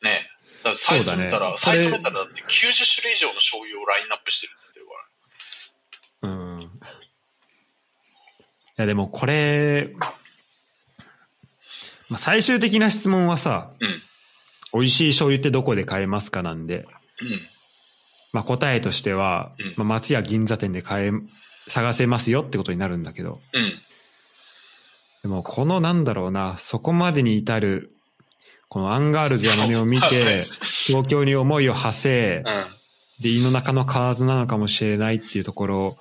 B: ば。ねえ。だからサイト見たら、
A: そう
B: サ
A: だね
B: イト見たらだって90種類以上の醤油をラインナップしてるって言ってるから。
A: うん。いや、でもこれ、まあ、最終的な質問はさ、
B: うん
A: 美味しい醤油ってどこで買えますかなんで、
B: うん。
A: まあ、答えとしては、
B: うん
A: まあ、松屋銀座店で買え、探せますよってことになるんだけど、
B: うん。
A: でもこのなんだろうな、そこまでに至る、このアンガールズ山根を見て、東京に思いを馳せ、
B: うん。
A: で、胃の中の蛙なのかもしれないっていうところ、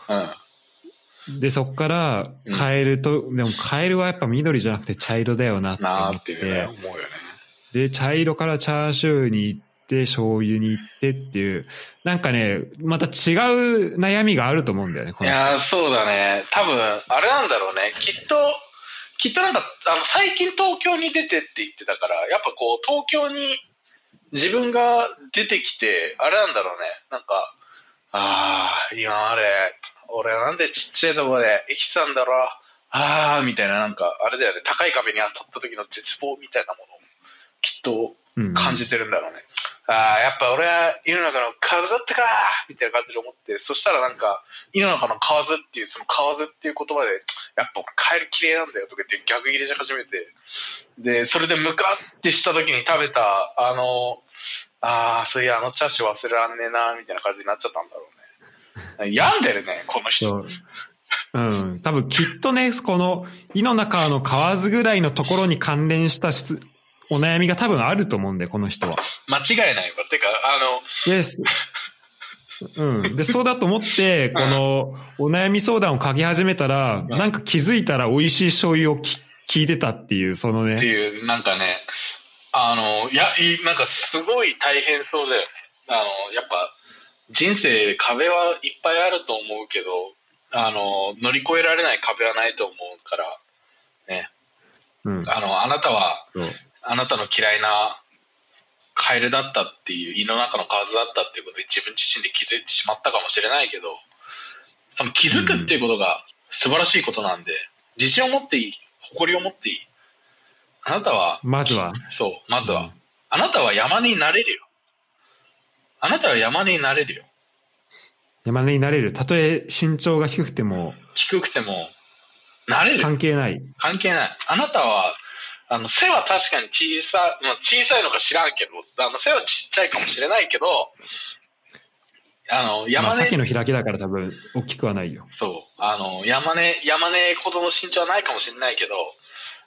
B: うん。
A: で、そっから、カエルと、でもカエルはやっぱ緑じゃなくて茶色だよなって
B: な
A: 思
B: ー
A: っ
B: っていうね、
A: て
B: 思、うよね。
A: で、茶色からチャーシューに行って、醤油に行ってっていう、なんかね、また違う悩みがあると思うんだよね、こ
B: い
A: の人。
B: やーそうだね多分あれなんだろうねきっときっとなんかあの最近東京に出てって言ってたからやっぱこう東京に自分が出てきてあれなんだろうねなんかああ今まで俺なんでちっちゃいとこで生きてたんだろうああみたいななんかあれだよね高い壁に当たった時の絶望みたいなものをきっと
A: うん
B: 感じてるんだろうね、ああやっぱ俺は世の中の蛙だったかみたいな感じで思ってそしたらなんか世の中の蛙っていうその蛙っていう言葉でやっぱ俺カエル綺麗なんだよとか言って逆ギレし始めてでそれでムカってした時に食べたあのああそういやあのチャーシュー忘れらんねえなみたいな感じになっちゃったんだろうね病んでるねこの
A: そ
B: 人
A: う。うん。多分きっとね、この、井の中の河津ぐらいのところに関連した質、お悩みが多分あると思うんだよ、この人は。
B: 間違いないわてかあの
A: で、すうん。で、そうだと思って、この、お悩み相談を書き始めたら、
B: うん
A: なんか気づいたら美味しい醤油をき聞いてたっていう、その
B: って
A: ね。
B: いう、なんかね、あの、いや、いなんかすごい大変そうだよね。あの、やっぱ、人生壁はいっぱいあると思うけど、あの、乗り越えられない壁はないと思うから、
A: うん。
B: あの、あなたは、
A: そう
B: あなたの嫌いなカエルだったっていう、胃の中の数だったっていうことに自分自身で気づいてしまったかもしれないけど、その気づくっていうことが素晴らしいことなんで、自信を持っていい、誇りを持っていい。あなたは、
A: まずは。
B: そう、まずは、
A: うん
B: あなたは山になれるよ。あなたは山になれるよ。
A: 山根になれる。たとえ身長が低くても
B: 低くても、なれる。
A: 関係ない。
B: 関係ない。あなたは、あの、背は確かに小さ、まあ、小さいのか知らんけど、あの、背はちっちゃいかもしれないけど、あの、
A: ま
B: 山
A: あ、
B: 根、
A: 鮭の開きだから多分大きくはないよ。
B: そう、あの、山根、山根ほどの身長はないかもしれないけど、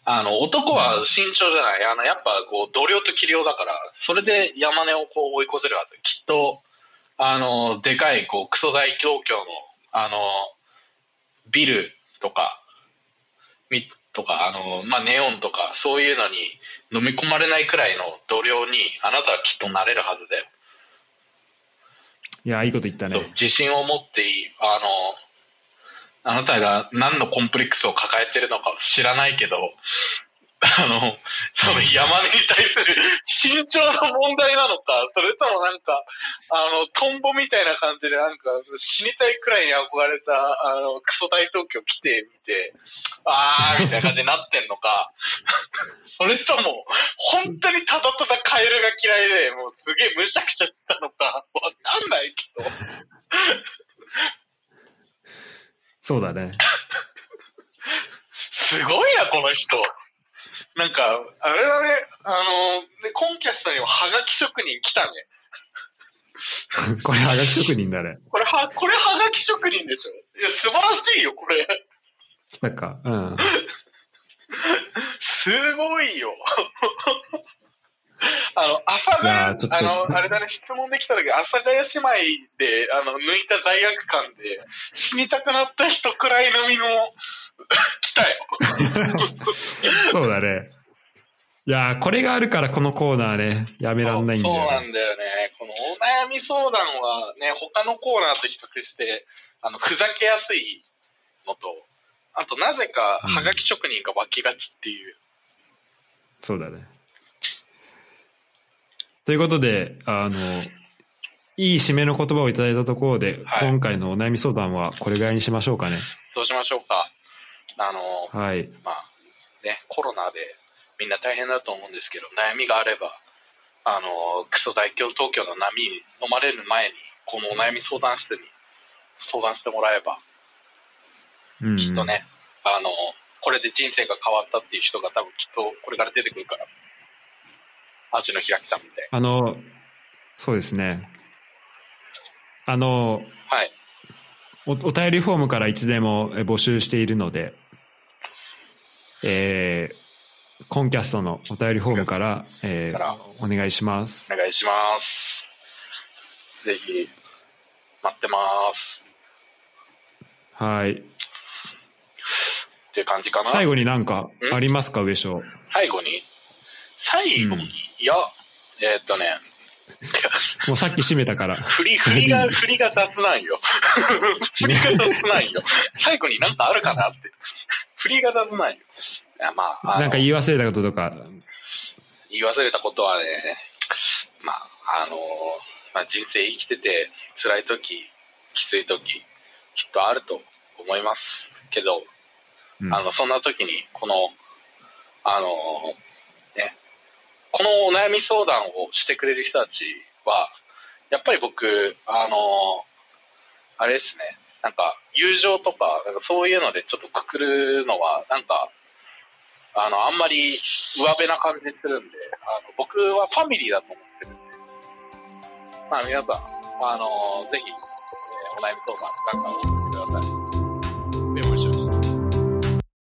B: あの、男は身長じゃない。あの、やっぱこう、度量と器量だから、それで山根をこう追い越せるわけ。きっと、あの、でかい、こう、クソ大東京の、あの、ビルとか、み、とか、あの、まあ、ネオンとか、そういうのに飲み込まれないくらいの度量に、あなたはきっとなれるはずだよ。
A: いや、いいこと言った
B: そう
A: ね。
B: 自信を持っていいあのあなたが何のコンプレックスを抱えてるのか知らないけどあのその山根に対する身長の問題なのかそれともなんかあのトンボみたいな感じでなんか死にたいくらいに憧れたあのクソ大東京来てみてあーみたいな感じになってんのか それとも本当にただただカエルが嫌いでもうすげえむしゃくしゃしたのかわかんないけど。
A: そうだね。
B: すごいな、この人。なんか、あれだね、あの、ねコンキャストにもハガキ職人来たね。
A: これ、はがき職人だね。
B: これは、これハガキ職人でしょ。いや、素晴らしいよ、これ。
A: 来たか。うん。
B: すごいよ。 あの、阿佐ヶ
A: いやーちょっと
B: 谷、あの、あれだね、質問できた時、阿佐ヶ谷姉妹で、あの、抜いた罪悪感で、死にたくなった人くらいのみ の、来たよ。
A: そうだね。いやー、これがあるからこのコーナーね、やめらんないんだよ、
B: そう
A: ね。
B: そうなんだよね。このお悩み相談はね、他のコーナーと比較して、あの、ふざけやすいのと、あと、なぜか、
A: うん
B: はがき職人が湧きがちっていう。
A: そうだね。ということで、あの、いい締めの言葉をいただいたところで、
B: はい
A: 今回のお悩み相談はこれぐらいにしましょうかね。
B: どうしましょうか。あの、
A: はい。
B: まあ、ね、コロナでみんな大変だと思うんですけど、悩みがあれば、あの、クソ大京東京の波に飲まれる前に、このお悩み相談室に相談してもらえば、
A: うん、うん。
B: きっとね、あの、これで人生が変わったっていう人が多分きっとこれから出てくるから。アジの開きたみたい。
A: あの、そうですね。あの、
B: はい。
A: おお便りフォームからいつでもえ募集しているので、えー、コンキャストのお便りフォームから、え
B: から
A: ー、お願いします。
B: お願いします。ぜひ、待ってます。
A: はい。
B: っていう感じかな。
A: 最
B: 後
A: 後になんか
B: うん
A: ありますか、上昇。
B: 最後に最後に、
A: うん
B: いや、えーっとね、
A: もうさっき締めたから。
B: 振り、振りが、振りが雑なん よ。振りが雑なんよ。最後になんかあるかなって。振りが雑なんよ。いやまあ、あの
A: なんか言い忘れたこととか。
B: 言い忘れたことはね、まあ、あの、まあ、人生生きてて辛い時、きつい時、きっとあると思いますけど、
A: うん
B: あの、そんな時に、この、あの、ね、このお悩み相談をしてくれる人たちは、やっぱり僕、あの、あれですね、なんか、友情とか、なんかそういうのでちょっとくくるのは、なんか、あの、あんまり上辺な感じするんで、あの僕はファミリーだと思ってるんで、まあ皆さん、あの、ぜひ、えーお悩み相談、なんかを